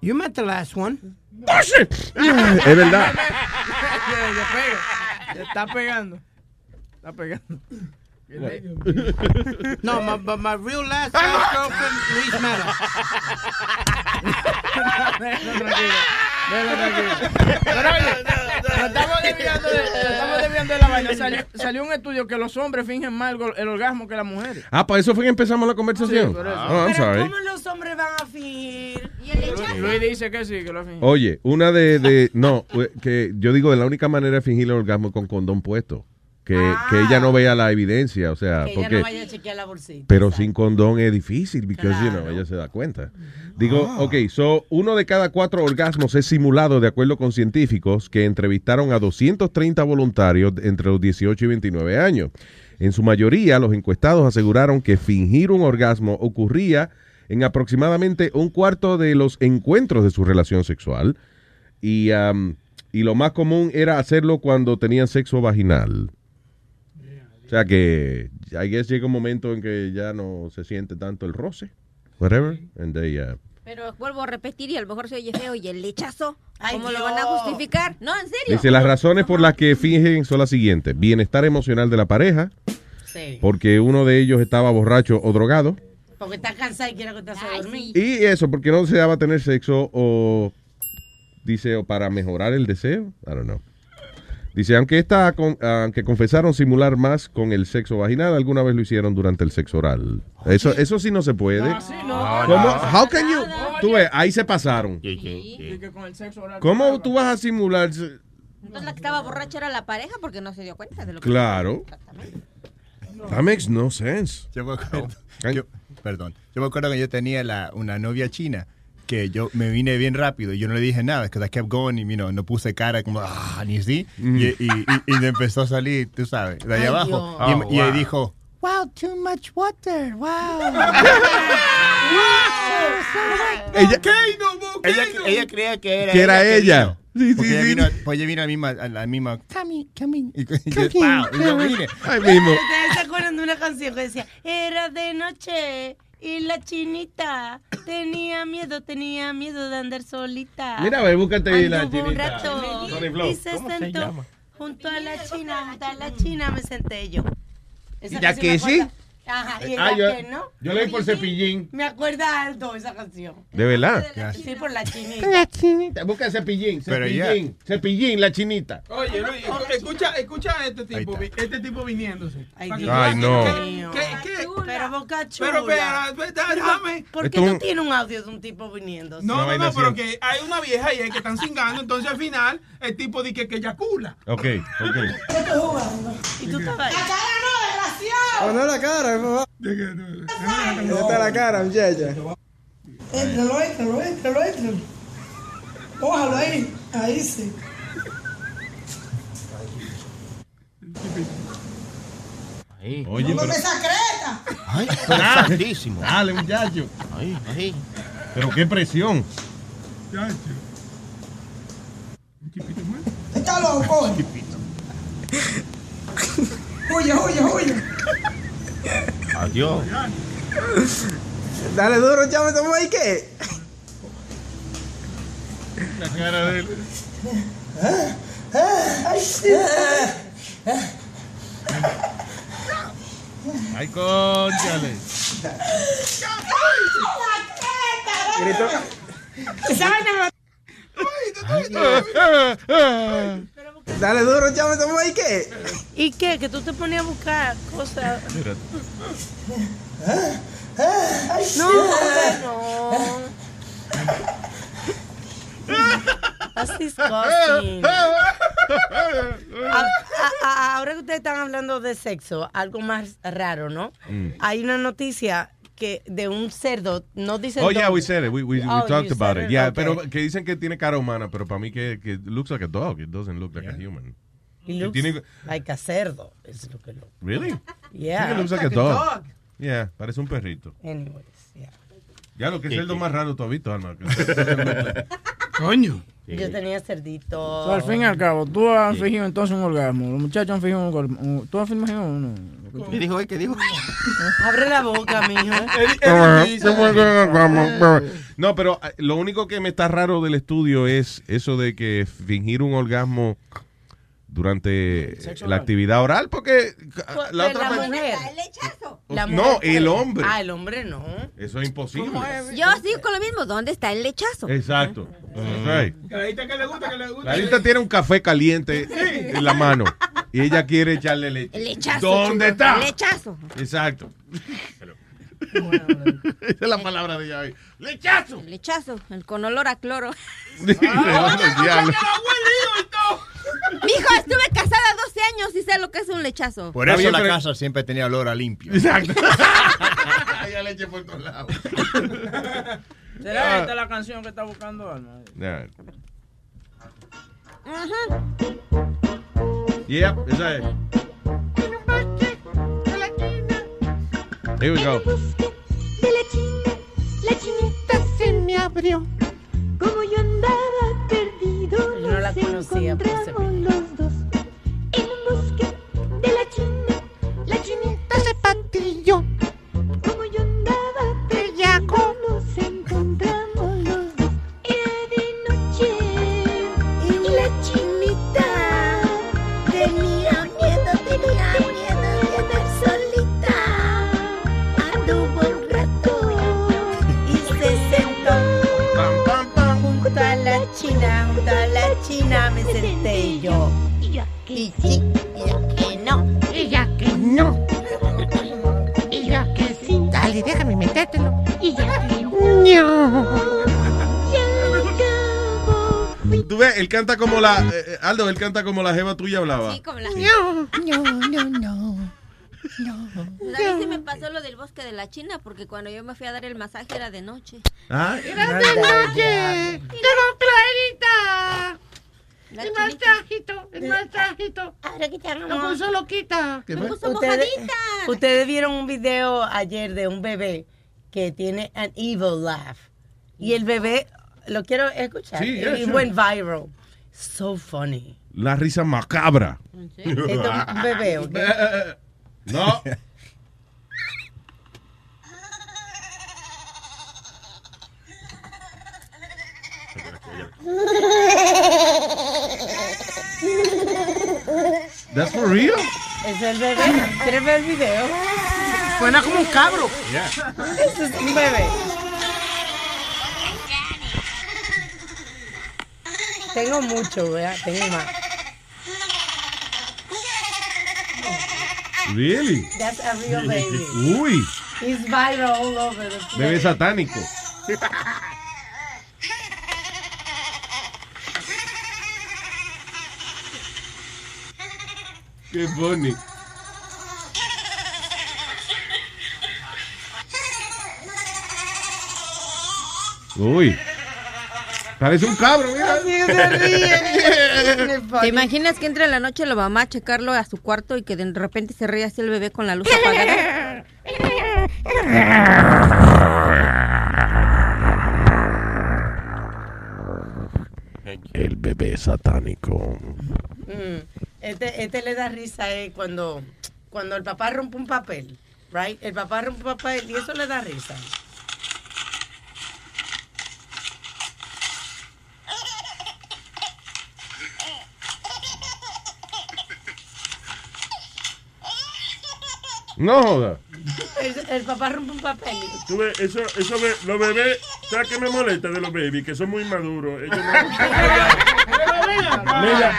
Speaker 7: You met the last one.
Speaker 4: es verdad.
Speaker 5: Se le pega. Se está pegando. Está pegando.
Speaker 7: No, my, but my real last last girlfriend, Luis met her.
Speaker 5: Pero oye, nos estamos desviando de, nos estamos desviando de la vaina. Salió, salió un estudio que los hombres fingen más el, gol- el orgasmo que las mujeres.
Speaker 4: Ah, para eso fue que empezamos la conversación.
Speaker 5: Sí, por eso.
Speaker 4: Oh, I'm sorry.
Speaker 23: los hombres van a fingir?
Speaker 5: Luis dice que sí, que lo fingen.
Speaker 4: Oye, una de, de- no, eh, que yo digo de la única manera de fingir el orgasmo es con condón puesto. Que, que ella no vea la evidencia, o sea,
Speaker 23: Ah. Que ella
Speaker 4: porque
Speaker 23: no vaya a chequear la bolsita.
Speaker 4: pero sin condón es difícil because you know, ella se da cuenta. Digo, ok, so uno de cada cuatro orgasmos es simulado de acuerdo con científicos que entrevistaron a 230 voluntarios entre los 18 y 29 años. En su mayoría, los encuestados aseguraron que fingir un orgasmo ocurría en aproximadamente un cuarto de los encuentros de su relación sexual y, am, y lo más común era hacerlo cuando tenían sexo vaginal. O sea que, I guess llega un momento en que ya no se siente tanto el roce, whatever, and they, uh,
Speaker 10: Pero vuelvo a repetir y a lo mejor se oye feo y el lechazo. ¿Cómo lo van a justificar? No, en serio.
Speaker 4: Dice, las razones por las que fingen son las siguientes. Bienestar emocional de la pareja,
Speaker 23: Sí.
Speaker 4: porque uno de ellos estaba borracho o drogado.
Speaker 23: Porque está cansada y quiere acostarse a dormir.
Speaker 4: Y eso, porque no deseaba tener sexo o, dice, o para mejorar el deseo. I don't know. Dice, aunque, esta, con- aunque confesaron simular más con el sexo vaginal, alguna vez lo hicieron durante el sexo oral. Eso, eso sí no se puede.
Speaker 14: Ah,
Speaker 4: ¿Cómo? How can you? Tú ves, ahí se pasaron.
Speaker 5: Y que con el sexo oral.
Speaker 4: ¿Cómo tú vas a simular? se-
Speaker 10: Entonces la que estaba borracha era la pareja porque no se dio cuenta de lo que
Speaker 4: Claro. That makes no sense.
Speaker 1: Yo me acuerdo, yo- perdón. Yo me acuerdo que yo tenía la, una novia china que yo me vine bien rápido y yo no le dije nada, que I kept going y you know, no puse cara como, ah, ni sí.
Speaker 4: Mm.
Speaker 1: Y, y, y, y le empezó a salir, tú sabes, de
Speaker 25: Ay,
Speaker 1: allá abajo.
Speaker 25: Dios.
Speaker 1: y, y
Speaker 4: Ah,
Speaker 25: Oh, wow.
Speaker 1: dijo,
Speaker 25: Wow, too much water. Wow.
Speaker 4: Ella,
Speaker 1: ella, ella creía que era
Speaker 4: Que era ella.
Speaker 1: Sí, sí, sí. Vino, pues ella vino a la misma, a la misma
Speaker 23: Tommy, come in.
Speaker 1: y, y yo, "Pau", y yo vine.
Speaker 4: Ay, mismo.
Speaker 23: ¿Ustedes se acuerdan de una canción que decía, era de noche y la chinita tenía miedo, tenía miedo de andar solita?
Speaker 4: Mira, ve, búscate ahí la
Speaker 23: Anduvo un
Speaker 4: chinita.
Speaker 23: rato
Speaker 4: Sony Flow.
Speaker 23: y se
Speaker 4: ¿Cómo se
Speaker 23: sentó
Speaker 4: llama?
Speaker 23: junto a la china, junto a la china me senté yo. Esa
Speaker 4: ¿Y ya
Speaker 23: canción
Speaker 4: que
Speaker 23: me
Speaker 4: sí?
Speaker 23: acuerda- Ajá, y
Speaker 4: Ah,
Speaker 23: ya
Speaker 4: yo-
Speaker 23: que no.
Speaker 4: yo leí por cepillín.
Speaker 23: Me acuerda Aldo esa canción.
Speaker 4: De verdad.
Speaker 23: Sí, por la chinita.
Speaker 4: La chinita. Busca cepillín.
Speaker 1: Pero
Speaker 4: cepillín.
Speaker 1: ya.
Speaker 4: Cepillín, la chinita.
Speaker 14: Oye, Luis, escu- escucha, escucha a este tipo, vi- este tipo viniéndose. Para que tú
Speaker 4: Ay,
Speaker 14: veas
Speaker 4: no.
Speaker 14: que- que- que-
Speaker 23: Pero boca chula.
Speaker 14: Pero, espera, espera, déjame.
Speaker 23: ¿Por qué
Speaker 4: Esto es
Speaker 23: no
Speaker 4: un-
Speaker 23: tiene un audio de un tipo viniendo?
Speaker 14: No,
Speaker 4: Una
Speaker 14: no,
Speaker 4: vaina
Speaker 14: no, pero
Speaker 4: así.
Speaker 14: que hay una vieja ahí eh, que están cingando, entonces al final el tipo dice que, que eyacula.
Speaker 4: Ok, ok.
Speaker 23: ¿Y tú estabas ahí?
Speaker 20: O Oh, no la cara, papá. Ya está la cara, muchacha.
Speaker 16: Échalo, échalo, échalo, échalo. Ójalo ahí, ahí sí.
Speaker 4: Oye,
Speaker 16: no
Speaker 4: pero.
Speaker 16: me secreta.
Speaker 4: Ay,
Speaker 6: pero
Speaker 4: dale,
Speaker 6: santísimo.
Speaker 4: Ah. Dale, muchacho. Pero qué presión.
Speaker 16: Está loco. oye. Huye, huye, huye.
Speaker 6: Adiós.
Speaker 20: Dale duro, chavo, ¿cómo hay qué?
Speaker 4: La cara de él.
Speaker 16: Ah, Ay, sí.
Speaker 12: Ay, conchale.
Speaker 20: Gritó. Dale duro, chavo, ¿cómo hay qué?
Speaker 23: ¿Y qué? Que tú te ponías a buscar cosas. No, hombre, no. That's disgusting. A- a- a- ahora que ustedes están hablando de sexo, algo más raro, ¿no?
Speaker 4: Mm.
Speaker 23: Hay una noticia que de un cerdo, no dice.
Speaker 4: Oh, yeah,
Speaker 23: dónde.
Speaker 4: we said it. We, we, we
Speaker 23: Oh, you
Speaker 4: talked about
Speaker 23: said
Speaker 4: it. Yeah,
Speaker 23: okay.
Speaker 4: pero que dicen que tiene cara humana, pero para mí que, que looks like a dog. It doesn't look like a human.
Speaker 23: It looks
Speaker 4: tiene-
Speaker 23: like a cerdo. Eso es lo que lo-
Speaker 4: Really?
Speaker 23: Yeah.
Speaker 4: I think it looks like a dog. Yeah, parece un perrito.
Speaker 23: Anyways, yeah.
Speaker 4: Ya lo que es lo más raro tú has visto, Alma.
Speaker 5: Coño.
Speaker 23: Yo tenía cerdito.
Speaker 5: So, al fin y al cabo, tú has fingido entonces un orgasmo. Los muchachos han fingido un orgasmo. Un- ¿Tú has fingido uno?
Speaker 23: ¿Qué
Speaker 6: dijo él? ¿Qué dijo?
Speaker 23: Abre la boca, mijo.
Speaker 4: No, pero eh, lo único que me está raro del estudio es eso de que fingir un orgasmo durante
Speaker 23: Sexo
Speaker 4: la
Speaker 23: oral.
Speaker 4: actividad oral, porque
Speaker 23: Pues,
Speaker 4: la
Speaker 23: la
Speaker 4: otra persona-
Speaker 23: mujer.
Speaker 4: No, el hombre.
Speaker 23: Ah, el hombre no.
Speaker 4: eso es imposible.
Speaker 10: Yo sigo con lo mismo. ¿Dónde está el lechazo?
Speaker 4: Exacto.
Speaker 23: ¿Eh?
Speaker 4: Right.
Speaker 14: Clarita que le gusta, que le gusta.
Speaker 4: Clarita tiene un café caliente en la mano y ella quiere echarle leche.
Speaker 10: El lechazo.
Speaker 4: ¿Dónde
Speaker 10: chico,
Speaker 4: está?
Speaker 10: El lechazo.
Speaker 4: Exacto.
Speaker 12: Esa es la palabra de ella hoy.
Speaker 4: Ah,
Speaker 10: ¡Lechazo! El lechazo. El con olor a cloro.
Speaker 12: Diablo.
Speaker 10: Mijo, estuve casada 12 años y sé lo que es un lechazo.
Speaker 1: Por
Speaker 4: Ah,
Speaker 1: eso la casa siempre tenía olor a limpio.
Speaker 12: Exacto.
Speaker 1: Ya leche por todos lados.
Speaker 5: ¿Será esta la canción que está buscando Alma?
Speaker 23: Ah.
Speaker 4: Yeah.
Speaker 10: Ajá.
Speaker 4: Yep, esa es. Here we go.
Speaker 25: De la china, la chinita se me abrió. Como yo andaba perdido,
Speaker 23: Yo no la conocía, por ese
Speaker 25: encontramos los dos. En un bosque de la china, la chinita se patilló. Como yo andaba perdido, nos encontramos los dos. Era de noche y la chinita tenía miedo, tenía miedo de andar solita. Anduvo un rato y se sentó.
Speaker 23: Junto a la china, junto a la china me senté yo.
Speaker 25: Y ya que sí, y ya que no, y ya que no. Y ya que sí. Dale, déjame metértelo. Y ya que no.
Speaker 4: Tú ves, él canta como la. eh, eh, Aldo, él canta como la jeva tuya hablaba.
Speaker 10: No, no, no, no. Pues a mí se me pasó lo del bosque de la China porque cuando yo me fui a dar el masaje era de noche.
Speaker 4: Ah,
Speaker 25: Era de noche. Pero clarita.
Speaker 10: La
Speaker 25: el
Speaker 10: chinita.
Speaker 25: masajito, el masajito. Eh, ah, Ahora que te
Speaker 10: hagamos.
Speaker 25: pues Lo puso loquita.
Speaker 4: ¿Qué
Speaker 25: Lo
Speaker 4: fue?
Speaker 25: puso
Speaker 23: Ustedes, eh,
Speaker 25: mojadita.
Speaker 23: ustedes vieron un video ayer de un bebé que tiene an evil laugh. Y el bebé, lo quiero escuchar,
Speaker 4: Sí, yeah,
Speaker 23: y
Speaker 4: sure.
Speaker 23: went viral. So Oh, funny.
Speaker 4: La risa macabra. Ah,
Speaker 23: Esto es un bebé, ¿ok?
Speaker 4: No. That's for real?
Speaker 23: Es el bebé. ¿Quieres ver el video? Suena como un cabro.
Speaker 4: Yeah.
Speaker 23: Eso es un bebé. Tengo mucho, ¿verdad? Tengo más.
Speaker 4: Really?
Speaker 23: That's a real baby.
Speaker 4: Uy,
Speaker 23: It's viral all over the place.
Speaker 4: bebé satánico. Qué funny. Uy. Parece un cabro, mira.
Speaker 10: ¿Te imaginas que entre la noche la mamá a checarlo a su cuarto y que de repente se ríe así el bebé con la luz apagada?
Speaker 12: El bebé satánico.
Speaker 23: Mm. Este, este le da risa eh, cuando, cuando el papá rompe un papel, right? El papá rompe un papel y eso le da risa.
Speaker 4: No joda.
Speaker 23: El, el papá rompe un papel.
Speaker 9: Tú ves, eso, eso ve- los bebés, ¿sabes qué me molesta de los babies? Que son muy maduros. Ellos no- Mira,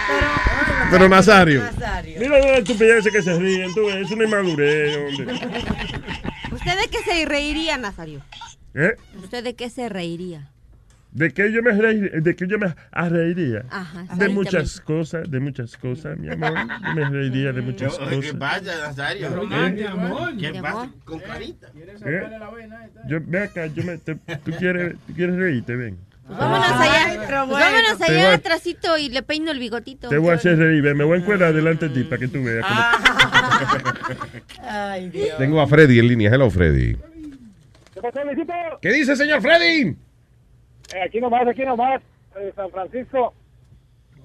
Speaker 4: Pero Nazario.
Speaker 9: mira la estupidez que se ríen, tú ves, es una inmadurez, hombre.
Speaker 10: ¿Usted de qué se reiría, Nazario?
Speaker 9: ¿Eh?
Speaker 10: ¿Usted de qué se reiría?
Speaker 9: ¿De qué yo me, reir- de qué yo me reiría?
Speaker 10: Ajá,
Speaker 9: de
Speaker 10: exactamente.
Speaker 9: muchas cosas, de muchas cosas, mi amor. Yo me reiría de muchas
Speaker 14: Oye, ¿Qué
Speaker 9: cosas.
Speaker 14: pasa, Nazario?
Speaker 9: Román,
Speaker 14: ¿Qué
Speaker 9: mi
Speaker 14: pasa?
Speaker 9: amor.
Speaker 14: ¿Qué
Speaker 9: Mi
Speaker 14: pasa
Speaker 9: amor.
Speaker 14: con Clarita?
Speaker 9: sacarle ¿Eh? Yo, ve acá, yo me, te- tú, quieres, tú quieres reírte, ven.
Speaker 10: Pues Vámonos allá,
Speaker 23: pero
Speaker 10: pues vámonos
Speaker 9: Ah, bueno. Te
Speaker 10: allá
Speaker 9: voy a-
Speaker 10: atrásito y le peino el bigotito.
Speaker 9: Te voy a hacer reír, ven, me voy a encuadrar delante de ti para que tú veas. cómo-
Speaker 23: Ay, Dios.
Speaker 4: Tengo a Freddy en línea. Hello, Freddy.
Speaker 21: ¿Qué pasó, Luisito?
Speaker 4: ¿Qué dice, señor Freddy?
Speaker 21: Eh, aquí nomás, aquí nomás, de San Francisco.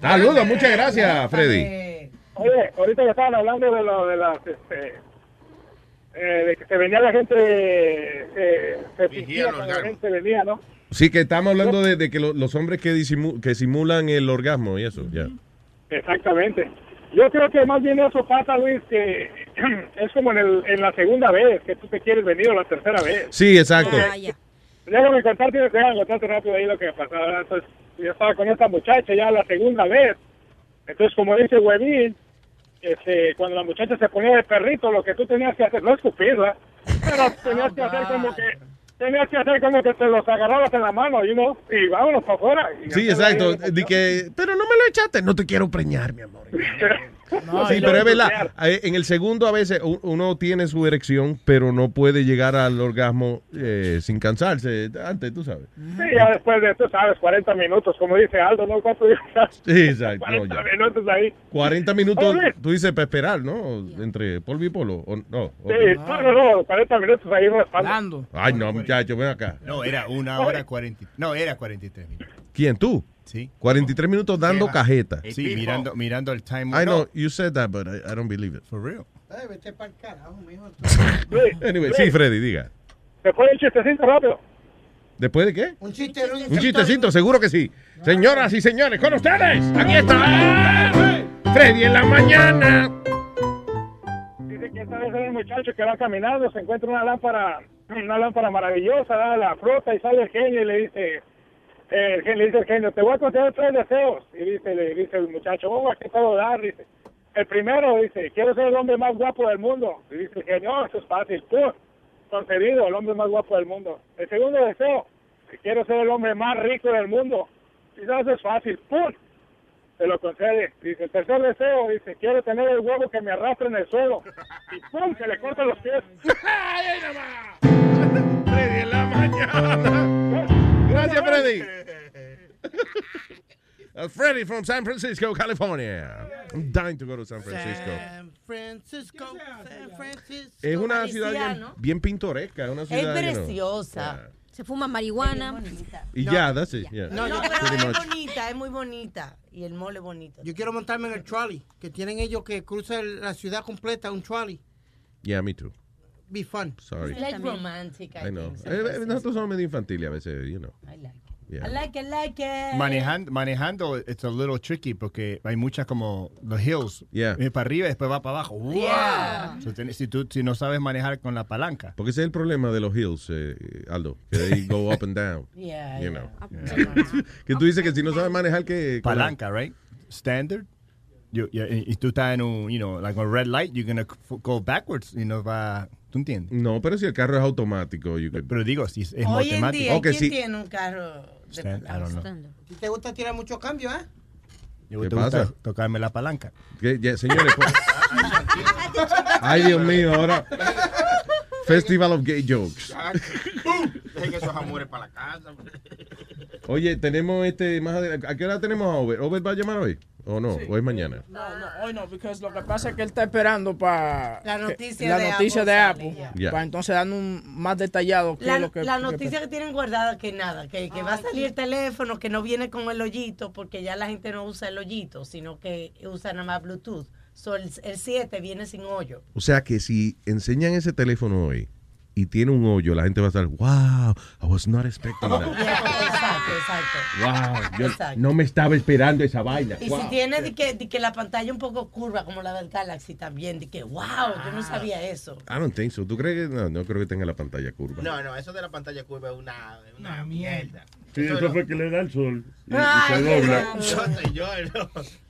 Speaker 4: Saludos, muchas gracias, Freddy.
Speaker 21: Oye, ahorita que estaban hablando de, lo, de las, este, eh, de que se venía la gente, eh, se fingía
Speaker 14: los
Speaker 21: cuando la gente venía, ¿no?
Speaker 4: Sí, que estamos hablando de, de que lo- los hombres que, disimu- que simulan el orgasmo y eso, ya.
Speaker 21: Exactamente. Yo creo que más bien eso pasa, Luis, que es como en, el, en la segunda vez que tú te quieres venir o la tercera vez.
Speaker 4: Sí, exacto.
Speaker 21: Porque- Déjame contarte, déjame contarte rápido ahí lo que pasaba. ¿verdad? Entonces, yo estaba con esta muchacha ya la segunda vez. Entonces, como dice Huevín, este, cuando la muchacha se ponía de perrito, lo que tú tenías que hacer, no escupirla, pero tenías que hacer como que tenías que hacer como que te los agarrabas en la mano, you know, y vámonos para afuera. Y
Speaker 4: Sí, exacto. Di que, pero no me lo echaste. No te quiero preñar, mi amor. sí, pero es verdad. Eh, En el segundo a veces u- uno tiene su erección, pero no puede llegar al orgasmo eh, sin cansarse. Antes, tú sabes.
Speaker 21: Sí, ya después de, tú sabes, 40 minutos, como dice Aldo, ¿no? ¿Cuánto dices?
Speaker 4: Sí, exacto. No,
Speaker 21: 40
Speaker 4: ya.
Speaker 21: minutos ahí.
Speaker 4: 40 minutos,
Speaker 21: Oye.
Speaker 4: tú dices, para esperar, ¿no? Entre polvo y polo. o no, o-
Speaker 21: Sí, no, no, no, 40 minutos ahí raspando.
Speaker 4: Ay, no, muchacho, ven acá.
Speaker 1: No, era una hora cuarenta. y- No, era 43 minutos.
Speaker 4: ¿Quién, tú? Sí. 43 minutos dando
Speaker 1: Eva.
Speaker 4: cajeta.
Speaker 1: Sí, mirando, mirando el time.
Speaker 4: I know, you said that, but I, I don't believe it. For real.
Speaker 21: Ay, vete para el carajo, mijo.
Speaker 4: Anyway, sí, Freddy, diga.
Speaker 21: Después un chistecito rápido.
Speaker 4: ¿Después de qué?
Speaker 21: Un chiste,
Speaker 4: Un chistecito, seguro que sí. Señoras y señores, con ustedes, aquí está Freddy en la mañana.
Speaker 21: Dice que esta vez era un muchacho que va caminando, se encuentra una lámpara, una lámpara maravillosa, da la frota y sale el genio y le dice, eh, el genio, le dice el genio, te voy a conceder tres deseos. Y dice, le dice el muchacho, oh, ¿a qué puedo dar? Dice, el primero, dice, quiero ser el hombre más guapo del mundo. Y dice el genio, "Oh, eso es fácil, tú, concedido, el hombre más guapo del mundo. El segundo deseo, quiero ser el hombre más rico del mundo. Y no, eso es fácil, ¡pum! Se lo concede. Dice, el tercer deseo, dice, quiero tener el huevo que me arrastre en el suelo. Y ¡pum! Se le cortan los pies. ¡Ay,
Speaker 15: Freddy en la mañana.
Speaker 4: Gracias, Freddy. Uh, Freddy from San Francisco, California. I'm dying to go to San Francisco.
Speaker 7: San Francisco, San Francisco.
Speaker 4: Es una
Speaker 10: Parecía,
Speaker 4: ciudad bien,
Speaker 10: ¿no?
Speaker 4: bien pintoresca. Es una
Speaker 10: Es
Speaker 4: ciudad, you know.
Speaker 10: preciosa. Se fuma marihuana.
Speaker 4: Y ya, that's it. yeah.
Speaker 23: No, no, pero
Speaker 4: Pretty
Speaker 23: es
Speaker 4: much.
Speaker 23: bonita, es muy bonita. Y el mole es bonito.
Speaker 7: Yo quiero montarme en el trolley, que tienen ellos que cruza el- la ciudad completa, un trolley.
Speaker 4: Yeah, me too.
Speaker 7: Be fun.
Speaker 4: Sorry.
Speaker 23: Like romantic, I
Speaker 4: I know.
Speaker 23: think, San
Speaker 4: Eh, eh,
Speaker 23: Francisco.
Speaker 4: nosotros somos medio infantiles a veces, you know.
Speaker 23: I like it.
Speaker 4: Yeah.
Speaker 23: I like it, like it.
Speaker 1: Manejando, manejando, it's a little tricky porque hay muchas como los hills.
Speaker 4: Yeah.
Speaker 1: Eh, Para arriba y después va para abajo. ¡Wow!
Speaker 23: Yeah.
Speaker 1: So, tienes- si, tú, si no sabes manejar con la palanca.
Speaker 4: Porque ese es el problema de los hills, eh, Aldo. Que they go up and down.
Speaker 23: Yeah,
Speaker 4: You
Speaker 1: yeah.
Speaker 4: know.
Speaker 1: Up
Speaker 4: que tú dices que si no sabes manejar, que.
Speaker 1: Palanca, right? Standard. You- you- y y tú estás en un, you know, like a red light, you're going to go backwards y no va. ¿Tú entiendes?
Speaker 4: No, pero si el carro es automático. you can-
Speaker 1: Pero digo, si es, es
Speaker 23: Hoy en día,
Speaker 1: matemático.
Speaker 23: ¿quién tiene un carro de
Speaker 1: Stand- I don't know.
Speaker 23: ¿A ti ¿Te gusta tirar mucho cambio, eh?
Speaker 1: Yo
Speaker 4: ¿Qué
Speaker 1: te gusta
Speaker 4: pasa?
Speaker 1: tocarme la palanca.
Speaker 4: Que- ya, señores. pues-
Speaker 23: Ah,
Speaker 4: Ay, Dios mío, ahora. Festival of Gay Jokes.
Speaker 14: Dejen esos amores para la casa.
Speaker 4: Oye, tenemos este. Más adelante, ¿A qué hora tenemos a Over? ¿Over va a llamar hoy? ¿O no? ¿O es mañana?
Speaker 5: No, no, hoy no, porque lo que pasa es que él está esperando para
Speaker 23: La noticia de
Speaker 5: noticia
Speaker 23: Apple
Speaker 5: de
Speaker 23: sale,
Speaker 5: Apple,
Speaker 4: ya.
Speaker 5: para entonces dar un más detallado que
Speaker 23: La,
Speaker 5: lo que
Speaker 23: la
Speaker 5: que-
Speaker 23: noticia que tienen guardada que nada, que, que va a salir el teléfono, que no viene con el hoyito, porque ya la gente no usa el hoyito, sino que usa nada más Bluetooth. So, el, el 7 viene sin hoyo.
Speaker 4: O sea que si enseñan ese teléfono hoy y tiene un hoyo, la gente va a estar, wow, I was not expecting that.
Speaker 23: Exacto, Exacto.
Speaker 4: Wow, yo
Speaker 23: Exacto.
Speaker 4: no me estaba esperando esa vaina.
Speaker 23: Y si
Speaker 4: Wow.
Speaker 23: tiene de que, de que la pantalla un poco curva como la del Galaxy también, de que wow, yo
Speaker 4: Ah.
Speaker 23: no sabía eso.
Speaker 4: I don't think so. ¿Tú crees que no? No creo que tenga la pantalla curva.
Speaker 6: No, no, eso de la pantalla curva es una, es una
Speaker 14: Ah,
Speaker 6: mierda.
Speaker 9: Sí, eso fue que le da el sol. Y, y se
Speaker 6: Ay,
Speaker 9: dobla.
Speaker 6: no, señor, no.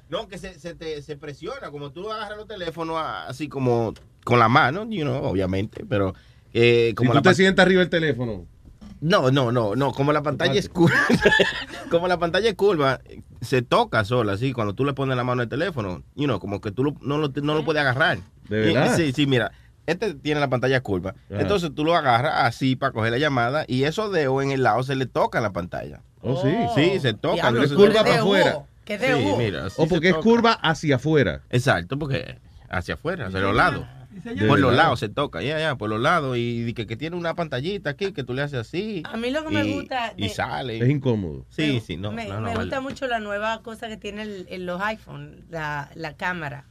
Speaker 6: No, que se, se te- se presiona, como tú agarras los teléfonos a- así como con la mano, you know, obviamente, pero eh, como
Speaker 4: si
Speaker 6: la
Speaker 4: tú te
Speaker 6: pan-
Speaker 4: sientas arriba del teléfono.
Speaker 6: No, no, no, no, como la pantalla es curva, como la pantalla es curva, eh, se toca sola, así, cuando tú le pones la mano al teléfono, you know, como que tú lo- no, lo, no lo puedes agarrar.
Speaker 4: ¿De verdad?
Speaker 6: Sí, sí, mira, este tiene la pantalla curva,
Speaker 4: Ajá.
Speaker 6: entonces tú lo agarras así para coger la llamada y esos dedos en el lado se le toca la pantalla.
Speaker 4: Oh, sí.
Speaker 6: Sí, se toca.
Speaker 4: Diablo,
Speaker 6: entonces-
Speaker 4: tú eres curva para DU, afuera.
Speaker 23: que
Speaker 6: Sí,
Speaker 23: DU.
Speaker 6: mira, así
Speaker 4: o porque
Speaker 6: se
Speaker 4: es
Speaker 6: toca.
Speaker 4: curva hacia afuera.
Speaker 6: Exacto, porque hacia afuera, hacia los lados.
Speaker 4: señor.
Speaker 6: Por
Speaker 4: De
Speaker 6: los
Speaker 4: verdad.
Speaker 6: lados se toca, ya, ya, por los lados. Y, di que, que tiene una pantallita aquí que tú le haces así.
Speaker 23: A mí lo que me
Speaker 6: y-
Speaker 23: gusta
Speaker 6: Y
Speaker 23: de-
Speaker 6: sale.
Speaker 4: Es incómodo.
Speaker 6: Sí, sí, no.
Speaker 23: me
Speaker 6: no, no,
Speaker 23: me gusta
Speaker 6: vale.
Speaker 23: mucho la nueva cosa que tiene el- el- los iPhone, la, la cámara,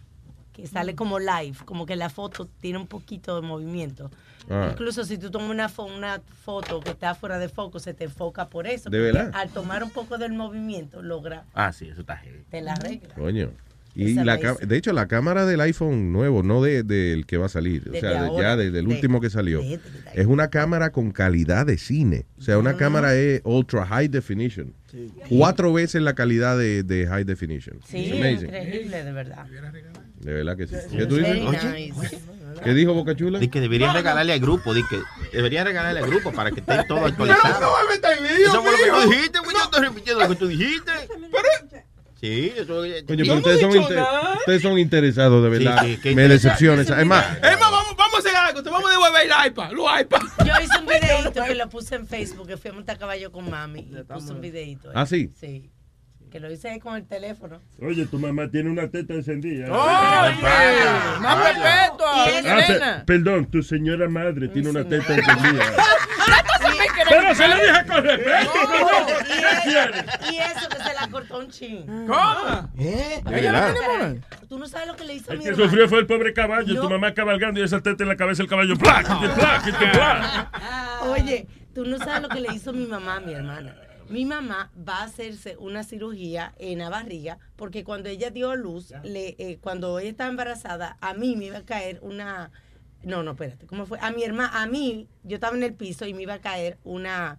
Speaker 23: que sale como live, como que la foto tiene un poquito de movimiento.
Speaker 4: Ah.
Speaker 23: Incluso si tú tomas una, fo- una foto que está fuera de foco, se te enfoca por eso.
Speaker 4: ¿De
Speaker 23: porque
Speaker 4: verdad?
Speaker 23: Al tomar un poco del movimiento, logra,
Speaker 6: Ah, sí, eso está heavy.
Speaker 23: te
Speaker 4: Mm.
Speaker 23: la regla.
Speaker 4: Coño. Y la
Speaker 23: Esa la hice.
Speaker 4: cam- de hecho, la cámara del iPhone nuevo, no de- del que va a salir, o
Speaker 23: Desde
Speaker 4: sea, de-
Speaker 23: ahora,
Speaker 4: ya desde el
Speaker 23: de-
Speaker 4: último que salió,
Speaker 23: de-
Speaker 4: es una cámara con calidad de cine. O sea,
Speaker 23: Ah.
Speaker 4: una cámara es ultra high definition.
Speaker 23: Sí.
Speaker 4: Cuatro veces la calidad de, de high definition.
Speaker 23: Sí,
Speaker 4: It's amazing.
Speaker 23: increíble, de verdad.
Speaker 4: De verdad que sí.
Speaker 23: Sí,
Speaker 4: ¿Qué tú
Speaker 23: very
Speaker 4: dices?
Speaker 23: nice.
Speaker 4: ¿Qué dijo Boca Chula?
Speaker 6: Dice que deberían regalarle al grupo, dice que deberían regalarle al grupo para que esté todo actualizado.
Speaker 24: me metas en lío,
Speaker 6: Eso fue lo que
Speaker 24: mijo.
Speaker 6: tú dijiste, güey, yo estoy repitiendo lo que tú dijiste. Sí, eso
Speaker 4: Coño, pero ustedes, son inter- ustedes son interesados, de verdad.
Speaker 6: sí, qué
Speaker 4: Me
Speaker 6: interesante.
Speaker 4: decepcionan. Es más,
Speaker 24: Es más, vamos, vamos a hacer algo. Te vamos a devolver el iPad. Los iPad.
Speaker 23: Yo hice un videito que lo puse en Facebook, que fui a montar caballo con mami y puse un videito. ahí.
Speaker 9: ¿Ah, sí?
Speaker 23: Sí. Que lo hice ahí con el teléfono.
Speaker 9: Oye, tu mamá tiene una teta encendida.
Speaker 23: Oye, más respeto a
Speaker 9: Ah,
Speaker 23: Elena.
Speaker 9: pe- perdón, tu señora madre tiene una teta encendida.
Speaker 23: Pero
Speaker 9: se lo dije con respeto.
Speaker 23: Y eso que se la cortó un chin.
Speaker 9: ¿Cómo? ¿Eh? ¿De verdad?
Speaker 23: Tú no sabes lo que le hizo a
Speaker 9: El
Speaker 23: mi
Speaker 9: que
Speaker 23: hermano.
Speaker 9: sufrió fue el pobre caballo, tu mamá cabalgando y esa teta en la cabeza el caballo. ¡Plac! ¡Plac! ¡Plac!
Speaker 23: Oye, tú no sabes lo que le hizo mi mamá a mi hermana. Mi mamá va a hacerse una cirugía en la barriga porque cuando ella dio luz, le, eh, cuando ella estaba embarazada, a mí me iba a caer una... No, no, espérate, ¿cómo fue? A mi hermana, a mí, yo estaba en el piso y me iba a caer una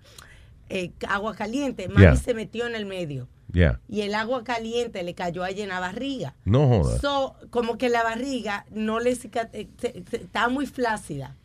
Speaker 23: eh, agua caliente. Mami
Speaker 4: Yeah.
Speaker 23: se metió en el medio
Speaker 4: ya.
Speaker 23: y el agua caliente le cayó a ella en la barriga.
Speaker 4: No jodas.
Speaker 23: So, como que la barriga no le cica- eh, se- se- estaba muy flácida.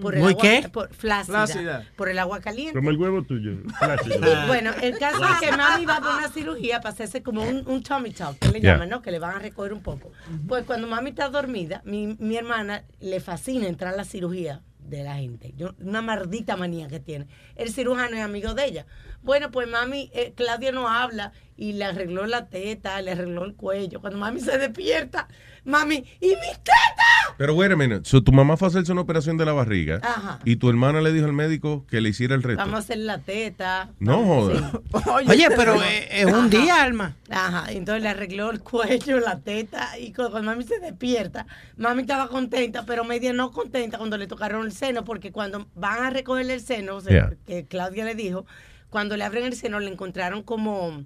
Speaker 23: Por el
Speaker 9: ¿Muy
Speaker 23: agua,
Speaker 9: qué?
Speaker 23: por- flácida,
Speaker 9: Flácida.
Speaker 23: Por el agua caliente.
Speaker 9: Como el huevo tuyo. Plácido.
Speaker 24: Ah.
Speaker 23: Y, bueno, el caso es que mami va a una cirugía para hacerse como un, un tummy tuck, que le
Speaker 9: Ya.
Speaker 23: llaman, ¿no? Que le van a recoger un poco. Pues cuando mami está dormida, mi, mi hermana le fascina entrar a la cirugía de la gente. Yo, una maldita manía que tiene. El cirujano es amigo de ella. Bueno, pues mami, eh, Claudia no habla y le arregló la teta, le arregló el cuello. Cuando mami se despierta, mami, ¿y mi teta?
Speaker 4: Pero wait a minute. So, tu mamá fue a hacerse una operación de la barriga
Speaker 23: Ajá.
Speaker 4: y tu hermana le dijo al médico que le hiciera el resto.
Speaker 23: Vamos a hacer la teta.
Speaker 4: No jodas.
Speaker 23: Oye, pero
Speaker 15: es un día, Alma.
Speaker 23: Ajá, entonces le arregló el cuello, la teta, y cu- cuando, mami se despierta, mami estaba contenta, pero media no contenta cuando le tocaron el seno, porque cuando van a recogerle el seno, o sea,
Speaker 17: Yeah.
Speaker 23: que Claudia le dijo, cuando le abren el seno le encontraron como...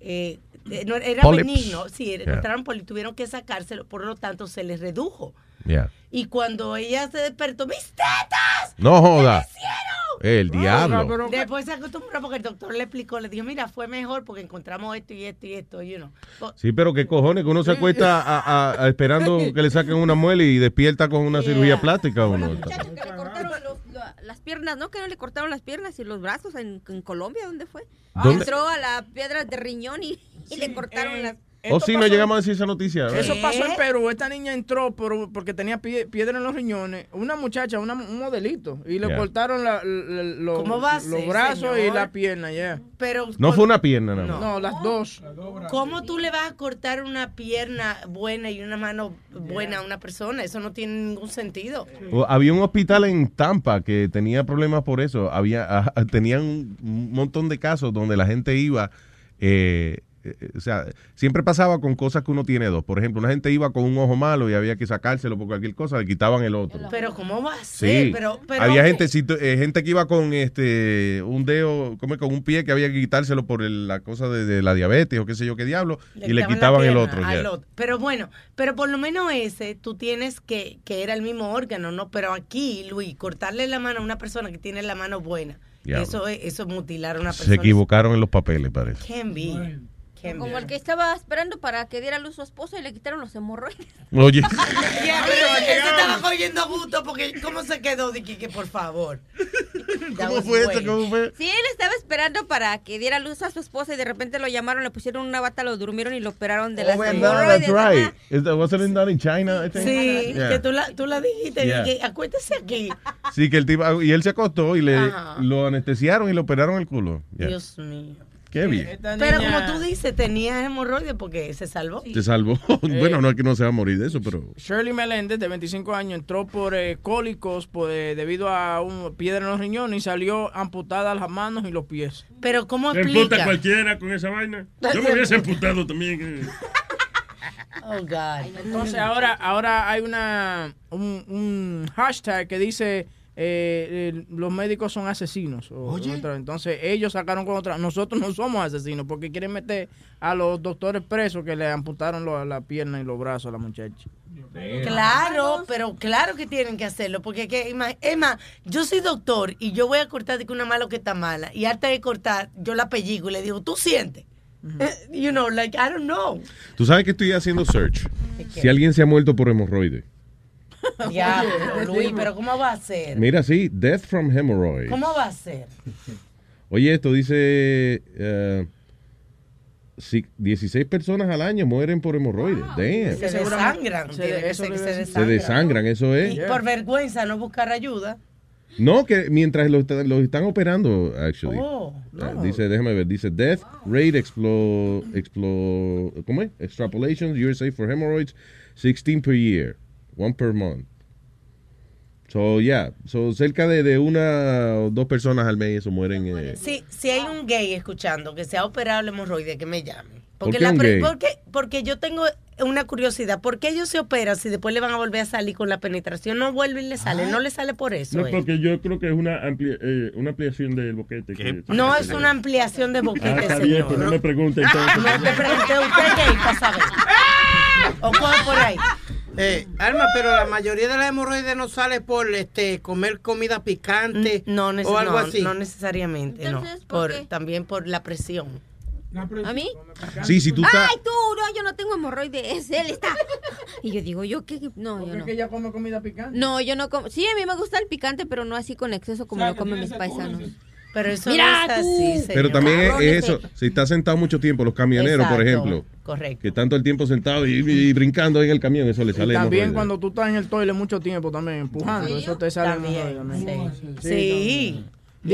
Speaker 23: eh, eh, no, era
Speaker 17: Polyps.
Speaker 23: benigno, sí, le
Speaker 17: Yeah.
Speaker 23: encontraron poli- tuvieron que sacárselo, por lo tanto se les redujo.
Speaker 4: Yeah.
Speaker 23: Y cuando ella se despertó, ¡mis tetas!
Speaker 4: No joda.
Speaker 23: hicieron?
Speaker 4: El diablo.
Speaker 23: Después se acostumbró porque el doctor le explicó, le dijo, mira, fue mejor porque encontramos esto y esto y esto, you know. O-
Speaker 4: Sí, pero qué cojones, que uno se acuesta a- a- a- esperando que le saquen una muela y despierta con una cirugía plástica o no.
Speaker 10: Que le cortaron los- la- las piernas, ¿no? Que no le cortaron las piernas y los brazos en, en Colombia, ¿dónde fue?
Speaker 4: Ah. ¿Dónde?
Speaker 10: Entró a la piedra de riñón y, y le cortaron
Speaker 23: eh,
Speaker 10: las...
Speaker 4: O si Oh, no
Speaker 5: pasó-
Speaker 4: llegamos a decir esa noticia.
Speaker 5: Eso
Speaker 4: ¿verdad?
Speaker 5: pasó en Perú. Esta niña entró por- porque tenía pie- piedra en los riñones. Una muchacha, una- un modelito. Y le
Speaker 4: Ya.
Speaker 5: cortaron la- la- la- los-
Speaker 23: ¿Cómo va a ser,
Speaker 5: los brazos y
Speaker 23: señor?
Speaker 5: la pierna, ya.
Speaker 23: Pero,
Speaker 4: No fue una pierna nada más.
Speaker 5: No, las dos.
Speaker 23: ¿cómo tú le vas a cortar una pierna buena y una mano buena a una persona? Eso no tiene ningún sentido.
Speaker 4: O- Había un hospital en Tampa que tenía problemas por eso. Había, a- a- tenían un montón de casos donde la gente iba eh, eh, eh, o sea, siempre pasaba con cosas que uno tiene dos. Por ejemplo, una gente iba con un ojo malo y había que sacárselo por cualquier cosa, le quitaban el otro.
Speaker 23: Pero ¿cómo va a ser?
Speaker 4: Sí,
Speaker 23: Pero, pero-
Speaker 4: había gente, si tú- eh, gente que iba con este un dedo, como con un pie que había que quitárselo por el- la cosa de, de la diabetes o qué sé yo qué diablo, y le
Speaker 23: la
Speaker 4: quitaban el
Speaker 23: pierna
Speaker 4: otro.
Speaker 23: al
Speaker 4: ya.
Speaker 23: otro. Pero bueno, pero por lo menos ese tú tienes que, que era el mismo órgano, ¿no? Pero aquí, Luis, cortarle la mano a una persona que tiene la mano buena,
Speaker 4: Diablo.
Speaker 23: eso es, eso es mutilar a una persona.
Speaker 4: Se equivocaron en los papeles, parece.
Speaker 23: Can be. Can
Speaker 10: Como
Speaker 23: be.
Speaker 10: el que estaba esperando para que diera luz su esposo y le quitaron los hemorroides.
Speaker 4: Oye.
Speaker 23: Ya, pero él se estaba cogiendo a gusto porque ¿cómo se quedó? Dije que por favor.
Speaker 4: ¿Cómo fue esto? ¿Cómo fue?
Speaker 10: Sí, él estaba esperando para que diera luz a su esposa y de repente lo llamaron, le pusieron una bata, lo durmieron y lo operaron
Speaker 23: Oh,
Speaker 10: de las hemorroides.
Speaker 4: that's right. Is that- wasn't it done in China? I think?
Speaker 23: Sí,
Speaker 4: Yeah.
Speaker 23: que tú la, tú la dijiste,
Speaker 4: Yeah.
Speaker 23: dije, acuérdese aquí.
Speaker 4: Sí, que el tipo, y él se acostó y le
Speaker 23: Ajá.
Speaker 4: lo anestesiaron y le operaron el culo. Ya.
Speaker 23: Dios mío.
Speaker 4: Qué bien.
Speaker 23: Pero como tú dices, tenía hemorroides porque se salvó.
Speaker 4: Te salvó.
Speaker 23: Eh.
Speaker 4: bueno, no es que no se va a morir de eso, pero
Speaker 5: Shirley Meléndez, de 25 años, entró por eh, cólicos por, eh, debido a un piedra en los riñones y salió amputada las manos y los pies.
Speaker 23: Pero ¿cómo
Speaker 9: Se emputa cualquiera con esa vaina. Yo me hubiese emputado también. eh.
Speaker 23: Oh, God.
Speaker 5: Entonces ahora, ahora hay una un, un hashtag que dice eh, eh, los médicos son asesinos. o-
Speaker 15: Oye.
Speaker 5: otra. Entonces ellos sacaron con otra. Nosotros no somos asesinos porque quieren meter a los doctores presos que le amputaron lo- la pierna y los brazos a la muchacha.
Speaker 23: Claro, pero claro que tienen que hacerlo, porque es que, ima- es más, yo soy doctor y yo voy a cortar de que una mala que está mala, y antes de cortar, yo la pellico y le digo, tú sientes. Eh, You know, like, I don't know.
Speaker 4: tú sabes que estoy haciendo search.
Speaker 23: ¿De qué?
Speaker 4: Si alguien se ha muerto por hemorroides.
Speaker 23: Ya, pero, Luis, pero ¿cómo va a ser?
Speaker 4: Mira, sí, death from hemorrhoids.
Speaker 23: Eh. ¿Cómo va a ser?
Speaker 4: Oye, esto dice eh, si- 16 personas al año mueren por hemorroides. Damn.
Speaker 23: Se desangran,
Speaker 5: Se-
Speaker 23: tiene que
Speaker 5: eso
Speaker 23: ser que
Speaker 5: debe
Speaker 23: se
Speaker 5: ser.
Speaker 4: Se
Speaker 23: desangran.
Speaker 4: desangran, eso es.
Speaker 23: Y por vergüenza no buscar ayuda.
Speaker 4: No, que mientras los están operando, actually.
Speaker 23: Oh,
Speaker 4: Eh, Dice, déjame ver, dice death rate explo, explo, ¿cómo es? Extrapolations, USA for hemorrhoids, 16 per year, one per month. So, yeah, so cerca de, de una o dos personas al mes eso mueren. eh.
Speaker 23: Si, si hay un gay escuchando que sea operado el hemorroide, que me llame.
Speaker 4: ¿Por
Speaker 23: Porque,
Speaker 4: qué
Speaker 23: la
Speaker 4: un
Speaker 23: pre-
Speaker 4: gay?
Speaker 23: Porque, porque yo tengo una curiosidad. ¿Por qué ellos se operan si después le van a volver a salir con la penetración? No vuelve y le sale. No le sale por eso.
Speaker 9: Ah. No,
Speaker 23: eh.
Speaker 9: porque yo creo que es una, ampli- eh, una ampliación del boquete. que-
Speaker 23: No es una ampliación de
Speaker 9: Ah,
Speaker 23: boquete,
Speaker 9: está bien,
Speaker 23: señor.
Speaker 9: pero no me pregunte entonces.
Speaker 23: No te pregunté usted gay para saber. ¿O coge por ahí?
Speaker 7: Eh, Alma, pero la mayoría de las hemorroides no sale por este comer comida picante
Speaker 23: Mm, No, neces-
Speaker 7: o algo
Speaker 23: no,
Speaker 7: así.
Speaker 23: no necesariamente, no. Por, también por la presión.
Speaker 10: ¿A mí?
Speaker 4: Sí, si tú estás-
Speaker 10: Ay, tú, no, yo no tengo hemorroides, él está. Y yo digo, yo qué, qué- no, yo no.
Speaker 5: ella come comida picante?
Speaker 10: No, yo no como. Sí, a mí me gusta el picante, pero no así con exceso como lo comen mis paisanos.
Speaker 23: Pero eso
Speaker 10: Mira
Speaker 23: no es
Speaker 10: tú.
Speaker 23: así, señor.
Speaker 4: Pero también es-
Speaker 23: Cabrones,
Speaker 4: es eso, si estás sentado mucho tiempo, los camioneros, por
Speaker 23: Exacto,
Speaker 4: ejemplo,
Speaker 23: correcto.
Speaker 4: que tanto el tiempo sentado y, y brincando ahí en el camión, eso le sale
Speaker 5: También
Speaker 4: hemorroides.
Speaker 5: cuando tú estás en el toile mucho tiempo también empujando, eso te sale hemorroides también.
Speaker 23: Sí.
Speaker 5: Sí.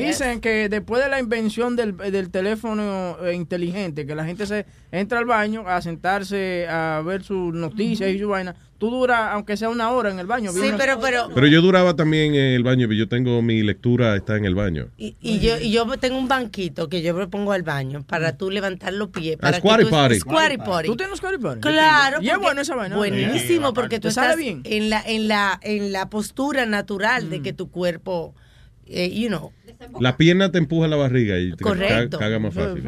Speaker 5: Dicen que después de la invención del, del teléfono eh, inteligente, que la gente se entra al baño a sentarse a ver sus noticias y su vaina, tú duras aunque sea una hora en el baño.
Speaker 23: Sí,
Speaker 5: viendo-
Speaker 23: pero, pero,
Speaker 4: Pero yo duraba también en el baño, pero yo tengo mi lectura, está en el baño.
Speaker 23: Y, y yo, y yo tengo un banquito que yo me pongo al baño para tú levantar los pies. Para que
Speaker 4: squatty
Speaker 23: tú-
Speaker 4: potty.
Speaker 23: Squatty potty.
Speaker 5: ¿Tú tienes squatty potty?
Speaker 23: Claro.
Speaker 5: Y es
Speaker 23: porque-
Speaker 5: bueno esa vaina.
Speaker 23: Buenísimo, porque tú
Speaker 5: ¿Te sale
Speaker 23: estás
Speaker 5: bien? Mm.
Speaker 23: En, la, en, la, en la postura natural de que tu cuerpo, eh, you know.
Speaker 4: La pierna te empuja la barriga y te
Speaker 23: Correcto.
Speaker 4: ca- caga más fácil.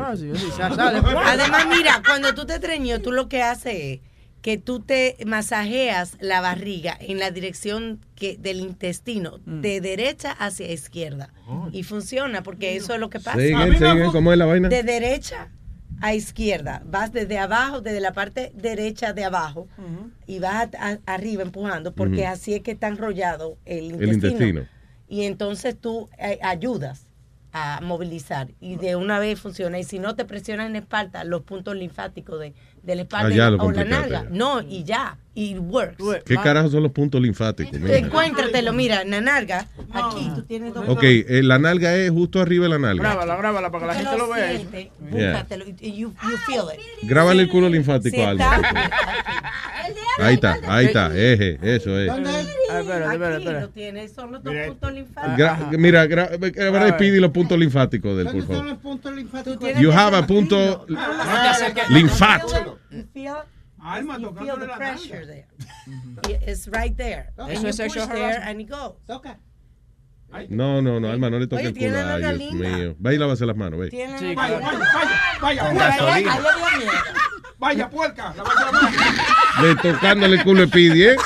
Speaker 23: Además, mira, cuando tú te treñes, tú lo que haces es que tú te masajeas la barriga en la dirección que, del intestino, de derecha hacia izquierda. Y funciona, porque eso es lo que pasa.
Speaker 4: Sigue, sigue, Oh. ¿cómo es la vaina?
Speaker 23: De derecha a izquierda. Vas desde abajo, desde la parte derecha de abajo, y vas a- a- arriba empujando, porque
Speaker 4: Ujú.
Speaker 23: así es que está enrollado el intestino.
Speaker 4: El intestino.
Speaker 23: Y entonces tú eh, ayudas a movilizar y de una vez funciona. Y si no te presionas en la espalda, los puntos linfáticos de, de la espalda
Speaker 4: Ah, ya
Speaker 23: y-
Speaker 4: lo
Speaker 23: o la
Speaker 4: complicaste,
Speaker 23: nalga.
Speaker 4: ya.
Speaker 23: No, y ya. Y works.
Speaker 4: ¿Qué carajos son los puntos linfáticos? Mira.
Speaker 23: Encuéntratelo, mira, en la nalga. Aquí tú tienes dos.
Speaker 4: Ok, eh, la nalga es justo arriba de la nalga.
Speaker 5: Grábala, grábala para que la
Speaker 23: Tú
Speaker 5: gente
Speaker 23: lo
Speaker 5: lo vea.
Speaker 23: sientes,
Speaker 4: Yeah. Ah,
Speaker 23: búscatelo, y- y you, you feel it.
Speaker 4: Grábale el culo linfático
Speaker 23: Si
Speaker 4: a
Speaker 23: está-
Speaker 4: alguien. Ahí está, ahí está, eje, eso es.
Speaker 5: Ay, espérate, espérate, espérate.
Speaker 23: Lo tiene, son los dos puntos
Speaker 24: este.
Speaker 23: linfáticos.
Speaker 4: Gra- mira, gra- eh, grabar el pidi los puntos linfáticos del, por favor. You have a punto
Speaker 24: Ah,
Speaker 4: linfático.
Speaker 23: Alma, tocándole la pressure there. It's right there.
Speaker 5: Eso
Speaker 23: And
Speaker 5: es
Speaker 23: you
Speaker 5: sexual
Speaker 23: push there
Speaker 5: harassment.
Speaker 23: and it goes. Toca.
Speaker 4: No, no, no, Alma, no le toque
Speaker 23: Oye,
Speaker 4: el culo.
Speaker 23: tiene la
Speaker 4: Ay,
Speaker 23: nalga
Speaker 4: Dios
Speaker 23: linda.
Speaker 4: mío. Va y lávase las manos, ve.
Speaker 23: Tiene
Speaker 24: Sí,
Speaker 23: la-
Speaker 24: claro. Vaya,
Speaker 23: Con
Speaker 24: vaya,
Speaker 23: gasolina.
Speaker 24: vaya, vaya, puerca. La vaya a lavar.
Speaker 4: Le tocándole el culo el pidi, ¿eh?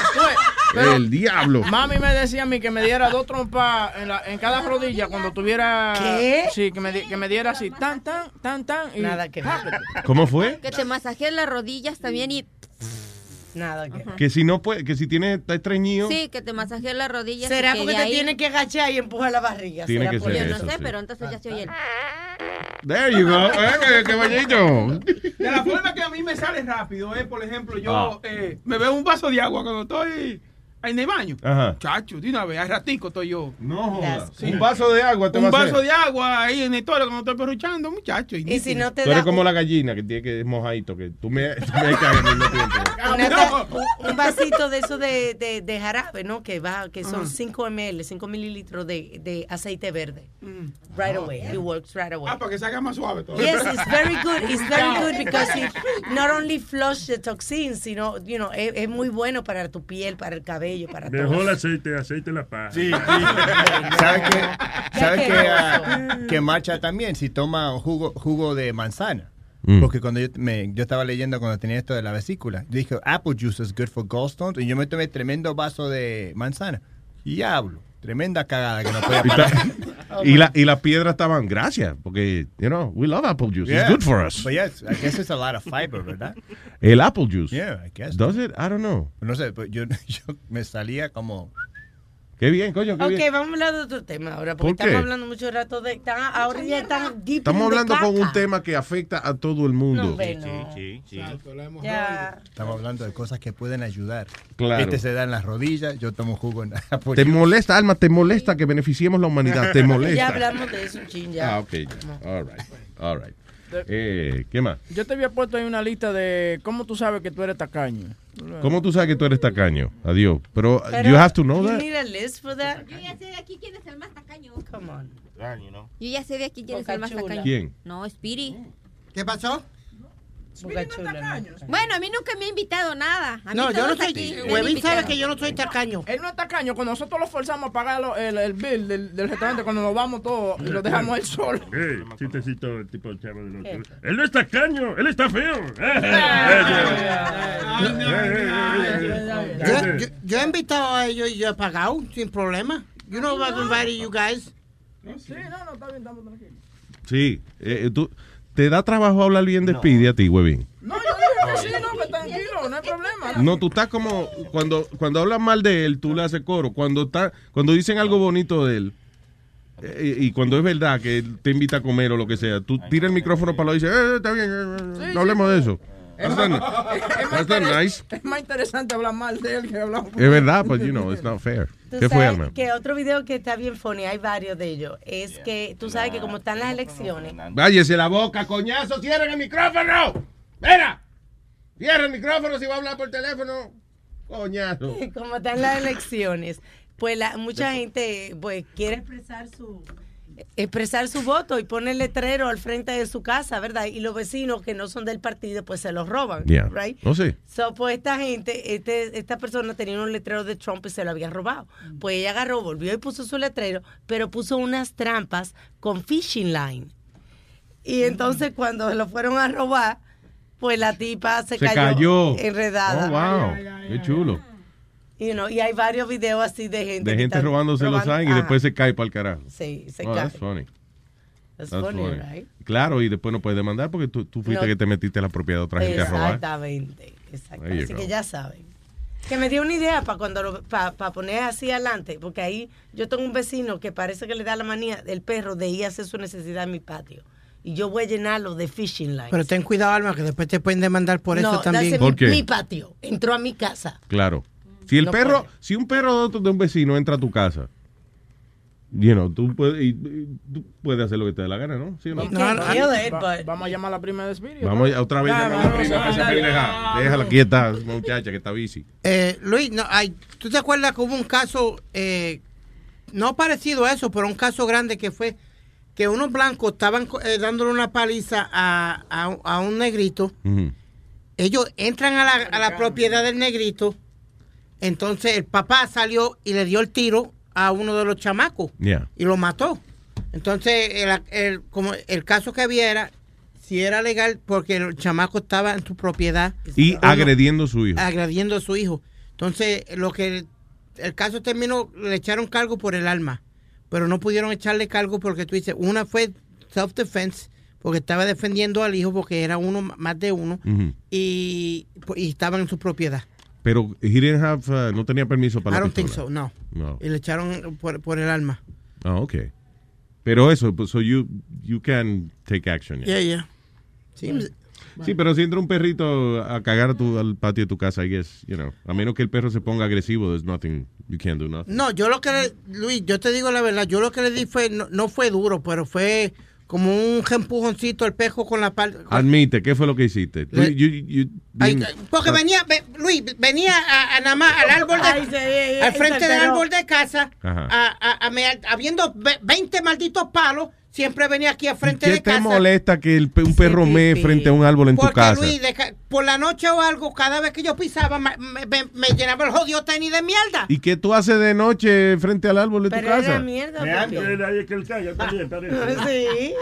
Speaker 5: Pero-
Speaker 4: El diablo.
Speaker 5: Mami me decía a mí que me diera dos trompas en, la- en cada rodilla cuando tuviera.
Speaker 10: ¿Qué?
Speaker 5: Sí, que me, di- que me diera así, tan, tan, tan, tan. Y
Speaker 23: Nada que ver.
Speaker 4: ¿Cómo fue?
Speaker 10: Que te masajees las rodillas también y...
Speaker 23: Nada que
Speaker 4: Que si no puede, que si tiene, está estreñido.
Speaker 10: Sí, que te masajees las rodillas.
Speaker 23: ¿Será
Speaker 10: y
Speaker 23: porque
Speaker 10: de
Speaker 23: te
Speaker 10: ahí-
Speaker 23: tiene que agachar y empujar la barriga?
Speaker 4: Tiene
Speaker 23: ¿Será
Speaker 4: que
Speaker 23: por
Speaker 4: ser
Speaker 10: Yo no
Speaker 4: eso,
Speaker 10: sé,
Speaker 4: sí.
Speaker 10: pero entonces ya se oye el...
Speaker 4: There you go. Eh, qué bonito.
Speaker 24: De la forma que a mí me sale rápido, eh, por ejemplo, yo
Speaker 4: Ah.
Speaker 24: eh, me bebo un vaso de agua cuando estoy en el baño.
Speaker 4: Ajá.
Speaker 24: Chacho, de una vez, al ratico estoy yo.
Speaker 4: No
Speaker 24: jodas.
Speaker 4: Un vaso de agua te
Speaker 24: Un
Speaker 4: va a
Speaker 24: vaso
Speaker 4: hacer.
Speaker 24: de agua ahí en el toro cuando estoy perruchando, muchacho.
Speaker 23: Y si no te
Speaker 4: Tú eres
Speaker 23: da
Speaker 4: como la gallina que tiene que es mojadito, que tú me, tú me caes al mismo tiempo.
Speaker 23: una ta- un, un vasito de eso de, de, de jarabe, ¿no? Que va, que son 5 ml, 5 mililitros de, de aceite verde. Right away. It works right away.
Speaker 24: Mm. Oh, Ah, para que se haga más suave todo.
Speaker 23: Yes, it's very good. It's very good because it not only flush the toxins, sino, you know, es, es muy bueno para tu piel, para el cabello, para todo.
Speaker 9: Dejó el aceite, aceite en la paja.
Speaker 24: Sí,
Speaker 1: ¿Sabes qué? ¿Sabes
Speaker 23: Qué
Speaker 1: qué?
Speaker 23: asqueroso.
Speaker 1: ah, que marcha también si toma jugo, jugo de manzana.
Speaker 4: Mm.
Speaker 1: Porque cuando yo, me- yo estaba leyendo cuando tenía esto de la vesícula, yo dije, apple juice is good for gallstones. Y yo me tomé tremendo vaso de manzana. Y hablo, tremenda cagada que no podía
Speaker 4: Y,
Speaker 1: parar.
Speaker 4: ta- y la, y las piedras estaban, gracias, porque, you know, we love apple juice.
Speaker 1: Yeah.
Speaker 4: It's good for us.
Speaker 1: But yes, I guess it's a lot of fiber, ¿verdad?
Speaker 4: El apple juice.
Speaker 1: Yeah, I guess.
Speaker 4: Does it? I don't know.
Speaker 1: No sé, pero yo, yo me salía como...
Speaker 4: Qué bien, coño, qué
Speaker 23: Ok,
Speaker 4: bien.
Speaker 23: vamos a hablar de otro tema ahora,
Speaker 4: ¿Por
Speaker 23: porque
Speaker 4: qué?
Speaker 23: estamos hablando mucho rato de... Están, ahora ya están deep
Speaker 4: Estamos
Speaker 23: in the
Speaker 4: hablando con
Speaker 23: caca.
Speaker 4: un tema que afecta a todo el
Speaker 23: No,
Speaker 4: mundo.
Speaker 23: hombre, no. Ya.
Speaker 1: Estamos hablando de cosas que pueden ayudar.
Speaker 4: Claro.
Speaker 1: Este se da en las rodillas, yo tomo jugo en apple
Speaker 4: Te
Speaker 1: juice.
Speaker 4: molesta, Alma, te molesta que beneficiemos la humanidad. Te
Speaker 23: Ya
Speaker 4: molesta.
Speaker 23: hablamos de eso un chin, ya.
Speaker 4: Ah, ok, ya. All right. All right. Eh, ¿Qué más?
Speaker 5: Yo te había puesto ahí una lista de cómo tú sabes que tú eres tacaño.
Speaker 4: ¿Cómo tú sabes que tú eres tacaño? Adiós. Pero, uh,
Speaker 5: Pero-
Speaker 4: you have to know
Speaker 23: You
Speaker 4: that.
Speaker 23: need a list for that?
Speaker 10: Yo ya sé de aquí quién es el más tacaño.
Speaker 23: Come on.
Speaker 10: Yo ya sé de aquí quién es el más
Speaker 23: Boca chula.
Speaker 10: tacaño.
Speaker 4: ¿Quién?
Speaker 10: No, Spiri.
Speaker 7: ¿Qué pasó?
Speaker 23: Boca chula, no.
Speaker 10: Bueno, a mí nunca me ha invitado nada. A mí
Speaker 7: No, yo
Speaker 10: todos
Speaker 7: no soy-
Speaker 10: aquí me han
Speaker 7: Huevín sabe
Speaker 10: invitado.
Speaker 7: que yo no soy tacaño.
Speaker 5: Él no es tacaño, cuando nosotros lo forzamos a pagar lo- el, el bill del, del restaurante, cuando nos vamos todos y lo dejamos él solo.
Speaker 9: Eh, chistecito el tipo chavo del otro. Él no es tacaño, él está feo.
Speaker 23: Ah,
Speaker 9: Eh,
Speaker 7: Yo, yo- yo he invitado a ellos y yo he pagado sin problema. You know I've invited you guys.
Speaker 5: Sí, no, no, está bien, estamos tranquilos.
Speaker 4: Sí. eh, tú- ¿Te da trabajo hablar bien de Speedy a ti, huevín?
Speaker 5: No, yo dije que sí, no, que tranquilo, no hay problema.
Speaker 4: No, tú estás como cuando cuando hablan mal de él, tú le haces coro. Cuando está cuando dicen algo bonito de él eh, y cuando es verdad que él te invita a comer o lo que sea, tú tiras el micrófono para lo dices, eh, está bien, eh, eh, no hablemos de eso. That's not-
Speaker 5: Es más
Speaker 4: that's not
Speaker 5: interes-
Speaker 4: nice.
Speaker 5: Es más interesante hablar mal de él que hablar
Speaker 4: Es verdad, pues you know, it's not fair.
Speaker 23: Tú
Speaker 4: ¿Qué fue,
Speaker 23: sabes
Speaker 4: Alma?
Speaker 23: que otro video que está bien funny, hay varios de ellos, es que tú sabes que como están las elecciones,
Speaker 4: Váyese la boca, coñazo, cierren el micrófono. Mira, cierren el micrófono si va a hablar por teléfono. Coñazo.
Speaker 23: como están las elecciones, pues la, mucha gente pues quiere expresar su expresar su voto y pone el letrero al frente de su casa, ¿verdad? Y los vecinos que no son del partido pues se los roban,
Speaker 4: Yeah. Oh,
Speaker 23: right?
Speaker 4: No sé.
Speaker 23: So, pues esta gente, este, esta persona tenía un letrero de Trump y se lo había robado.
Speaker 4: Mm.
Speaker 23: Pues ella agarró, volvió y puso su letrero, pero puso unas trampas con fishing line. Y
Speaker 4: Mm.
Speaker 23: entonces cuando lo fueron a robar, pues la tipa se,
Speaker 4: Se cayó.
Speaker 23: enredada.
Speaker 4: Oh, wow. Qué chulo.
Speaker 23: You know, y hay varios videos así de gente.
Speaker 4: De
Speaker 23: que
Speaker 4: gente
Speaker 23: están
Speaker 4: robándose los
Speaker 23: robando-
Speaker 4: signs y
Speaker 23: Ajá.
Speaker 4: después se cae para el carajo.
Speaker 23: Sí, se
Speaker 4: Oh,
Speaker 23: cae.
Speaker 4: that's funny.
Speaker 23: That's
Speaker 4: That's
Speaker 23: funny,
Speaker 4: funny.
Speaker 23: right?
Speaker 4: Claro, y después no puedes demandar porque tú, tú fuiste
Speaker 23: No.
Speaker 4: que te metiste la propiedad de otra gente a robar.
Speaker 23: Exactamente. exactamente.
Speaker 4: There you
Speaker 23: Así
Speaker 4: go.
Speaker 23: que ya saben. Que me dio una idea para cuando lo- pa- pa poner así adelante, porque ahí yo tengo un vecino que parece que le da la manía del perro de ir a hacer su necesidad en mi patio. Y yo voy a llenarlo de fishing line.
Speaker 7: Pero ten cuidado, Alma, que después te pueden demandar por
Speaker 23: no,
Speaker 7: eso también.
Speaker 23: that's mi-
Speaker 4: ¿Por qué?
Speaker 23: mi patio. Entró a mi casa.
Speaker 4: Claro. Si el
Speaker 23: Mm. No
Speaker 4: perro, si un perro de, otro- de un vecino entra a tu casa you know, tú puedes, y- y tú puedes hacer lo que te dé la gana, ¿no? ¿Sí o no?
Speaker 5: Va- Vamos a llamar a la prima de Spirit.
Speaker 4: Vamos a- otra vez
Speaker 5: Nah,
Speaker 4: llamar a la
Speaker 5: vamos,
Speaker 4: prima.
Speaker 5: vamos,
Speaker 4: esa
Speaker 5: dale.
Speaker 4: pendeja. Déjala quieta, muchacha, que está bici.
Speaker 7: Eh, Luis, no, ay, ¿tú te acuerdas que hubo un caso, eh, no parecido a eso, pero un caso grande que fue que unos blancos estaban co- eh, dándole una paliza a, a, a un negrito?
Speaker 4: Mm-hmm.
Speaker 7: Ellos entran a la, a la propiedad del negrito, entonces el papá salió y le dio el tiro a uno de los chamacos
Speaker 4: Yeah.
Speaker 7: y lo mató. Entonces, el, el- como el caso que había era si era legal porque el chamaco estaba en su propiedad.
Speaker 4: Y
Speaker 23: Ah,
Speaker 7: O no,
Speaker 4: agrediendo a su hijo.
Speaker 7: Agrediendo a su hijo. Entonces, lo que el, el caso terminó, le echaron cargo por el alma, pero no pudieron echarle cargo porque tú dices, una fue self-defense, porque estaba defendiendo al hijo porque era uno más de uno
Speaker 4: Ujú.
Speaker 7: y, pues, y estaba en su propiedad.
Speaker 4: Pero he didn't have, uh, no tenía permiso para
Speaker 7: I
Speaker 4: la
Speaker 7: don't think
Speaker 4: pistola.
Speaker 7: so, no.
Speaker 4: No.
Speaker 7: Y le echaron por, por el alma.
Speaker 4: Ah, ok. Pero eso, pues, so you, you can take action. yeah.
Speaker 7: Yeah, yeah. Sí,
Speaker 4: Sí, pero si entra un perrito a cagar a tu- al patio de tu casa, I guess, you know, a menos que el perro se ponga agresivo, there's nothing, you can't do nothing.
Speaker 7: No, yo lo que le, Luis, yo te digo la verdad, yo lo que le di fue, no, no fue duro, pero fue como un empujoncito al pejo con la pal.
Speaker 4: Admite, ¿qué fue lo que hiciste? Tú- you- you-
Speaker 7: Ay,
Speaker 4: you-
Speaker 7: Porque venía, ve- Luis, venía a, a nada más al árbol de,
Speaker 23: Ay, sí, sí, sí,
Speaker 7: al frente
Speaker 23: se
Speaker 7: del
Speaker 23: alteró.
Speaker 7: árbol de casa,
Speaker 4: Ajá.
Speaker 7: a- a- a mear- habiendo ve- 20 malditos palos, siempre venía aquí al frente
Speaker 4: ¿Qué
Speaker 7: de
Speaker 4: te
Speaker 7: casa.
Speaker 4: molesta que el pe- un perro mee
Speaker 7: sí.
Speaker 4: frente a un árbol en tu
Speaker 7: Porque
Speaker 4: casa?
Speaker 7: Luis, deja- por la noche o algo, cada vez que yo pisaba, ma- me, me- me llenaba el jodido tenis de mierda.
Speaker 4: ¿Y qué tú haces de noche frente al árbol de tu casa?
Speaker 7: mierda.
Speaker 9: que él caiga también, parece.
Speaker 7: Sí.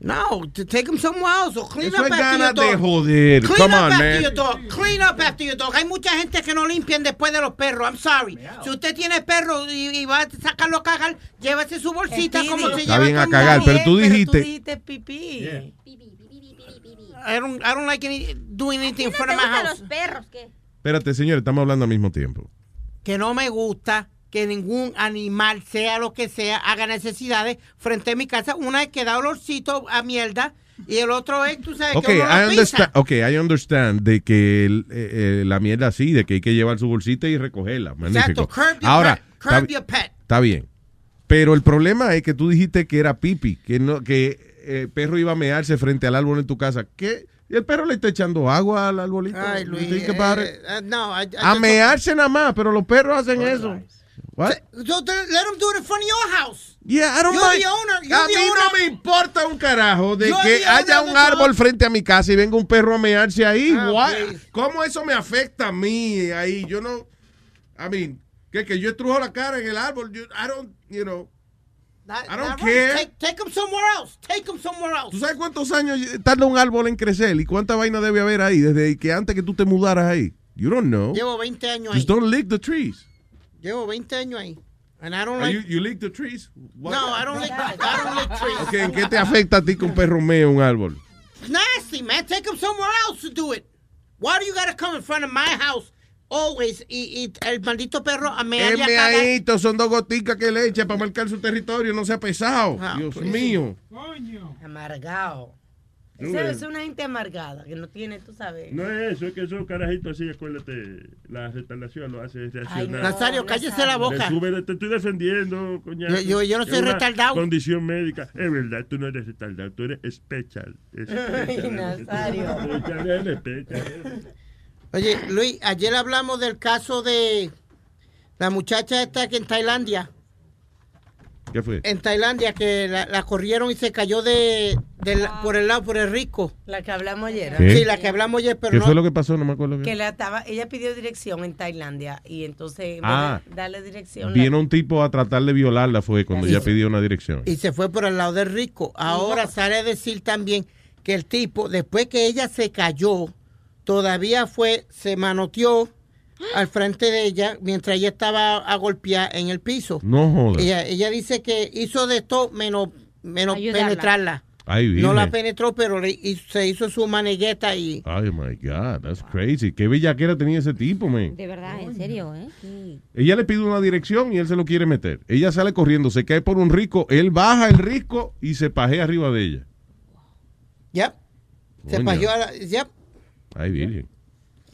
Speaker 7: No, to take him somewhere else. or clean
Speaker 4: Eso
Speaker 7: up
Speaker 4: es
Speaker 7: after
Speaker 4: ganas
Speaker 7: your dog.
Speaker 4: de joder.
Speaker 7: Clean
Speaker 4: Come
Speaker 7: up
Speaker 4: on,
Speaker 7: after
Speaker 4: man.
Speaker 7: your dog. Clean up after your dog. Hay mucha gente que no limpian después de los perros. I'm sorry. Si usted tiene perro y, y va a sacarlo a cagar, llévese su bolsita como se
Speaker 4: Está
Speaker 7: lleva
Speaker 4: bien a
Speaker 7: con
Speaker 4: cagar,
Speaker 7: Daniel.
Speaker 4: pero tú dijiste,
Speaker 23: Dijiste pipí.
Speaker 7: I don't, I don't like any, doing anything in front of my
Speaker 10: gustan
Speaker 7: house.
Speaker 10: los perros? ¿Qué?
Speaker 4: espérate, señor, estamos hablando al mismo tiempo.
Speaker 7: Que no me gusta que ningún animal, sea lo que sea, haga necesidades frente a mi casa. Una es que da olorcito a mierda y el otro es, tú sabes,
Speaker 4: Ok,
Speaker 7: que uno
Speaker 4: I
Speaker 7: lo pisa.
Speaker 4: understand, okay, I understand de que el- eh, eh, la mierda así, de que hay que llevar su bolsita y recogerla. Magnífico.
Speaker 7: Exacto. Curb your
Speaker 4: Ahora,
Speaker 7: pet.
Speaker 4: está
Speaker 7: Curb
Speaker 4: bi-
Speaker 7: your pet.
Speaker 4: Está bien. Pero el problema es que tú dijiste que era pipi, que no, que eh, el perro iba a mearse frente al árbol en tu casa. ¿Qué? ¿Y el perro le está echando agua al arbolito?
Speaker 7: Ay,
Speaker 4: You
Speaker 7: Luis.
Speaker 4: think about
Speaker 7: eh,
Speaker 4: it?
Speaker 7: eh, no, I- I
Speaker 4: a
Speaker 7: just-
Speaker 4: mearse nada más, pero los perros hacen eso. What?
Speaker 7: So then let them do it in front of your house.
Speaker 4: Yeah, I don't
Speaker 7: You're
Speaker 4: mind.
Speaker 7: the owner. You're
Speaker 4: a
Speaker 7: the
Speaker 4: mí
Speaker 7: owner.
Speaker 4: no me importa un carajo de
Speaker 7: You're
Speaker 4: que
Speaker 7: the
Speaker 4: haya
Speaker 7: owner
Speaker 4: un
Speaker 7: of the
Speaker 4: árbol
Speaker 7: dog.
Speaker 4: frente a mi casa y venga un perro a mearse ahí.
Speaker 7: Ah,
Speaker 4: What?
Speaker 7: please.
Speaker 4: ¿Cómo eso me afecta a mí ahí? Yo no. I mean, que, que yo estrujo la cara en el árbol. yo- I don't, you know.
Speaker 7: That-
Speaker 4: I don't
Speaker 7: that right.
Speaker 4: care.
Speaker 7: Take, take 'em somewhere else. Take 'em somewhere else.
Speaker 4: ¿Tú sabes cuántos años tarda un árbol en crecer y cuánta vaina debe haber ahí desde que antes que tú te mudaras ahí? You don't know.
Speaker 7: Llevo 20 años ahí.
Speaker 4: Just don't lick the trees.
Speaker 7: Llevo 20 años ahí. And I don't
Speaker 4: Are
Speaker 7: like.
Speaker 4: You, you lick the trees. What?
Speaker 7: No, I don't like. I don't like trees.
Speaker 4: Okay, ¿En qué te afecta a ti que un perro mee un árbol?
Speaker 7: It's nasty, man. Take 'em somewhere else to do it. Why do you gotta come in front of my house always? Y, y el maldito perro a mear y a
Speaker 4: M
Speaker 7: cagar.
Speaker 4: ahíto, son dos goticas que le echa para marcar su territorio, no sea pesado.
Speaker 23: Ah,
Speaker 4: Dios
Speaker 23: pues.
Speaker 4: mío.
Speaker 23: Amargado.
Speaker 9: Tú
Speaker 23: Esa
Speaker 9: ves.
Speaker 23: es una gente amargada que no tiene, tú sabes.
Speaker 9: No es eso, es que esos carajitos así, acuérdate, la restauración lo hace reaccionar.
Speaker 23: no, Nazario, cállese
Speaker 9: Nazario.
Speaker 23: la
Speaker 9: Le
Speaker 23: boca.
Speaker 9: sube, te estoy defendiendo, coñazo.
Speaker 7: Yo- yo- yo no soy
Speaker 9: Es una
Speaker 7: retardado.
Speaker 9: Condición médica. Es verdad, tú no eres retardado, tú eres special.
Speaker 23: Ay, Nazario.
Speaker 9: Special, eres special.
Speaker 7: Oye, Luis, ayer hablamos del caso de la muchacha esta que en Tailandia.
Speaker 4: ¿Qué fue?
Speaker 7: en Tailandia que la, la corrieron y se cayó de, de la- por el lado por el rico.
Speaker 23: La que hablamos ayer.
Speaker 4: ¿Qué?
Speaker 7: Sí, la que hablamos ayer, pero
Speaker 4: ¿Qué
Speaker 7: no.
Speaker 4: fue lo que pasó? No me acuerdo.
Speaker 23: Que
Speaker 4: Qué.
Speaker 23: la estaba, ella pidió dirección en Tailandia y entonces
Speaker 4: Ah.
Speaker 23: bueno, darle dirección.
Speaker 4: Vino un tipo a tratar de violarla, fue cuando
Speaker 7: Sí.
Speaker 4: ya pidió una dirección.
Speaker 7: Y se fue por el lado del rico. Ahora sale a decir también que el tipo, después que ella se cayó, todavía fue, se manoteó al frente de ella mientras ella estaba a golpear en el piso.
Speaker 4: No jodas.
Speaker 7: Ella, ella dice que hizo de esto menos, menos
Speaker 23: Ayudarla.
Speaker 7: penetrarla.
Speaker 4: Ay,
Speaker 7: No la
Speaker 4: virgen.
Speaker 7: penetró, pero le hizo- se hizo su manegueta y
Speaker 4: Ay, my God, that's crazy. Qué bellaquera tenía ese tipo, man.
Speaker 10: De verdad, en serio, ¿eh? Sí.
Speaker 4: Ella le pide una dirección y él se lo quiere meter. Ella sale corriendo, se cae por un rico, él baja el rico y se pajea arriba de ella.
Speaker 7: Yep. Se
Speaker 4: Coño.
Speaker 7: pagió a la- yep.
Speaker 4: Ay, virgen.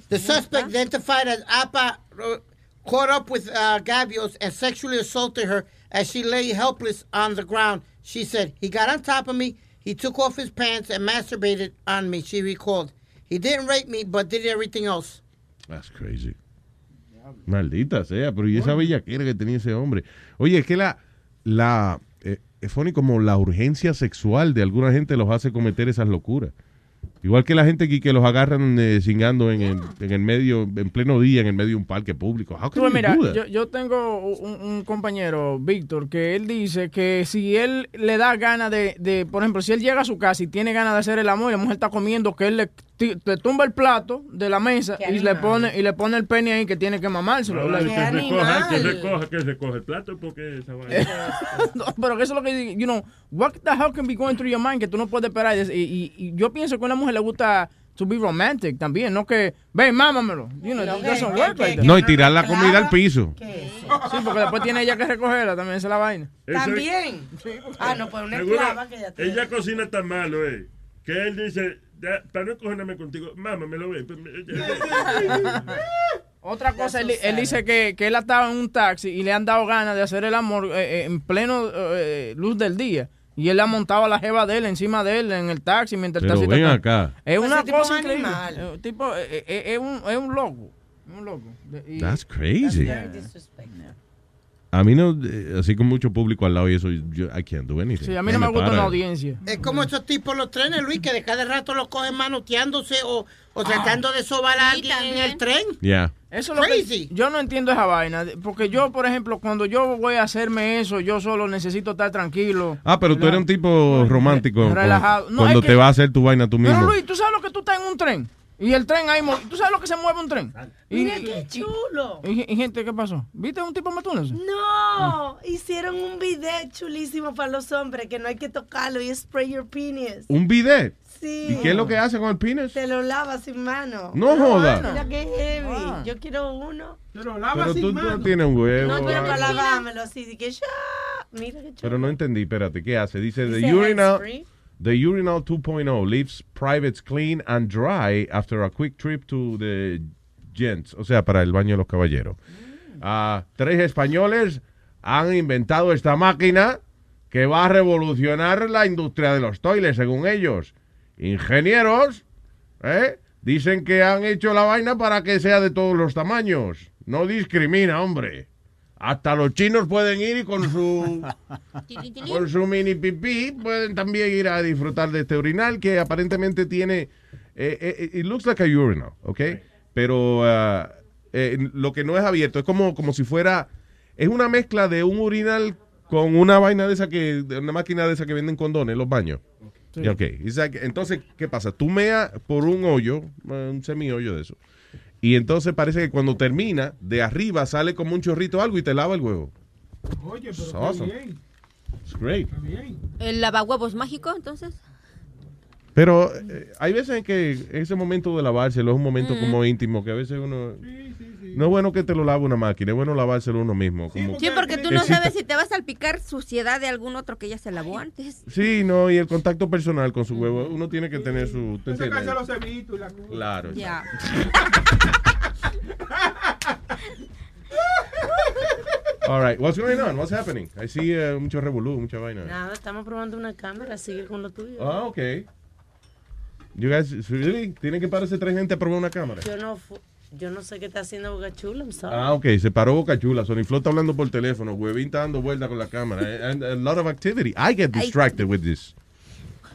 Speaker 7: The suspect identified as Apa uh, caught up with uh, Gavios and sexually assaulted her As she lay helpless on the ground, she said, He got on top of me, he took off his pants and masturbated on me, she recalled. He didn't rape me, but did everything else.
Speaker 4: That's crazy. Maldita sea, pero y esa bellaquera que tenía ese hombre. Oye, es que la, la, eh, es funny como la urgencia sexual de alguna gente los hace cometer esas locuras. Igual que la gente aquí que los agarran eh, cingando en, el- en el medio, en pleno día, en el medio de un parque público. How can
Speaker 5: Tú,
Speaker 4: you
Speaker 5: mira,
Speaker 4: do that?
Speaker 5: yo, yo tengo un, un compañero, Víctor, que él dice que si él le da ganas de, de, por ejemplo, si él llega a su casa y tiene ganas de hacer el amor y la mujer está comiendo, que él le, ti- le tumba el plato de la mesa
Speaker 24: Qué
Speaker 5: y le,
Speaker 24: animal.
Speaker 5: pone, y le pone el pene ahí que tiene que mamárselo.
Speaker 9: Ahora,
Speaker 5: Le-
Speaker 9: que recoja, que recoja, que recoja el plato porque esa vaina.
Speaker 5: No, pero que eso es lo que, you know, what the hell can be going through your mind que tú no puedes esperar. Y, y- y yo pienso que a una mujer le gusta to be romantic también, no que, ven, mámamelo. You know, it doesn't work like that.
Speaker 4: No, y tirar la comida al piso.
Speaker 5: Sí, porque después tiene ella que recogerla también, esa es la vaina.
Speaker 9: Eso-
Speaker 23: También. Ah, no, pues una
Speaker 9: Seguro,
Speaker 23: esclava que ya tiene.
Speaker 9: Ella cocina tan malo, eh, que él dice, "Ya, para no cojonarme contigo, mamá, me lo ve.
Speaker 5: Otra cosa, él, él dice que, que él estaba en un taxi y le han dado ganas de hacer el amor eh, eh, en pleno eh, luz del día. Y él la montaba la jeva de él encima de él en el taxi mientras el
Speaker 4: Pero
Speaker 5: taxista
Speaker 4: ven
Speaker 5: está-
Speaker 4: acá.
Speaker 5: Es una
Speaker 23: Ese Pues tipo
Speaker 5: cosa
Speaker 23: es un
Speaker 5: increíble.
Speaker 23: animal.
Speaker 5: Eh, tipo, eh, eh, es, un, es un loco. Un loco. De- y-
Speaker 4: That's crazy.
Speaker 5: Yeah.
Speaker 4: A mí no, eh, así con mucho público al lado y eso, yo, I can't do anything.
Speaker 5: Sí, a mí no me gusta
Speaker 4: para.
Speaker 5: una audiencia.
Speaker 7: Es como Eh, esos tipos los trenes, Luis, que de cada rato los cogen manoteándose o, o tratando de sobar a alguien en el tren.
Speaker 4: Yeah.
Speaker 5: Eso es lo que yo no entiendo esa vaina. Porque yo, por ejemplo, cuando yo voy a hacerme eso, yo solo necesito estar tranquilo.
Speaker 4: Ah, pero tú eres un tipo romántico con-
Speaker 5: Relajado. No,
Speaker 4: cuando
Speaker 5: es
Speaker 4: te
Speaker 5: que-
Speaker 4: vas a hacer tu vaina tú
Speaker 5: Pero
Speaker 4: mismo.
Speaker 5: Luis, tú sabes lo que tú estás en un tren. Y el tren ahí. mo- ¿Tú sabes lo que se mueve un tren? Y,
Speaker 23: Mira
Speaker 5: y-
Speaker 23: qué chulo.
Speaker 5: y- y gente, ¿qué pasó? ¿Viste un tipo matándose?
Speaker 23: No, hicieron un video chulísimo para los hombres que no hay que tocarlo y es spray your penis.
Speaker 4: Un bidet.
Speaker 23: Sí.
Speaker 4: ¿Y qué es lo que hace con el penis?
Speaker 23: Te lo lavas sin mano.
Speaker 4: No joda.
Speaker 23: Mira qué heavy. Yo quiero uno. Te lo
Speaker 4: Pero tú, tú no tienes un huevo.
Speaker 23: No, pero
Speaker 4: ah.
Speaker 23: para lavármelo así. de que ya. Mira qué chulo.
Speaker 4: Pero no entendí, espérate, ¿qué hace? Dice, the
Speaker 23: Dice
Speaker 4: urinal,
Speaker 23: hands-free.
Speaker 4: the urinal 2.0 leaves privates clean and dry after a quick trip to the gents, o sea, para el baño de los caballeros. Ah, tres españoles han inventado esta máquina que va a revolucionar la industria de los toiles, según ellos. Ingenieros, ¿eh? Dicen que han hecho la vaina para que sea de todos los tamaños. No discrimina, hombre. Hasta los chinos pueden ir y con su con su mini pipí pueden también ir a disfrutar de este urinal que aparentemente tiene eh, eh, it looks like a urinal, ¿ok? Pero ah, eh, lo que no es abierto es como como si fuera es una mezcla de un urinal con una vaina de esa que de una máquina de esa que venden condones en los baños.
Speaker 11: Sí.
Speaker 4: Ya, ok. It's like- entonces, ¿qué pasa? Tú meas por un hoyo, eh, un semihoyo de eso. Y entonces parece que cuando termina, de arriba sale como un chorrito o algo y te lava el huevo.
Speaker 16: Oye,
Speaker 4: It's awesome. It's great.
Speaker 10: ¿El lavahuevos mágico, entonces?
Speaker 4: Pero eh, hay veces en que ese momento de lavárselo es un momento
Speaker 10: Mm.
Speaker 4: como íntimo, que a veces uno... No es bueno que te lo lave una máquina, es bueno lavárselo uno mismo. como-
Speaker 10: Sí, porque tú no
Speaker 4: Excita-
Speaker 10: sabes si te vas a salpicar suciedad de algún otro que ya se lavó antes.
Speaker 4: Sí, no, y el contacto personal con su huevo,
Speaker 10: Mm.
Speaker 4: uno tiene que tener su...
Speaker 10: Pues
Speaker 4: ¿te entiendes?
Speaker 14: Sacarse los cebitos y la cosa.
Speaker 4: Claro.
Speaker 10: Ya.
Speaker 4: All right, what's going on? What's happening? I see eh, mucho revolú, mucha vaina.
Speaker 23: Nada, estamos probando una cámara. Sigue con lo tuyo.
Speaker 4: Ah, ok. You guys, really? Tienen que pararse tres gente a probar una cámara.
Speaker 23: Yo no, fu- yo no sé qué está haciendo Boca Chula. I'm sorry.
Speaker 4: Ah, ok, se paró Boca Chula. Sonny Flo está hablando por teléfono. Huevín está dando vuelta con la cámara. Eh, And a lot of activity. I get
Speaker 10: Ay.
Speaker 4: distracted with this.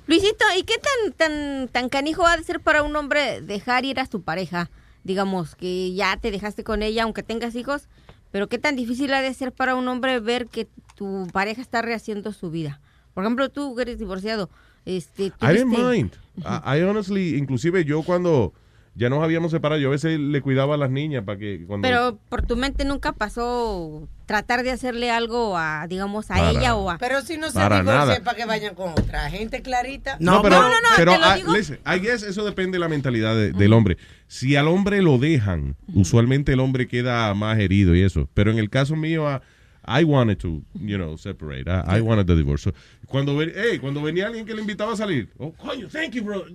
Speaker 10: Luisito, ¿y qué tan, tan, tan canijo ha de ser para un hombre dejar ir a su pareja? Digamos, que ya te dejaste con ella, aunque tengas hijos, pero ¿qué tan difícil ha de ser para un hombre ver que tu pareja está rehaciendo su vida? Por ejemplo, tú que eres divorciado, este...
Speaker 4: I didn't
Speaker 10: tuviste-
Speaker 4: mind. I, I honestly, inclusive yo cuando ya nos habíamos separado, yo a veces le cuidaba a las niñas para que cuando...
Speaker 10: Pero por tu mente nunca pasó tratar de hacerle algo a, digamos, a
Speaker 4: Para-
Speaker 10: ella o a...
Speaker 23: Pero si no
Speaker 4: se Para divorcia, nada.
Speaker 23: para que vayan Ah. con otra gente clarita.
Speaker 4: pero ah, listen, I guess eso depende de la mentalidad de- del hombre. Si al hombre lo dejan,
Speaker 10: Mm.
Speaker 4: usualmente el hombre queda más herido y eso. Pero en el caso mío, ah, I wanted to, you know, separate. I, I wanted the divorce. So, Cuando, ven- hey, cuando venía alguien que le invitaba a salir. Oh, coño, thank you, bro.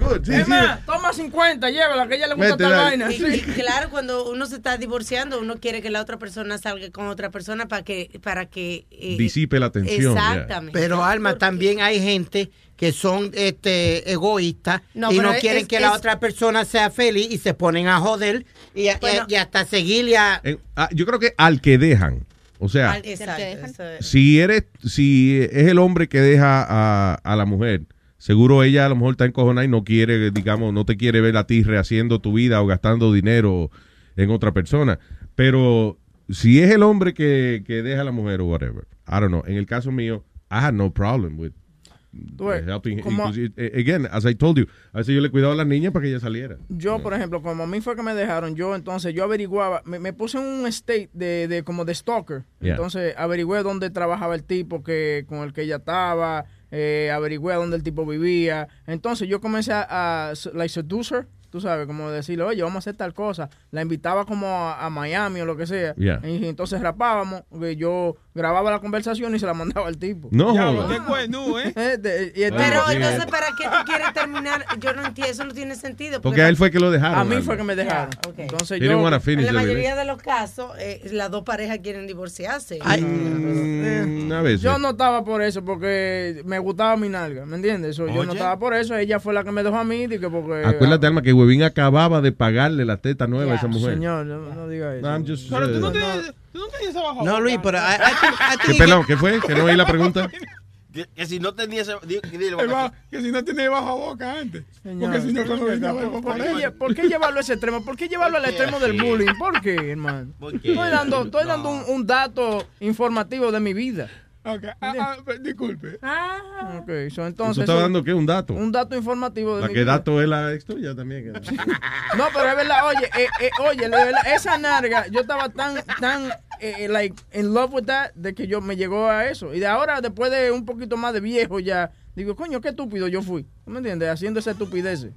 Speaker 4: Good, sí,
Speaker 5: Es
Speaker 4: sí.
Speaker 5: más, toma 50, llévala, que a ella le gusta
Speaker 4: Vete,
Speaker 5: tal
Speaker 4: dale.
Speaker 5: vaina.
Speaker 4: Sí.
Speaker 5: Sí.
Speaker 23: Y- y claro, cuando uno se está divorciando, uno quiere que la otra persona salga con otra persona para que... Para que eh,
Speaker 4: Disipe la tensión, ya.
Speaker 23: Exactamente.
Speaker 7: Pero Alma, también hay gente que son este egoístas
Speaker 23: No,
Speaker 7: y
Speaker 23: pero
Speaker 7: no
Speaker 23: es-
Speaker 7: quieren
Speaker 23: es-
Speaker 7: que la
Speaker 23: es-
Speaker 7: otra persona sea feliz y se ponen a joder y, a- y a- y hasta seguirle a...
Speaker 4: En- ah, yo creo que al que dejan. O sea,
Speaker 7: al-
Speaker 5: Este,
Speaker 7: exacto, eso es.
Speaker 4: si eres, si es el hombre que deja a, a la mujer, seguro ella a lo mejor está encojonada y no quiere, digamos, no te quiere ver a ti rehaciendo tu vida o gastando dinero en otra persona. Pero si es el hombre que, que deja a la mujer o whatever, I don't know. En el caso mío, I had no problem with
Speaker 5: Tú-
Speaker 4: helping.
Speaker 5: como-
Speaker 4: inclusive- eh, again, as I told you, a veces yo le cuidaba a la niña para que ella saliera.
Speaker 5: Yo, por ejemplo, como a mí fue que me dejaron, yo entonces yo averiguaba, me, me puse en un state de, de como de stalker.
Speaker 4: Yeah.
Speaker 5: Entonces averigüé dónde trabajaba el tipo que con el que ella estaba, eh, averigüé dónde el tipo vivía. Entonces yo comencé a, a s- like seduce her, tú sabes, como decirle, oye, vamos a hacer tal cosa. La invitaba como a, a Miami o lo que sea.
Speaker 4: Yeah.
Speaker 5: Y entonces rapábamos, que yo grababa la conversación y se la mandaba al tipo.
Speaker 4: No Ya, joda.
Speaker 23: qué
Speaker 5: bueno, ¿eh? y el
Speaker 23: Pero eh,
Speaker 5: tipo-
Speaker 23: entonces, ¿para qué tú quieres terminar? Yo no entiendo, eso no tiene sentido.
Speaker 4: Porque a él fue que lo dejaron,
Speaker 5: A mí
Speaker 4: Alma.
Speaker 5: fue que me dejaron.
Speaker 23: Ya, ok.
Speaker 5: Entonces
Speaker 4: He didn't
Speaker 5: yo.
Speaker 4: wanna finish
Speaker 23: En la
Speaker 4: the
Speaker 23: mayoría de los casos, eh, las dos parejas quieren divorciarse.
Speaker 4: Mm, a veces.
Speaker 5: Yo no estaba por eso porque me gustaba mi nalga, ¿me entiendes? So, yo no
Speaker 23: Oye.
Speaker 5: estaba por eso, ella fue la que me dejó a mí, di que porque...
Speaker 4: Acuérdate, Alma, que Huevín acababa de pagarle la teta nueva a
Speaker 5: Ya,
Speaker 4: esa mujer.
Speaker 5: Señor, no, no diga eso.
Speaker 4: No, I'm just,
Speaker 5: Pero tú no
Speaker 4: eh,
Speaker 5: tienes-
Speaker 24: Tú no tenías abajo.
Speaker 7: No, Luis, pero I, I think- I
Speaker 4: ¿Qué
Speaker 7: think-
Speaker 4: pelado? ¿Qué fue? ¿Que no oí la pregunta?
Speaker 6: Que, que si no tenía ese. di- dile,
Speaker 24: El
Speaker 6: Boca,
Speaker 24: ba- que si no tiene bajo a boca antes.
Speaker 5: Señor,
Speaker 24: porque si no,
Speaker 5: ¿por
Speaker 24: cuando
Speaker 5: qué,
Speaker 24: venga,
Speaker 5: cabrón?
Speaker 24: vamos a
Speaker 5: ¿Por qué
Speaker 24: poner.
Speaker 5: lle- ¿Por qué llevarlo a ese extremo? ¿Por qué llevarlo al
Speaker 24: ¿Por qué
Speaker 5: extremo del
Speaker 24: así?
Speaker 5: bullying? ¿Por qué, hermano?
Speaker 24: qué?
Speaker 5: Estoy dando, estoy dando un, un dato informativo de mi vida.
Speaker 24: Ok, ah, ah, pe- disculpe.
Speaker 5: Ok, so,
Speaker 4: ¿Tú
Speaker 5: entonces...
Speaker 4: estás
Speaker 5: eso-
Speaker 4: dando qué? ¿Un dato?
Speaker 5: Un dato informativo de
Speaker 4: La
Speaker 5: mi
Speaker 4: que
Speaker 5: vida.
Speaker 4: dato es la ex tuya también.
Speaker 5: No, pero es verdad, oye, eh, eh, oye, de verdad, esa narga, yo estaba tan, tan, eh, eh, like, in love with that, de que yo me llegó a eso. Y de ahora, después de un poquito más de viejo ya, digo, coño, qué estúpido yo fui. ¿Tú ¿Me entiendes? Haciendo esa estupidez.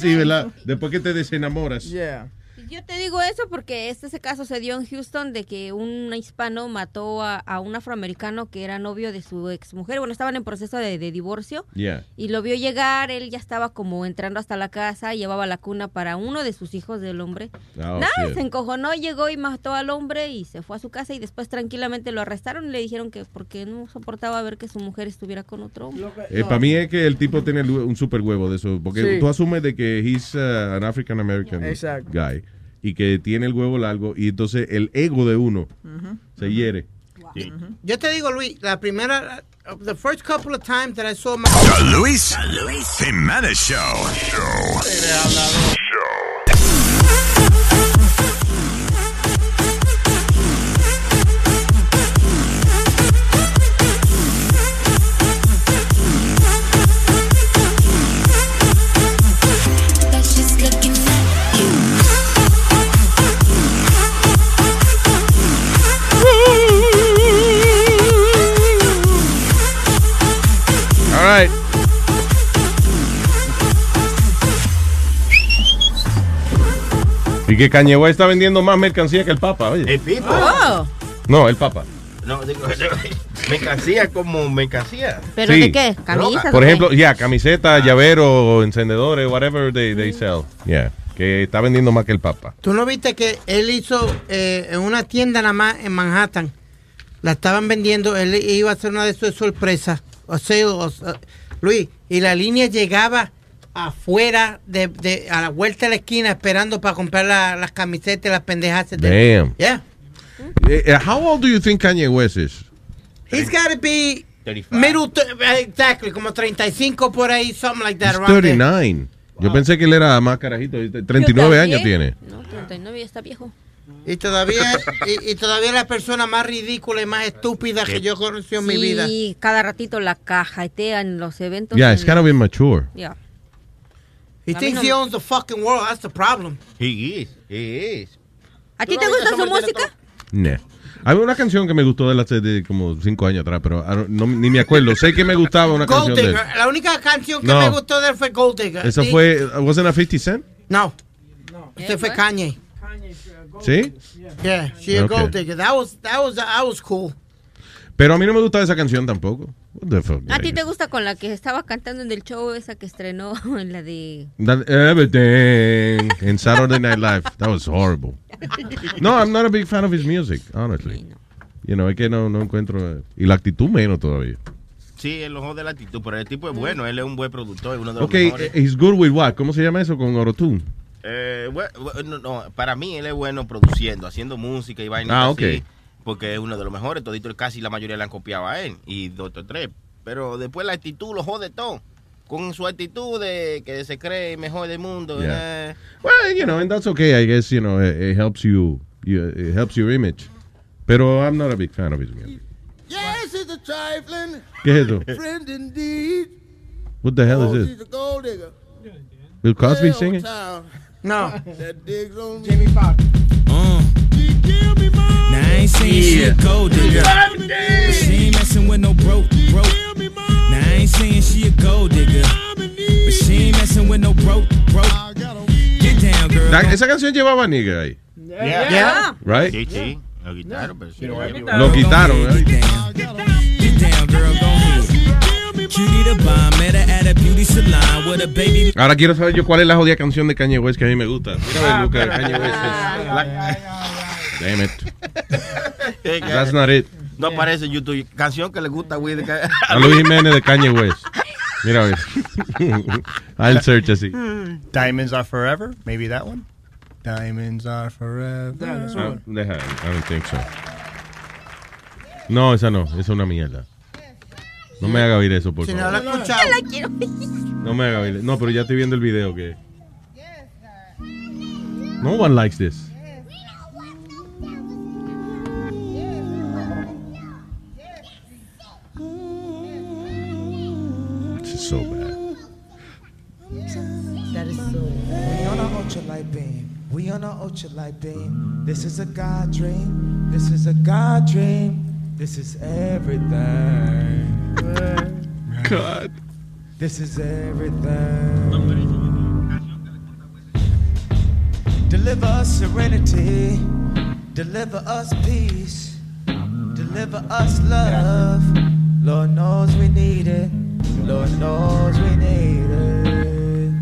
Speaker 4: sí, ¿verdad? Después que te desenamoras.
Speaker 5: Yeah.
Speaker 10: Yo te digo eso porque este ese caso se dio en Houston de que un hispano mató a, a un afroamericano que era novio de su exmujer. Bueno, estaban en proceso de, de divorcio
Speaker 4: Yeah.
Speaker 10: y lo vio llegar. Él ya estaba como entrando hasta la casa, llevaba la cuna para uno de sus hijos del hombre.
Speaker 4: Ah,
Speaker 25: Oh,
Speaker 10: Nada,
Speaker 25: shit.
Speaker 10: se encojonó, llegó y mató al hombre y se fue a su casa y después tranquilamente lo arrestaron y le dijeron que porque no soportaba ver que su mujer estuviera con otro hombre.
Speaker 4: Eh, Para mí es que el tipo tiene lu- un super huevo de eso. Porque
Speaker 10: Sí.
Speaker 4: tú asumes de que he's uh, an African American
Speaker 10: Exacto.
Speaker 4: guy. Y que tiene el huevo largo. Y entonces el ego de uno
Speaker 7: Ujú.
Speaker 4: se hiere.
Speaker 7: Yo te digo, Luis, la primera, uh, the first couple of times that I saw my...
Speaker 13: The Luis, Jiménez Show.
Speaker 4: All right. Y que Kanye West está vendiendo más mercancía que el Papa, oye.
Speaker 6: El Pipo.
Speaker 10: Oh,
Speaker 4: No, el Papa.
Speaker 6: No, digo, mercancía como mercancía.
Speaker 10: ¿Pero
Speaker 4: Sí.
Speaker 10: de qué? ¿Camisas? o
Speaker 4: Por
Speaker 10: qué?
Speaker 4: ejemplo, ya, camiseta,
Speaker 7: Ah.
Speaker 4: llavero, encendedores, whatever they,
Speaker 7: Mm.
Speaker 4: they sell. Yeah. Que está vendiendo más que el Papa.
Speaker 7: ¿Tú no viste que él hizo eh, en una tienda nada más en Manhattan? La estaban vendiendo, él iba a hacer una de sus sorpresas. O sea, o sea, Luis, y la línea llegaba afuera, de, de- a la vuelta de la esquina, esperando para comprar la- las camisetas, y las pendejas. de-
Speaker 4: Damn.
Speaker 7: Yeah.
Speaker 4: Eh, eh, How old do you think Kanye West is?
Speaker 7: He's got to be
Speaker 6: 35.
Speaker 7: middle, th- exactly, como 35 por ahí, something like that.
Speaker 4: He's
Speaker 7: around there.
Speaker 4: 39. Yo pensé que él era más carajito. 39 años tiene.
Speaker 10: No, 39 ya está viejo.
Speaker 7: Y todavía, y, y todavía la persona más ridícula y más estúpida que yo conocí en mi vida.
Speaker 10: Y cada ratito la cajetea en los eventos.
Speaker 4: Yeah,
Speaker 10: en-
Speaker 4: it's kind of immature.
Speaker 10: Yeah.
Speaker 7: He
Speaker 10: A mí
Speaker 7: thinks
Speaker 10: no
Speaker 7: he
Speaker 10: me-
Speaker 7: owns the fucking world. That's the problem.
Speaker 6: He is, he is.
Speaker 10: ¿A ti te gusta su música?
Speaker 4: Nah. Había una canción que me gustó de la de como 5 años atrás, pero I don't- no- ni me acuerdo. Sé que me gustaba una
Speaker 7: Gold
Speaker 4: canción de él.
Speaker 7: Digger. La única canción que
Speaker 4: No.
Speaker 7: me gustó de él fue Gold Digger.
Speaker 4: Esa
Speaker 7: Sí.
Speaker 4: fue, uh, ¿wasn't a 50 Cent?
Speaker 7: No. Ese fue Kanye.
Speaker 4: ¿Sí?
Speaker 7: Yeah, she a
Speaker 4: Okay.
Speaker 7: gold digger. That was that was that was cool.
Speaker 4: Pero a mí no me gusta esa canción tampoco. What the fuck,
Speaker 7: Ah,
Speaker 10: ¿A ti te gusta con la que estaba cantando en el show esa que estrenó en la de...
Speaker 4: That everything in Saturday Night Live. That was horrible. No, I'm not a big fan of his music, honestly. You know, es que no, no encuentro. eh, Y la actitud menos todavía.
Speaker 6: Sí, el ojo de la actitud, pero el tipo es bueno, él es un buen productor, es uno de los
Speaker 4: Ok, eh,
Speaker 6: mejores.
Speaker 4: he's good with what? ¿Cómo se llama eso? Con Orotun.
Speaker 6: Eh, bue- bue- no, no, para mí él es bueno produciendo, haciendo música y vainas
Speaker 4: Ah,
Speaker 6: así,
Speaker 4: ok.
Speaker 6: porque es uno de los mejores, todito casi la mayoría le han copiado a él y Doctor Tres, pero después la actitud lo jode todo. Con su actitud de que se cree mejor del mundo.
Speaker 4: Yeah.
Speaker 6: eh.
Speaker 4: Well, you know, and that's okay. I guess, you know, it, it helps you, you it helps your image. Pero I'm not a big fan of his music.
Speaker 17: Yes, it's a trifling
Speaker 4: ¿Qué es esto?
Speaker 17: friend indeed. Oh,
Speaker 4: What the hell is
Speaker 17: She's
Speaker 4: this?
Speaker 17: a gold digger.
Speaker 4: Bill Cosby
Speaker 17: Hell
Speaker 4: singing?
Speaker 17: town.
Speaker 24: No.
Speaker 17: That digs on Uh. Jimmy Fox.
Speaker 19: Now I ain't saying she a gold digger. But She ain't messing with no broke, broke. Now I ain't saying she a gold digger. But she ain't messing with no broke, broke. Get down, girl.
Speaker 4: Da- esa canción llevaba nigga ahí.
Speaker 19: Yeah. Yeah.
Speaker 4: Right?
Speaker 6: Sí, sí. Lo quitaron, pero sí.
Speaker 4: Lo quitaron, ¿eh?
Speaker 19: Get down. Get down, girl, go ahead. Cutie the bomb, met her at a beauty salon with a baby.
Speaker 4: Ahora quiero saber yo cuál es la jodida canción de Kanye West que a mí me gusta. Mira,
Speaker 6: Ah,
Speaker 4: a ver, busca Kanye West. Damn it. That's not it.
Speaker 6: No aparece en YouTube. Canción que le gusta a Will.
Speaker 4: A Luis Jiménez de Kanye West. Mira, a ver. I'll search así.
Speaker 1: Diamonds are forever. Maybe that one. Diamonds are forever.
Speaker 4: Ah, deja, I don't think so. No, esa no, esa es una mierda. No me haga oír eso, por
Speaker 25: Si
Speaker 4: favor.
Speaker 25: no la he escuchado.
Speaker 10: la quiero
Speaker 4: No me haga oír. No, pero ya estoy viendo el video que. No one likes this. This is so bad.
Speaker 17: That is so.
Speaker 16: We on our ultra light beam. We on our ultra light beam. This is a God dream. This is a God dream. This is everything.
Speaker 4: God.
Speaker 16: This is everything. Deliver us serenity. Deliver us peace. Deliver us love. Lord knows we need it. Lord knows we need it.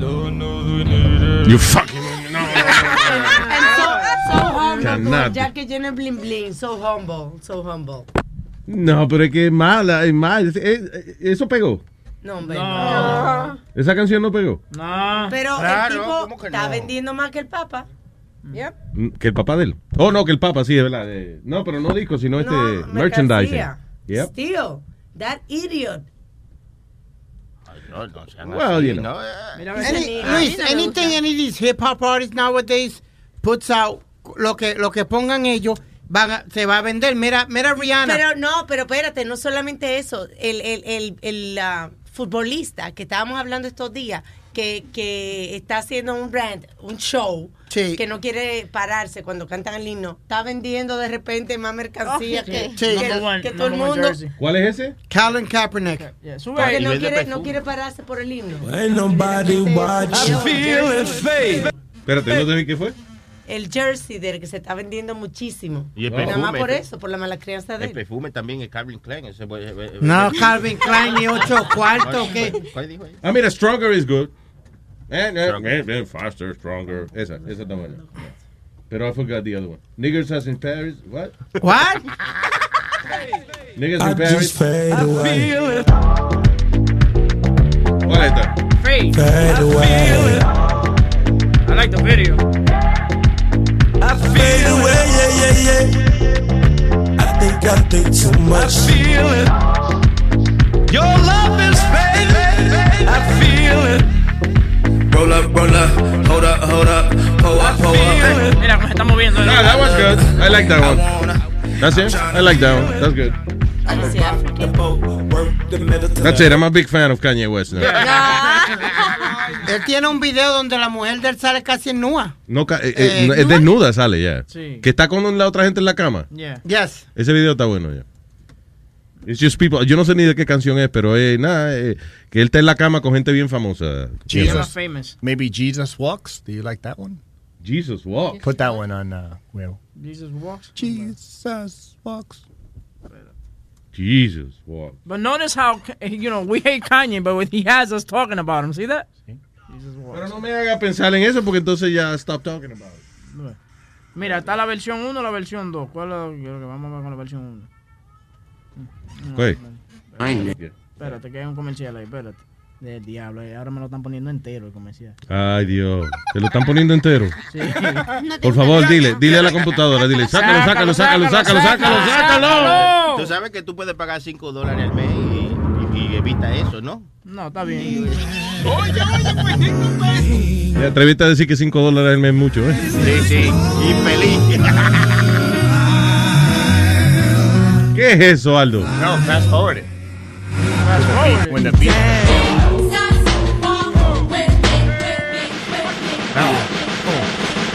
Speaker 16: Lord knows we need it.
Speaker 4: You fucking. Mm.
Speaker 23: And so, so humble,
Speaker 4: Cannot.
Speaker 23: con Jackie Jenner bling bling, so humble, so humble.
Speaker 4: No, pero es que es mala, es mala. Es- es- Eso pegó.
Speaker 23: No, hombre.
Speaker 24: No.
Speaker 4: Esa canción no pegó.
Speaker 23: Pero
Speaker 24: Ah, Claro,
Speaker 23: el tipo está vendiendo más que el Papa. Yep.
Speaker 4: Mm, Que el papá de él. Oh, no, que el papá, sí, es verdad. eh, no, pero no disco, sino este merchandising.
Speaker 23: mercancía.
Speaker 4: Yep.
Speaker 23: Still, that idiot.
Speaker 6: No, no sean
Speaker 4: Well,
Speaker 6: así,
Speaker 4: you know.
Speaker 6: ¿no? Eh,
Speaker 23: Any-
Speaker 7: Luis, anything any of these hip hop artists nowadays puts out, lo que, lo que pongan ellos van a- se va a vender. Mira, mira Rihanna.
Speaker 23: Pero no, pero espérate, no solamente eso. El, el, el, el, ah, futbolista que estábamos hablando estos días, que, que está haciendo un brand, un show, que no quiere pararse cuando cantan el himno, está vendiendo de repente más mercancía
Speaker 24: Oh,
Speaker 23: que,
Speaker 24: sí.
Speaker 23: que-
Speaker 24: Number one,
Speaker 23: que todo el
Speaker 24: number one
Speaker 23: mundo.
Speaker 24: jersey.
Speaker 4: ¿Cuál es ese?
Speaker 7: Colin Kaepernick.
Speaker 23: Porque no quiere, no quiere pararse por el himno.
Speaker 7: Ain't nobody watching.
Speaker 23: I'm feeling faith.
Speaker 4: Espérate, no te vi qué fue.
Speaker 23: El jersey del que se está vendiendo muchísimo.
Speaker 6: Y el
Speaker 23: Nada más
Speaker 6: perfume,
Speaker 23: por
Speaker 6: el-
Speaker 23: eso, por la mala crianza de
Speaker 6: El
Speaker 23: él.
Speaker 6: perfume también es Calvin Klein. ese, eh, eh,
Speaker 7: No,
Speaker 6: eh,
Speaker 7: Calvin Klein y ocho cuartos, ¿qué?
Speaker 6: ¿Cuál dijo ahí?
Speaker 4: Ah, mira, Stronger is good. Eh, eh, eh, eh, faster, Stronger. Esa, esa está buena. Pero I forgot the other one. Niggers as in Paris. What?
Speaker 7: What?
Speaker 4: Niggers in Paris. ¿Cuál es esta?
Speaker 24: Free. I like the video. I feel away, yeah, yeah, yeah. I think I think too much. I feel it. Your love is fading. I feel it.
Speaker 26: Roll up, roll up, hold up, hold up, pull up, pull up.
Speaker 24: Mira cómo se está moviendo.
Speaker 4: No, that was good. I like that one. That's it. I like that one. That's good. That's it. I'm a big fan of Kanye West now.
Speaker 7: Él tiene un video donde la mujer de él sale casi en nua.
Speaker 4: No, ca- eh,
Speaker 7: Eh,
Speaker 4: eh, no, es
Speaker 7: ¿no?
Speaker 4: desnuda sale ya.
Speaker 7: Sí.
Speaker 4: Que está con la otra gente en la cama.
Speaker 7: Yes.
Speaker 4: Ese video está bueno ya. It's just people. Yo no sé ni de qué canción es, pero eh, nada, eh, que él está en la cama con gente bien famosa.
Speaker 1: Jesus.
Speaker 4: Yeah.
Speaker 1: Maybe Jesus Walks. Do you like that one?
Speaker 4: Jesus walk.
Speaker 1: Put that one on uh, Will.
Speaker 5: Jesus walks.
Speaker 1: Jesus walks.
Speaker 4: Jesus walk.
Speaker 5: But notice how you know we hate Kanye, but he has us talking about him. See that?
Speaker 4: Pero no me haga pensar en eso porque entonces ya stop talking about it.
Speaker 5: Mira, está la versión 1 la versión 2. ¿Cuál es lo que vamos a ver con la versión 1?
Speaker 4: Güey.
Speaker 5: Espérate, que hay un comercial ahí, espérate. Del diablo, eh, ahora me lo están poniendo entero el comercial.
Speaker 4: Ay, Dios. Te lo están poniendo entero.
Speaker 5: Sí.
Speaker 4: Por favor, dile, dile a la computadora, dile, sácalo, sácalo, sácalo, sácalo, sácalo, sácalo.
Speaker 6: Tú sabes que tú puedes pagar 5 dólares al mes y, y- y evita eso, ¿no?
Speaker 5: No, está bien.
Speaker 6: Oye, oye, pues
Speaker 4: Te atreviste a decir que 5 dólares al mes es mucho, ¿eh?
Speaker 6: Sí, sí, infeliz.
Speaker 4: ¿Qué es eso, Aldo?
Speaker 15: No, fast forward it.
Speaker 1: When the beat.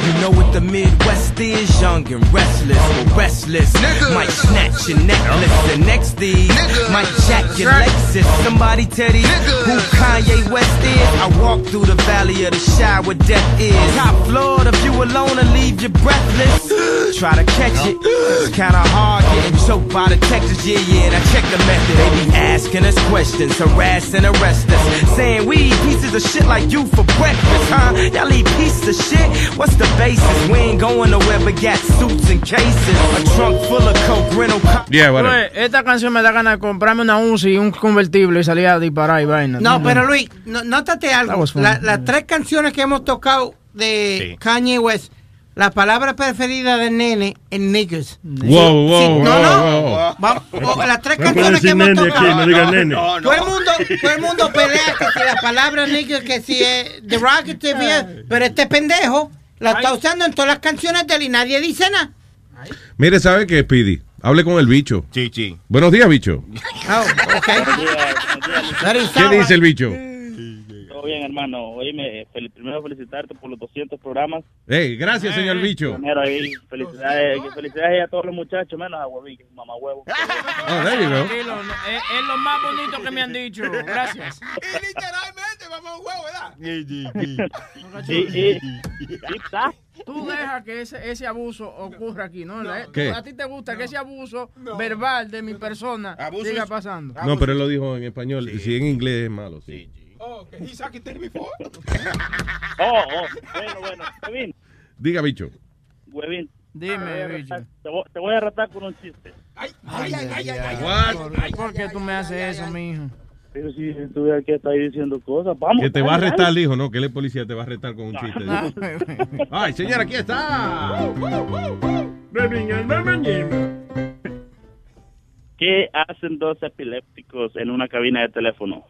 Speaker 24: You know what the Midwest is, young and restless, restless. Might snatch your necklace, the next these might jack your Lexus. Somebody tell these who Kanye West is. I walk through the valley of the shadow where death is. Top floor, if you alone, I leave you breathless. Try to catch it, it's kinda hard getting choked by the Texas. Yeah, yeah, and I check the method. They be asking us questions, harassing, arrest us, saying we eat pieces of shit like you for breakfast, huh? Y'all eat pieces of shit. What's the basis? We ain't going nowhere but got suits and cases. A trunk full of coke, rental car.
Speaker 4: Yeah,
Speaker 5: Oye, esta canción me da ganas de comprarme una UCI y un convertible y salir a disparar y vaina.
Speaker 7: No, pero Luis, no- nótate
Speaker 5: That
Speaker 7: algo.
Speaker 5: was fun.
Speaker 7: La- las tres canciones que hemos tocado de Kanye West, la palabra preferida del nene es niggers.
Speaker 4: Wow, wow,
Speaker 7: no,
Speaker 4: wow,
Speaker 7: no.
Speaker 4: wow.
Speaker 7: Vamos, o- las tres
Speaker 4: No
Speaker 7: canciones
Speaker 4: puede
Speaker 7: que
Speaker 4: decir
Speaker 7: hemos
Speaker 4: nene
Speaker 7: tocado.
Speaker 4: aquí, no diga nene.
Speaker 7: Todo el mundo, todo el mundo pelea que si la palabra nigger, que si es derogatory, bien, pero este pendejo la está usando en todas las canciones de él y nadie dice nada.
Speaker 4: Mire, ¿sabe qué, Speedy? Hable con el bicho.
Speaker 6: Sí, sí.
Speaker 4: Buenos días, bicho.
Speaker 7: Oh, ok.
Speaker 4: ¿Qué dice el bicho?
Speaker 20: Todo bien, hermano. Oíme, fel- primero felicitarte por los 200 programas.
Speaker 4: Hey, gracias, señor bicho.
Speaker 20: Primero ahí, felicidades, que felicidades a todos los muchachos, menos a Huevín, que es un mamá huevo.
Speaker 4: Oh, there you go.
Speaker 5: Tranquilo, no, es, es lo más bonito que me han dicho. Gracias.
Speaker 20: Y, y, y está.
Speaker 5: Tú dejas que ese, ese abuso ocurra aquí, ¿no? Eh,
Speaker 4: ¿Qué?
Speaker 5: A ti te gusta que ese abuso verbal de mi persona siga pasando.
Speaker 4: No, pero él lo dijo en español. Si en inglés es malo, sí.
Speaker 20: Oh, oh, bueno, bueno. Huevín,
Speaker 4: Diga, bicho.
Speaker 20: Huevín.
Speaker 5: Dime, bicho.
Speaker 20: Te voy, te voy a retar con un chiste.
Speaker 5: Ay, ay, ay, ay,
Speaker 4: ay,
Speaker 5: ¿Por, por qué tú me haces eso, mijo?
Speaker 20: Pero si estuve aquí, estoy diciendo cosas. Vamos.
Speaker 4: Que te va a
Speaker 20: dale,
Speaker 4: arrestar,
Speaker 20: dale.
Speaker 4: hijo, ¿no? Que el policía te va a arrestar con un chiste. Ay, señora, aquí está.
Speaker 20: ¿Qué hacen dos epilépticos en una cabina de teléfono?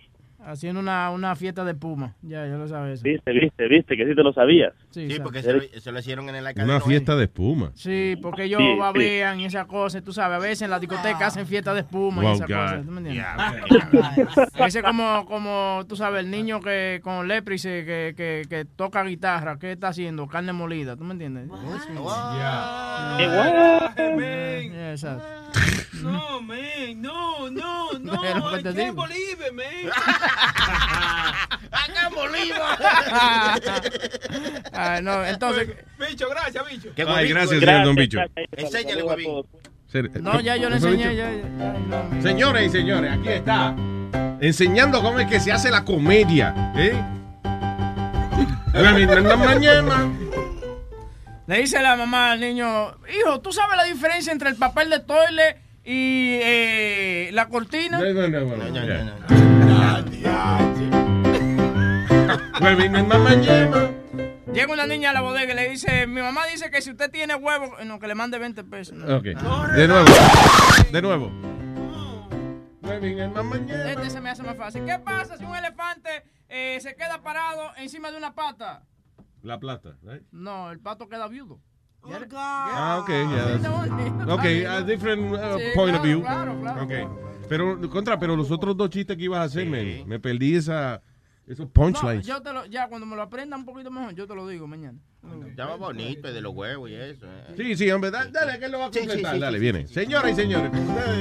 Speaker 5: Haciendo una, una fiesta de puma. Ya, ya lo sabes. eso.
Speaker 20: Viste, viste, viste, que sí te lo sabías.
Speaker 5: Sí, sí,
Speaker 6: porque se lo, se lo hicieron en el
Speaker 4: Una fiesta de espuma.
Speaker 5: Sí, porque ellos
Speaker 4: Sí, sí.
Speaker 5: babean y esas cosas. Tú sabes, a veces en la discoteca hacen fiesta de espuma y
Speaker 4: Wow,
Speaker 5: esas
Speaker 4: God.
Speaker 5: cosas. ¿Tú me entiendes? A veces como, como, tú sabes, el niño que con léprice que, que, que toca guitarra, ¿qué está haciendo? Carne molida, ¿tú me entiendes?
Speaker 20: Yeah.
Speaker 5: Yeah, exacto.
Speaker 14: No, man. No, no, no.
Speaker 5: Pero, ¿qué
Speaker 14: I
Speaker 5: te
Speaker 14: can't
Speaker 5: digo?
Speaker 14: believe it, man.
Speaker 5: Ah, no, entonces...
Speaker 14: Bicho, gracias, bicho.
Speaker 4: Ay, gracias, señor Don Bicho.
Speaker 20: Enséñale,
Speaker 14: huevín.
Speaker 4: Ser-
Speaker 5: No, ya yo le
Speaker 4: ¿Eso,
Speaker 5: enseñé.
Speaker 4: bicho?
Speaker 5: ya- ya-
Speaker 4: Señores y señores, aquí está. Enseñando cómo es que se hace la comedia. ¿eh?
Speaker 5: Le dice la mamá al niño, hijo, ¿tú sabes la diferencia entre el papel de toile y eh, la cortina?
Speaker 4: Pues,
Speaker 5: Llega una niña a la bodega y le dice, mi mamá dice que si usted tiene huevos, eh, no, que le mande 20 pesos. No. Ah.
Speaker 4: Ok. De nuevo. De nuevo.
Speaker 5: Este se me hace más fácil. ¿Qué pasa si un elefante eh, se queda parado encima de una pata?
Speaker 4: La plata, right?
Speaker 5: No, el pato queda viudo.
Speaker 4: Ah, ok, yeah, that's-
Speaker 5: no,
Speaker 4: Ok,
Speaker 5: no.
Speaker 4: a different uh,
Speaker 5: Sí,
Speaker 4: point
Speaker 5: claro,
Speaker 4: of view.
Speaker 5: claro, claro.
Speaker 4: Okay. Pero, contra, pero los otros dos chistes que ibas a hacer, men, me perdí esa, esos punchlines.
Speaker 5: No, yo te lo, ya cuando me lo aprenda un poquito mejor, yo te lo digo mañana.
Speaker 6: Estaba bonito y de los huevos y eso. eh.
Speaker 4: Sí, sí, hombre, da- dale, que él lo va a completar. dale, viene. Señoras y señores, con ustedes.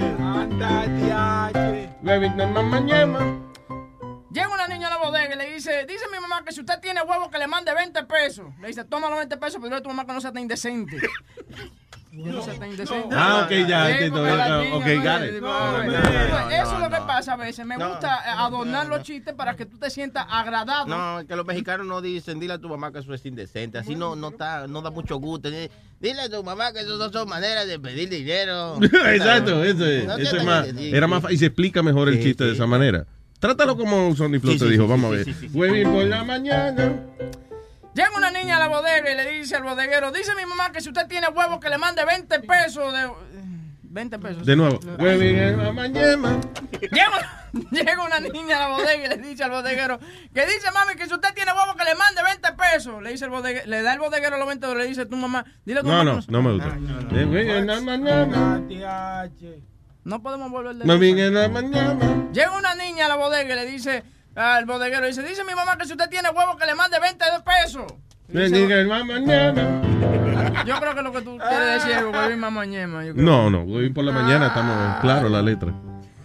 Speaker 5: Llega una niña a la bodega que le dice, dice mi mamá que si usted tiene huevo que le mande 20 pesos. Le dice, toma los 20 pesos, pero dile a tu mamá que no sea tan indecente. No sea tan indecente.
Speaker 4: Ah, ok, ya,
Speaker 5: Sí,
Speaker 4: entiendo.
Speaker 5: porque la
Speaker 4: Ah,
Speaker 5: niña
Speaker 4: ok,
Speaker 5: no
Speaker 4: got
Speaker 5: le-
Speaker 4: it.
Speaker 5: no,
Speaker 4: No,
Speaker 5: no,
Speaker 4: no,
Speaker 5: no,
Speaker 4: no,
Speaker 5: Eso es
Speaker 4: no,
Speaker 5: lo que
Speaker 4: no.
Speaker 5: pasa a veces. Me
Speaker 6: No,
Speaker 5: gusta eh, adornar los chistes para que tú te sientas agradado.
Speaker 6: No, es que los mexicanos no dicen, dile a tu mamá que eso es indecente. Así no, no, está, no da mucho gusto. Dile- Dile a tu mamá que eso no son maneras de pedir dinero.
Speaker 4: Exacto, eso es,
Speaker 6: No
Speaker 4: eso es
Speaker 6: tiene
Speaker 4: más.
Speaker 6: que decir.
Speaker 4: Era más fa- y se explica mejor el chiste de esa manera. Trátalo como Sonny Flow te dijo, vamos a ver. Huevín por la mañana.
Speaker 5: Llega una niña a la bodega y le dice al bodeguero, dice mi mamá que si usted tiene huevos que le mande 20 pesos de... 20 pesos.
Speaker 4: De nuevo.
Speaker 5: No.
Speaker 4: Huevín en la mañana.
Speaker 5: Llega, llega una niña a la bodega y le dice al bodeguero, que dice mami que si usted tiene huevos que le mande 20 pesos. Le dice el bodeguero, le da el bodeguero los 20 dólares, le dice tu mamá, dile a tu
Speaker 4: No,
Speaker 5: mamá que
Speaker 4: no,
Speaker 5: se-
Speaker 4: no me gusta. Eh, Huevín en la mañana.
Speaker 5: No podemos volver de
Speaker 4: Huevín en la mañana.
Speaker 5: Llega una niña a la bodega y le dice al bodeguero, dice, dice mi mamá que si usted tiene huevos que le mande 20 pesos.
Speaker 4: Huevín en la mañana.
Speaker 5: Yo creo que lo que tú quieres decir es huevín mamá ñema. yo creo.
Speaker 4: No, no, Huevín por la mañana estamos claro la letra.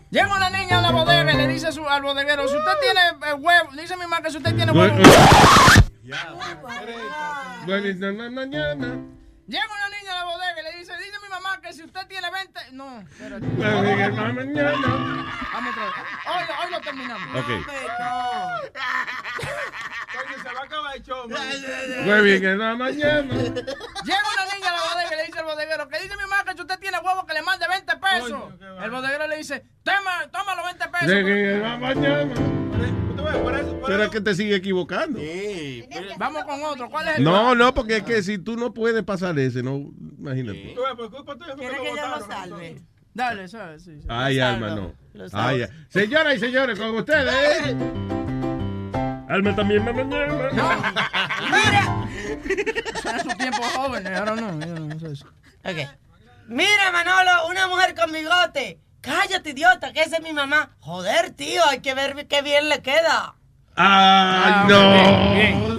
Speaker 5: Llega una niña a la bodega y le dice a su- al bodeguero, si usted tiene eh, huevo, dice mi mamá que si usted tiene huevo.
Speaker 4: Hue- Huevín en la mañana.
Speaker 5: Llega una niña a la bodega y le dice, dice mi mamá que si usted tiene 20... No, espérate.
Speaker 4: Huevín en la mañana.
Speaker 5: Vamos otra vez. Hoy, hoy lo terminamos.
Speaker 4: Ok.
Speaker 14: Coño, se va a acabar el show, man.
Speaker 4: Huevín en la mañana.
Speaker 5: Llega una niña a la bodega y le dice al bodeguero, que dice mi mamá que si usted tiene huevo que le mande 20 pesos. El bodeguero le dice, toma, toma los 20 pesos.
Speaker 4: Huevín en la mañana. Pero es que te sigue equivocando.
Speaker 5: Vamos con otro. ¿Cuál es el
Speaker 4: No, no, porque es que si tú no puedes pasar ese, no, imagínate.
Speaker 5: ¿Quieres que yo lo salve? Dale, ¿sabes? Sí, sí.
Speaker 4: Ay,
Speaker 5: Salva.
Speaker 4: alma, no.
Speaker 5: Lo salva.
Speaker 4: Ay, ay. Ah, Señoras y señores, con ustedes.
Speaker 9: Alma también me mañana.
Speaker 5: Era su tiempo joven, ahora no. yo no sé eso.
Speaker 23: Mira, Manolo, una mujer con bigote. Cállate, idiota, que esa es mi mamá. Joder, tío, hay que ver qué bien le queda.
Speaker 4: Ah, no.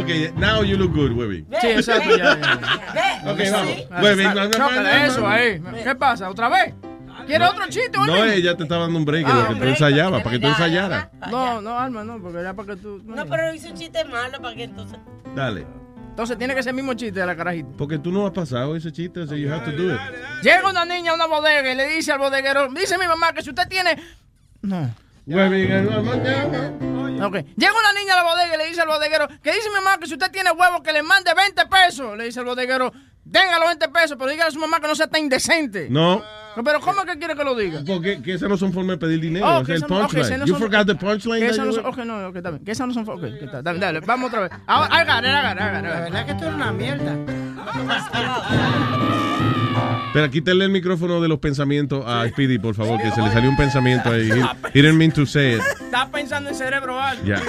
Speaker 4: Ok, now you look good, Webby.
Speaker 5: Sí, exacto,
Speaker 4: eh,
Speaker 5: ya,
Speaker 23: ya.
Speaker 4: Ok, vamos.
Speaker 5: Ah,
Speaker 4: Webby,
Speaker 5: sa-
Speaker 4: no, no,
Speaker 5: chócale
Speaker 4: no, no,
Speaker 5: eso
Speaker 4: no.
Speaker 5: ahí. ¿Qué pasa? ¿Otra vez? ¿Quieres otro chiste,
Speaker 4: No,
Speaker 5: Olin?
Speaker 4: ella te estaba dando un break,
Speaker 5: Ah,
Speaker 4: de lo que tú ensayabas, para que tú ensayaras.
Speaker 5: No, no, Alma, no, porque era para que tú.
Speaker 23: Ah, No, pero hice un chiste malo para que entonces.
Speaker 4: Dale.
Speaker 5: Entonces tiene que ser el mismo chiste de la carajita.
Speaker 4: Porque tú no has pasado ese chiste, so you have to do it.
Speaker 5: Llega una niña a una bodega y le dice al bodeguero, dice mi mamá que si usted tiene No.
Speaker 4: Webby, en la mañana.
Speaker 5: Ok. Llega una niña a la bodega y le dice al bodeguero, que dice mi mamá que si usted tiene huevos que le mande 20 pesos. Le dice al bodeguero, tenga los 20 pesos, pero dígale a su mamá que no sea tan indecente.
Speaker 4: No.
Speaker 5: No, Pero ¿cómo es que quiere que lo diga?
Speaker 4: Porque que esas no son formas de pedir dinero,
Speaker 5: Oh,
Speaker 4: ese
Speaker 5: que
Speaker 4: es el
Speaker 5: eso no- ok,
Speaker 4: punchline.
Speaker 5: ese no
Speaker 4: you
Speaker 5: son-
Speaker 4: forgot the punchline.
Speaker 5: Que
Speaker 4: that
Speaker 5: eso no
Speaker 4: you
Speaker 5: son,
Speaker 4: were-
Speaker 5: ok, no, ok, está bien. Que eso no son, ok, que está, dale, dale, vamos otra vez. Ahora, I got it, I got it, I got it. La verdad que esto es una mierda.
Speaker 4: Pero quítale el micrófono de los pensamientos a Speedy, por favor, que se le salió un pensamiento ahí. He, he didn't mean to say it.
Speaker 5: Estás pensando en cerebro alto.
Speaker 4: Ya.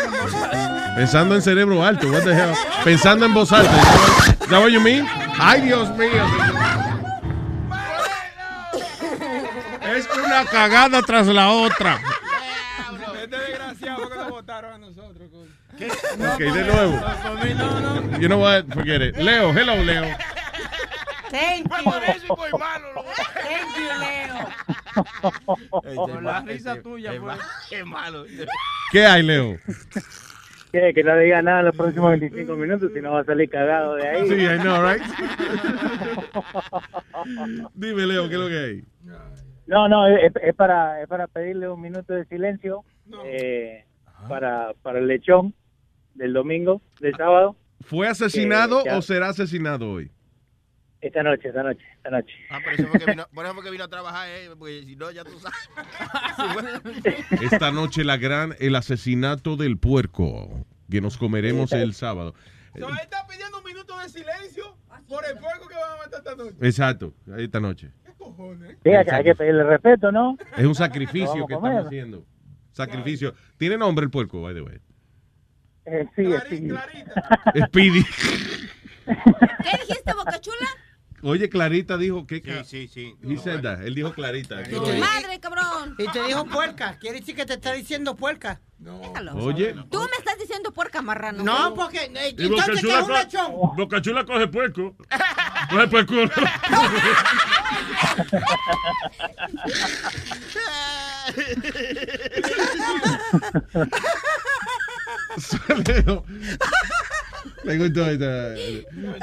Speaker 4: Pensando en cerebro alto, what the hell? Pensando en voz alta. Is that what you mean? Ay, Dios mío. Es una cagada tras la otra.
Speaker 14: Este desgraciado fue que nos votaron a nosotros. coño.
Speaker 4: Ok, de nuevo.
Speaker 14: Por mí no, no.
Speaker 4: You know what? Forget it. Leo, hello, Leo.
Speaker 23: Thank you.
Speaker 5: Por eso soy malo,
Speaker 23: Thank you, Leo.
Speaker 5: Por la risa tuya, pues.
Speaker 6: Qué malo.
Speaker 20: Eh,
Speaker 4: ¿Qué hay, Leo?
Speaker 2: ¿Qué? Que no diga nada en los próximos 25 minutos, si no va a salir cagado de ahí.
Speaker 4: Sí, I know, right? Dime, Leo, ¿qué es lo que hay?
Speaker 2: No, no, es, es para, es para pedirle un minuto de silencio eh, para, para el lechón del domingo, del sábado,
Speaker 4: ¿Fue asesinado
Speaker 2: Que- que-
Speaker 4: o será asesinado hoy?
Speaker 2: esta noche, esta noche, esta noche.
Speaker 6: Ah, por eso fue que vino, por eso fue que vino a trabajar, eh, porque si no, ya tú sabes.
Speaker 4: Esta noche la gran, el asesinato del puerco que nos comeremos el sábado. Eh,
Speaker 14: So, él está pidiendo un minuto de silencio por el fuego que van a matar esta noche.
Speaker 4: Exacto, esta noche.
Speaker 2: Sí, hay, que- hay que pedirle respeto, ¿no?
Speaker 4: Es un
Speaker 2: Vamos
Speaker 4: sacrificio
Speaker 2: a
Speaker 4: que
Speaker 2: comer.
Speaker 4: estamos haciendo. Sacrificio. Tiene nombre el puerco, by the way.
Speaker 2: Eh, sí, sí.
Speaker 4: Speedy.
Speaker 10: ¿Qué dijiste, Bocachula?
Speaker 4: Oye, Clarita dijo que.
Speaker 6: Sí, sí.
Speaker 4: He said that. Él dijo Clarita.
Speaker 10: Madre, cabrón.
Speaker 7: Y te dijo puerca. Quiere decir que te está diciendo puerca.
Speaker 10: Déjalo.
Speaker 4: Oye.
Speaker 10: Tú me estás diciendo puerca marrano.
Speaker 7: No, porque. eh,
Speaker 9: Y
Speaker 7: entonces, ¿qué
Speaker 9: Bocachula,
Speaker 7: es
Speaker 9: co-
Speaker 7: un lechón?
Speaker 9: Bocachula coge puerco. Coge puerco.
Speaker 4: Leo. Me gustó esta.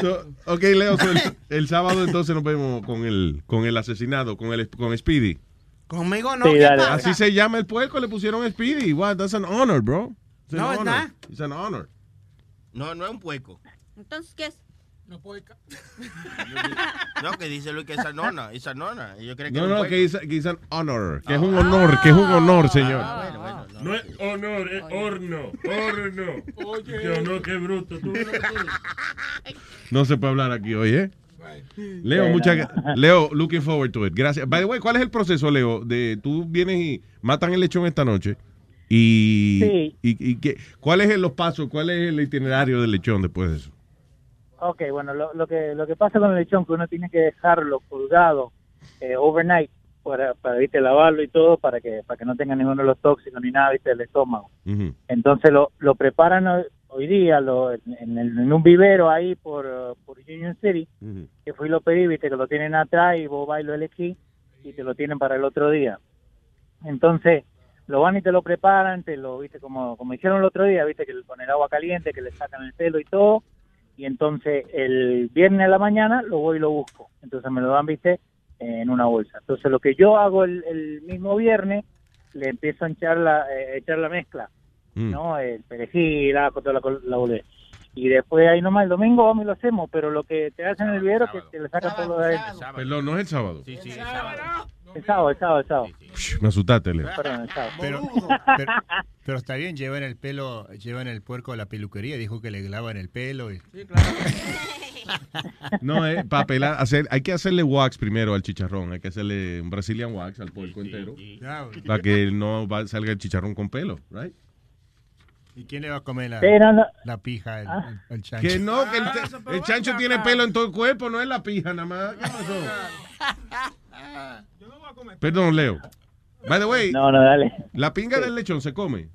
Speaker 4: So, ok, Leo, so el, el sábado entonces nos vemos con el, con el asesinado, con el con Speedy.
Speaker 7: Conmigo no. ¿qué pasa?
Speaker 4: Así se llama el puerco, le pusieron Speedy. Wow, that's an honor, bro. It's an
Speaker 7: No, it's
Speaker 4: honor.
Speaker 7: not.
Speaker 4: It's an honor.
Speaker 6: No, no es un pueco.
Speaker 10: Entonces, ¿qué es?
Speaker 14: No pueca.
Speaker 6: No, que dice Luis que es anona. Es anona. Yo creo que
Speaker 4: No,
Speaker 6: es un
Speaker 4: no,
Speaker 6: pueco.
Speaker 4: que it's, que it's an honor. Que es un honor, que es
Speaker 7: Ah.
Speaker 4: un honor, señor.
Speaker 9: No es honor, es horno. Horno. Oye. Que honor, qué bruto. Tú,
Speaker 4: No se puede hablar aquí hoy, ¿eh? Leo,
Speaker 9: Bueno.
Speaker 4: muchas gra- Leo, looking forward to it. Gracias. By the way, ¿cuál es el proceso, Leo? De tú vienes y matan el lechón esta noche. Y,
Speaker 2: Sí.
Speaker 4: y, y qué- ¿cuál es el- los pasos? ¿Cuál es el itinerario del lechón después de eso?
Speaker 2: Ok, bueno, lo, lo que lo que pasa con el lechón que uno tiene que dejarlo colgado eh, overnight para, para viste lavarlo y todo para que para que no tenga ninguno de los tóxicos ni nada viste del estómago. Entonces lo, lo preparan hoy, hoy día lo, en, en el- en un vivero ahí por, eh, por Union City que fui y lo pedí viste que lo tienen atrás y vos vas y lo elegís y te lo tienen para el otro día. Entonces lo van y te lo preparan, te lo viste como como hicieron el otro día viste que con el agua caliente que le sacan el pelo y todo y entonces el viernes a la mañana lo voy y lo busco. Entonces me lo dan, viste, en una bolsa. Entonces lo que yo hago el, el mismo viernes, le empiezo a echar la, eh, echar la mezcla, ¿no? El perejil, ajo, toda la, col- la boludez. Y después ahí nomás el domingo vamos y lo hacemos, pero lo que te hacen en el vivero es que te le sacan todo lo de adentro.
Speaker 4: Perdón, no es el sábado.
Speaker 2: El sábado, el sábado, el sábado.
Speaker 4: Me asustaste, Leo.
Speaker 2: Perdón, el sábado.
Speaker 1: Pero, pero, pero está bien, llevan el pelo, llevan el puerco a la peluquería, dijo que le lavan el pelo. Y...
Speaker 4: No, es papelar. Hacer, hay que hacerle wax primero al chicharrón. Hay que hacerle un Brazilian wax al puerco entero. Para que no va- salga el chicharrón con pelo, right?
Speaker 1: ¿Y quién le va a comer la,
Speaker 4: Sí, no, no.
Speaker 1: la pija al,
Speaker 4: Ah.
Speaker 1: al chancho?
Speaker 4: Que no, que el, el chancho tiene pelo en todo el cuerpo, no es la pija nada más. ¿Qué pasó? Perdón, Leo. By the way,
Speaker 2: No, no, dale.
Speaker 4: la pinga del lechón se come.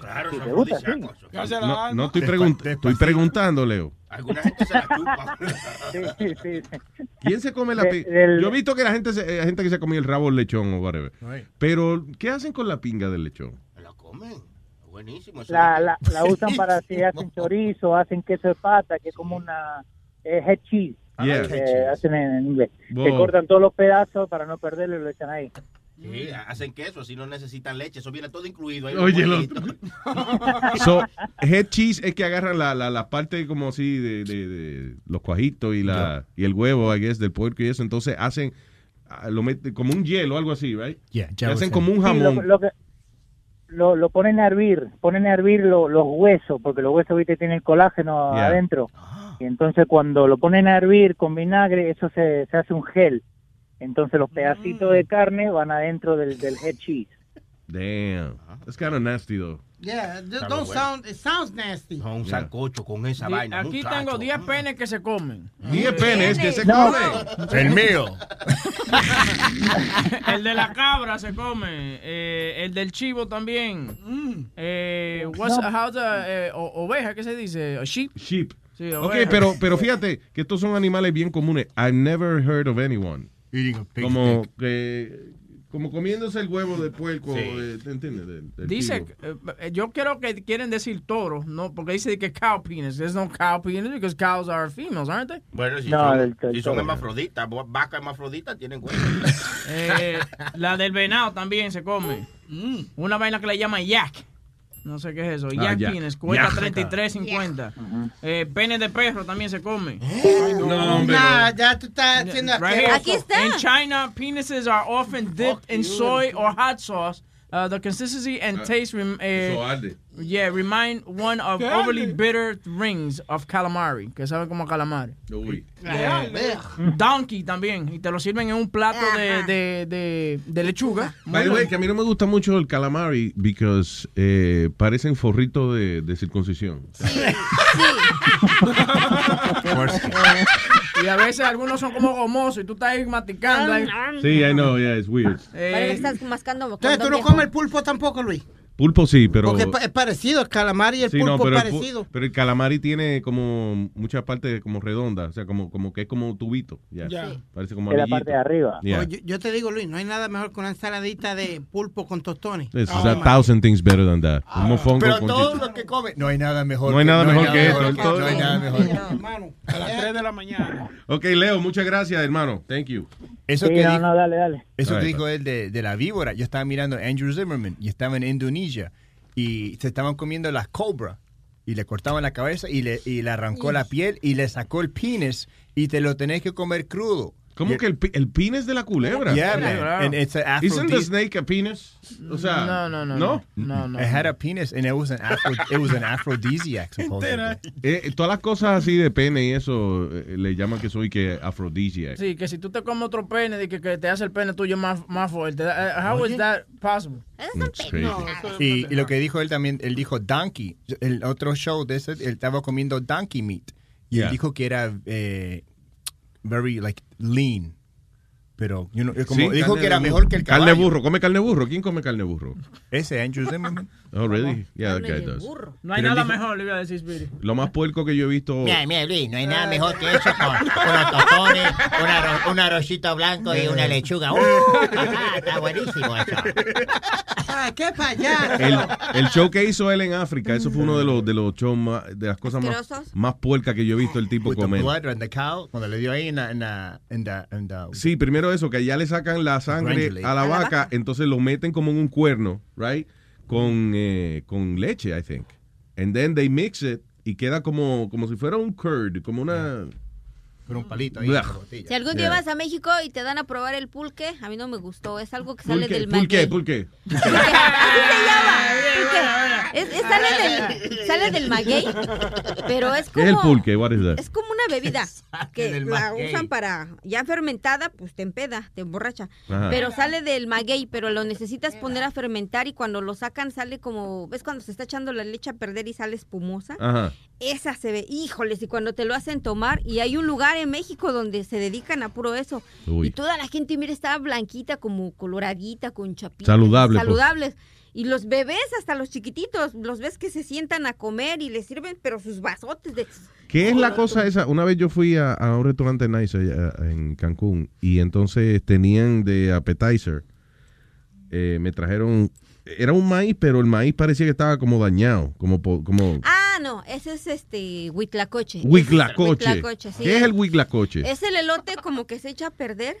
Speaker 6: Claro,
Speaker 2: Si te gusta, sí.
Speaker 4: No, no estoy, pregun- estoy preguntando, Leo.
Speaker 6: Alguna gente se la chupa.
Speaker 2: Sí, sí, sí.
Speaker 4: ¿Quién se come la
Speaker 2: De-
Speaker 4: pinga?
Speaker 2: del-
Speaker 4: Yo he visto que la gente, se- eh, gente que se ha comido el rabo del lechón o whatever.
Speaker 6: Ay.
Speaker 4: Pero, ¿qué hacen con la pinga del lechón?
Speaker 6: Comen.
Speaker 4: Pues
Speaker 6: Buenísimo. eso
Speaker 2: La,
Speaker 6: es-
Speaker 2: la, la usan para si hacen chorizo, hacen queso de pata, que es como una eh, head cheese.
Speaker 4: Yeah.
Speaker 2: que hacen en, en inglés.
Speaker 6: Wow.
Speaker 2: Que cortan todos los pedazos para no perderlo y lo echan ahí.
Speaker 6: Sí, hacen queso, así no necesitan leche. Eso viene todo incluido. ahí
Speaker 4: Oye,
Speaker 6: en
Speaker 4: lo-
Speaker 6: el bolsito.
Speaker 4: So, head cheese es que agarran la, la, la parte como así de, de- de los cuajitos y la y el huevo, I guess, del puerco y eso. Entonces hacen ah, lo meten como un hielo, algo así, right?
Speaker 1: Yeah,
Speaker 4: Y hacen
Speaker 1: Jefferson.
Speaker 4: como un
Speaker 2: Sí,
Speaker 4: jamón.
Speaker 2: lo, lo que- lo- lo ponen a hervir, ponen a hervir lo- los huesos, porque los huesos, viste, tienen colágeno
Speaker 4: Yeah. Ah.
Speaker 2: adentro. Y entonces cuando lo ponen a hervir con vinagre, eso se, se hace un gel. Entonces los pedacitos de carne van adentro del, del head cheese.
Speaker 4: Damn,
Speaker 6: Ah.
Speaker 4: that's kind of nasty though.
Speaker 7: Yeah, th-
Speaker 4: Sabe
Speaker 7: don't
Speaker 4: bueno.
Speaker 7: sound, it sounds nasty.
Speaker 6: No, un
Speaker 4: Yeah.
Speaker 6: sancocho con esa
Speaker 5: Di-
Speaker 6: vaina.
Speaker 5: Aquí
Speaker 6: muchacho.
Speaker 5: tengo 10 penes que se comen.
Speaker 4: 10 penes que se
Speaker 5: No.
Speaker 4: comen.
Speaker 1: El mío.
Speaker 5: El de la cabra se come. eh, el del chivo también.
Speaker 7: Mm.
Speaker 5: Eh, what's,
Speaker 14: No.
Speaker 5: how's the, eh, o- oveja, ¿qué se dice? A sheep.
Speaker 4: Sheep.
Speaker 5: Sí,
Speaker 4: Ok,
Speaker 5: oveja.
Speaker 4: pero, pero fíjate que estos son animales bien comunes. I've never heard of anyone. como, que, como comiéndose el huevo del puerco.
Speaker 5: Sí.
Speaker 4: de- ¿te entiendes? Del- del
Speaker 5: Dice,
Speaker 4: chivo.
Speaker 5: eh, yo creo que quieren decir toro, no, porque dice que cow penis. There's no cow penis because cows are females, aren't they?
Speaker 6: Bueno, si
Speaker 5: No,
Speaker 6: son,
Speaker 5: el- el-
Speaker 6: si son
Speaker 5: el-
Speaker 6: hermafroditas, vo- vacas hermafroditas tienen huevo.
Speaker 5: Eh, la del venado también se come.
Speaker 7: Mm.
Speaker 5: Una vaina que le llaman yak. No sé qué es eso.
Speaker 4: Ah,
Speaker 5: yak,
Speaker 4: yak.
Speaker 5: penis, cuesta
Speaker 4: Yak.
Speaker 5: 33.50. Eh, pene de perro también se come.
Speaker 4: Eh. No, hombre,
Speaker 7: Nah, ya tú estás haciendo
Speaker 5: Right
Speaker 7: asqueroso.
Speaker 5: here. In China, penises are often dipped in soy or hot sauce. Uh, the consistency and
Speaker 4: Ah,
Speaker 5: taste rem, eh,
Speaker 4: eso arde.
Speaker 5: yeah, remind one of
Speaker 4: ¿Qué
Speaker 5: overly
Speaker 4: arde?
Speaker 5: bitter rings of calamari, que saben como calamari.
Speaker 4: Uy.
Speaker 5: Yeah. Donkey también, y te lo sirven en un plato de, de, de, de lechuga.
Speaker 4: By the way, que a mí no me gusta mucho el calamari because eh, parecen forritos de, de circuncisión.
Speaker 5: y a veces algunos son como gomosos y tú estás ahí maticando. ahí.
Speaker 4: Sí, I know, yeah, it's weird.
Speaker 5: Eh,
Speaker 10: estás mascando
Speaker 7: Entonces tú no comes el pulpo tampoco, Luis.
Speaker 4: Pulpo sí, pero.
Speaker 7: Porque es pa- es parecido, el calamar y el
Speaker 4: Pues, Sí,
Speaker 7: pulpo
Speaker 4: no, pero,
Speaker 7: es
Speaker 4: el pu-
Speaker 7: parecido.
Speaker 4: pero el calamari tiene como muchas partes como redondas, o sea, como, como que es como un tubito. ya.
Speaker 7: Ya. Sí.
Speaker 4: Parece como
Speaker 7: Es la
Speaker 4: anillito.
Speaker 7: parte de arriba.
Speaker 4: Yeah.
Speaker 7: Oye, yo, yo te digo, Luis, no hay nada mejor que una ensaladita de pulpo con tostones.
Speaker 4: This is
Speaker 7: Oh,
Speaker 4: a
Speaker 7: my Ah.
Speaker 4: thousand things better than that. Un mofongo
Speaker 1: Pero
Speaker 4: con
Speaker 1: todos
Speaker 4: chi-
Speaker 1: los que comen, no hay nada mejor.
Speaker 4: No hay nada mejor que
Speaker 1: nada
Speaker 4: esto,
Speaker 1: mejor que-
Speaker 4: todo.
Speaker 1: No hay nada mejor. que-
Speaker 14: A las 3 de la mañana.
Speaker 4: Ok, Leo, muchas gracias, hermano. Thank you.
Speaker 1: Eso que dijo, Eso
Speaker 4: All
Speaker 1: que
Speaker 4: right,
Speaker 1: dijo él de, de la víbora. Yo estaba mirando a Andrew Zimmerman y estaba en Indonesia y se estaban comiendo las cobras y le cortaban la cabeza y le, y le arrancó la piel y le sacó el penis y te lo tenés que comer crudo.
Speaker 4: ¿Cómo que el, pi- el penis de la culebra?
Speaker 1: Yeah, man. And it's an Afro
Speaker 4: Isn't the
Speaker 1: dis-
Speaker 4: snake a penis? O sea,
Speaker 1: No,
Speaker 14: no,
Speaker 4: no.
Speaker 1: No, no. It had a penis and it was an, afro, it was an aphrodisiac, supposedly.
Speaker 4: Eh, todas las cosas así de pene y eso eh, le llaman que soy que afrodisiac.
Speaker 5: Sí, que si tú te comes otro pene, de que, que te hace el pene tuyo más, más fuerte. Eh, How is that possible?
Speaker 1: It's crazy. Y, y lo que dijo él también, él dijo donkey. El otro show de ese, él estaba comiendo donkey meat. Y
Speaker 4: Yeah.
Speaker 1: él dijo que era eh, very like lean. Pero you know, es como,
Speaker 4: Sí,
Speaker 1: dijo
Speaker 4: carne
Speaker 1: que era
Speaker 4: de
Speaker 1: mejor
Speaker 4: burro.
Speaker 1: que el caballo.
Speaker 4: Carne de burro, come carne de burro. ¿Quién come carne de burro?
Speaker 1: Ese, Andrew Zimmerman.
Speaker 4: Already? Yeah, that guy does.
Speaker 5: No hay
Speaker 4: Pero él
Speaker 5: nada
Speaker 4: dijo-
Speaker 5: mejor, le iba a decir Spirit.
Speaker 4: Lo más puerco que yo he visto.
Speaker 15: Mira, mira, Luis, no hay nada mejor que eso con unos tostones, un, arro- un arrocito blanco y una lechuga. ¡Uh! Está, está buenísimo eso.
Speaker 7: Ah, qué payaso.
Speaker 4: El, el show que hizo él en África, eso fue uno de los, de los shows más, de las cosas más,
Speaker 1: Asquerosos.
Speaker 4: más puercas que yo he visto el tipo
Speaker 1: With the
Speaker 4: comer.
Speaker 1: blood and the cow, cuando le dio ahí en la... En la, en la- en la-
Speaker 4: Sí, primero eso, que allá le sacan la sangre
Speaker 1: Granulate.
Speaker 4: a la
Speaker 1: A la
Speaker 4: vaca, entonces lo meten como en un cuerno, right? Con, eh, con leche, I think. And then they mix it y queda como, como si fuera un curd, como una...
Speaker 1: Con un palito ahí.
Speaker 4: Blah.
Speaker 10: Si algún día
Speaker 4: Yeah.
Speaker 10: vas a México y te dan a probar el pulque, a mí no me gustó. Es algo que sale
Speaker 4: Pulque,
Speaker 10: del
Speaker 4: pulque,
Speaker 10: maguey.
Speaker 4: pulque.
Speaker 10: Es, es- sale, del, sale del maguey, pero es
Speaker 4: ¿Qué es el
Speaker 10: como,
Speaker 4: pulque? What is that?
Speaker 10: es como una bebida que
Speaker 4: del
Speaker 10: la
Speaker 4: maguey.
Speaker 10: usan para, ya fermentada, pues te empeda, te emborracha.
Speaker 4: Ajá.
Speaker 10: Pero sale del maguey, pero lo necesitas poner a fermentar y cuando lo sacan sale como, ¿ves cuando se está echando la leche a perder y sale espumosa?
Speaker 4: Ajá.
Speaker 10: Esa se ve, híjoles, y cuando te lo hacen tomar, y hay un lugar en México donde se dedican a puro eso.
Speaker 4: Uy.
Speaker 10: Y toda la gente, mira, estaba blanquita, como coloradita, con chapitas.
Speaker 4: Saludable, pues.
Speaker 10: Saludables. Y los bebés, hasta los chiquititos, los ves que se sientan a comer y les sirven, pero sus vasotes de...
Speaker 4: ¿Qué es la cosa esa? Una vez yo fui a, a un restaurante nice allá en Cancún y entonces tenían de appetizer, eh, me trajeron, era un maíz, pero el maíz parecía que estaba como dañado, como... po- como
Speaker 10: Ah, no, ese es este, huitlacoche.
Speaker 4: Huitlacoche.
Speaker 10: Huitlacoche, sí.
Speaker 4: ¿Qué es el huitlacoche?
Speaker 10: Es el elote como que se echa a perder,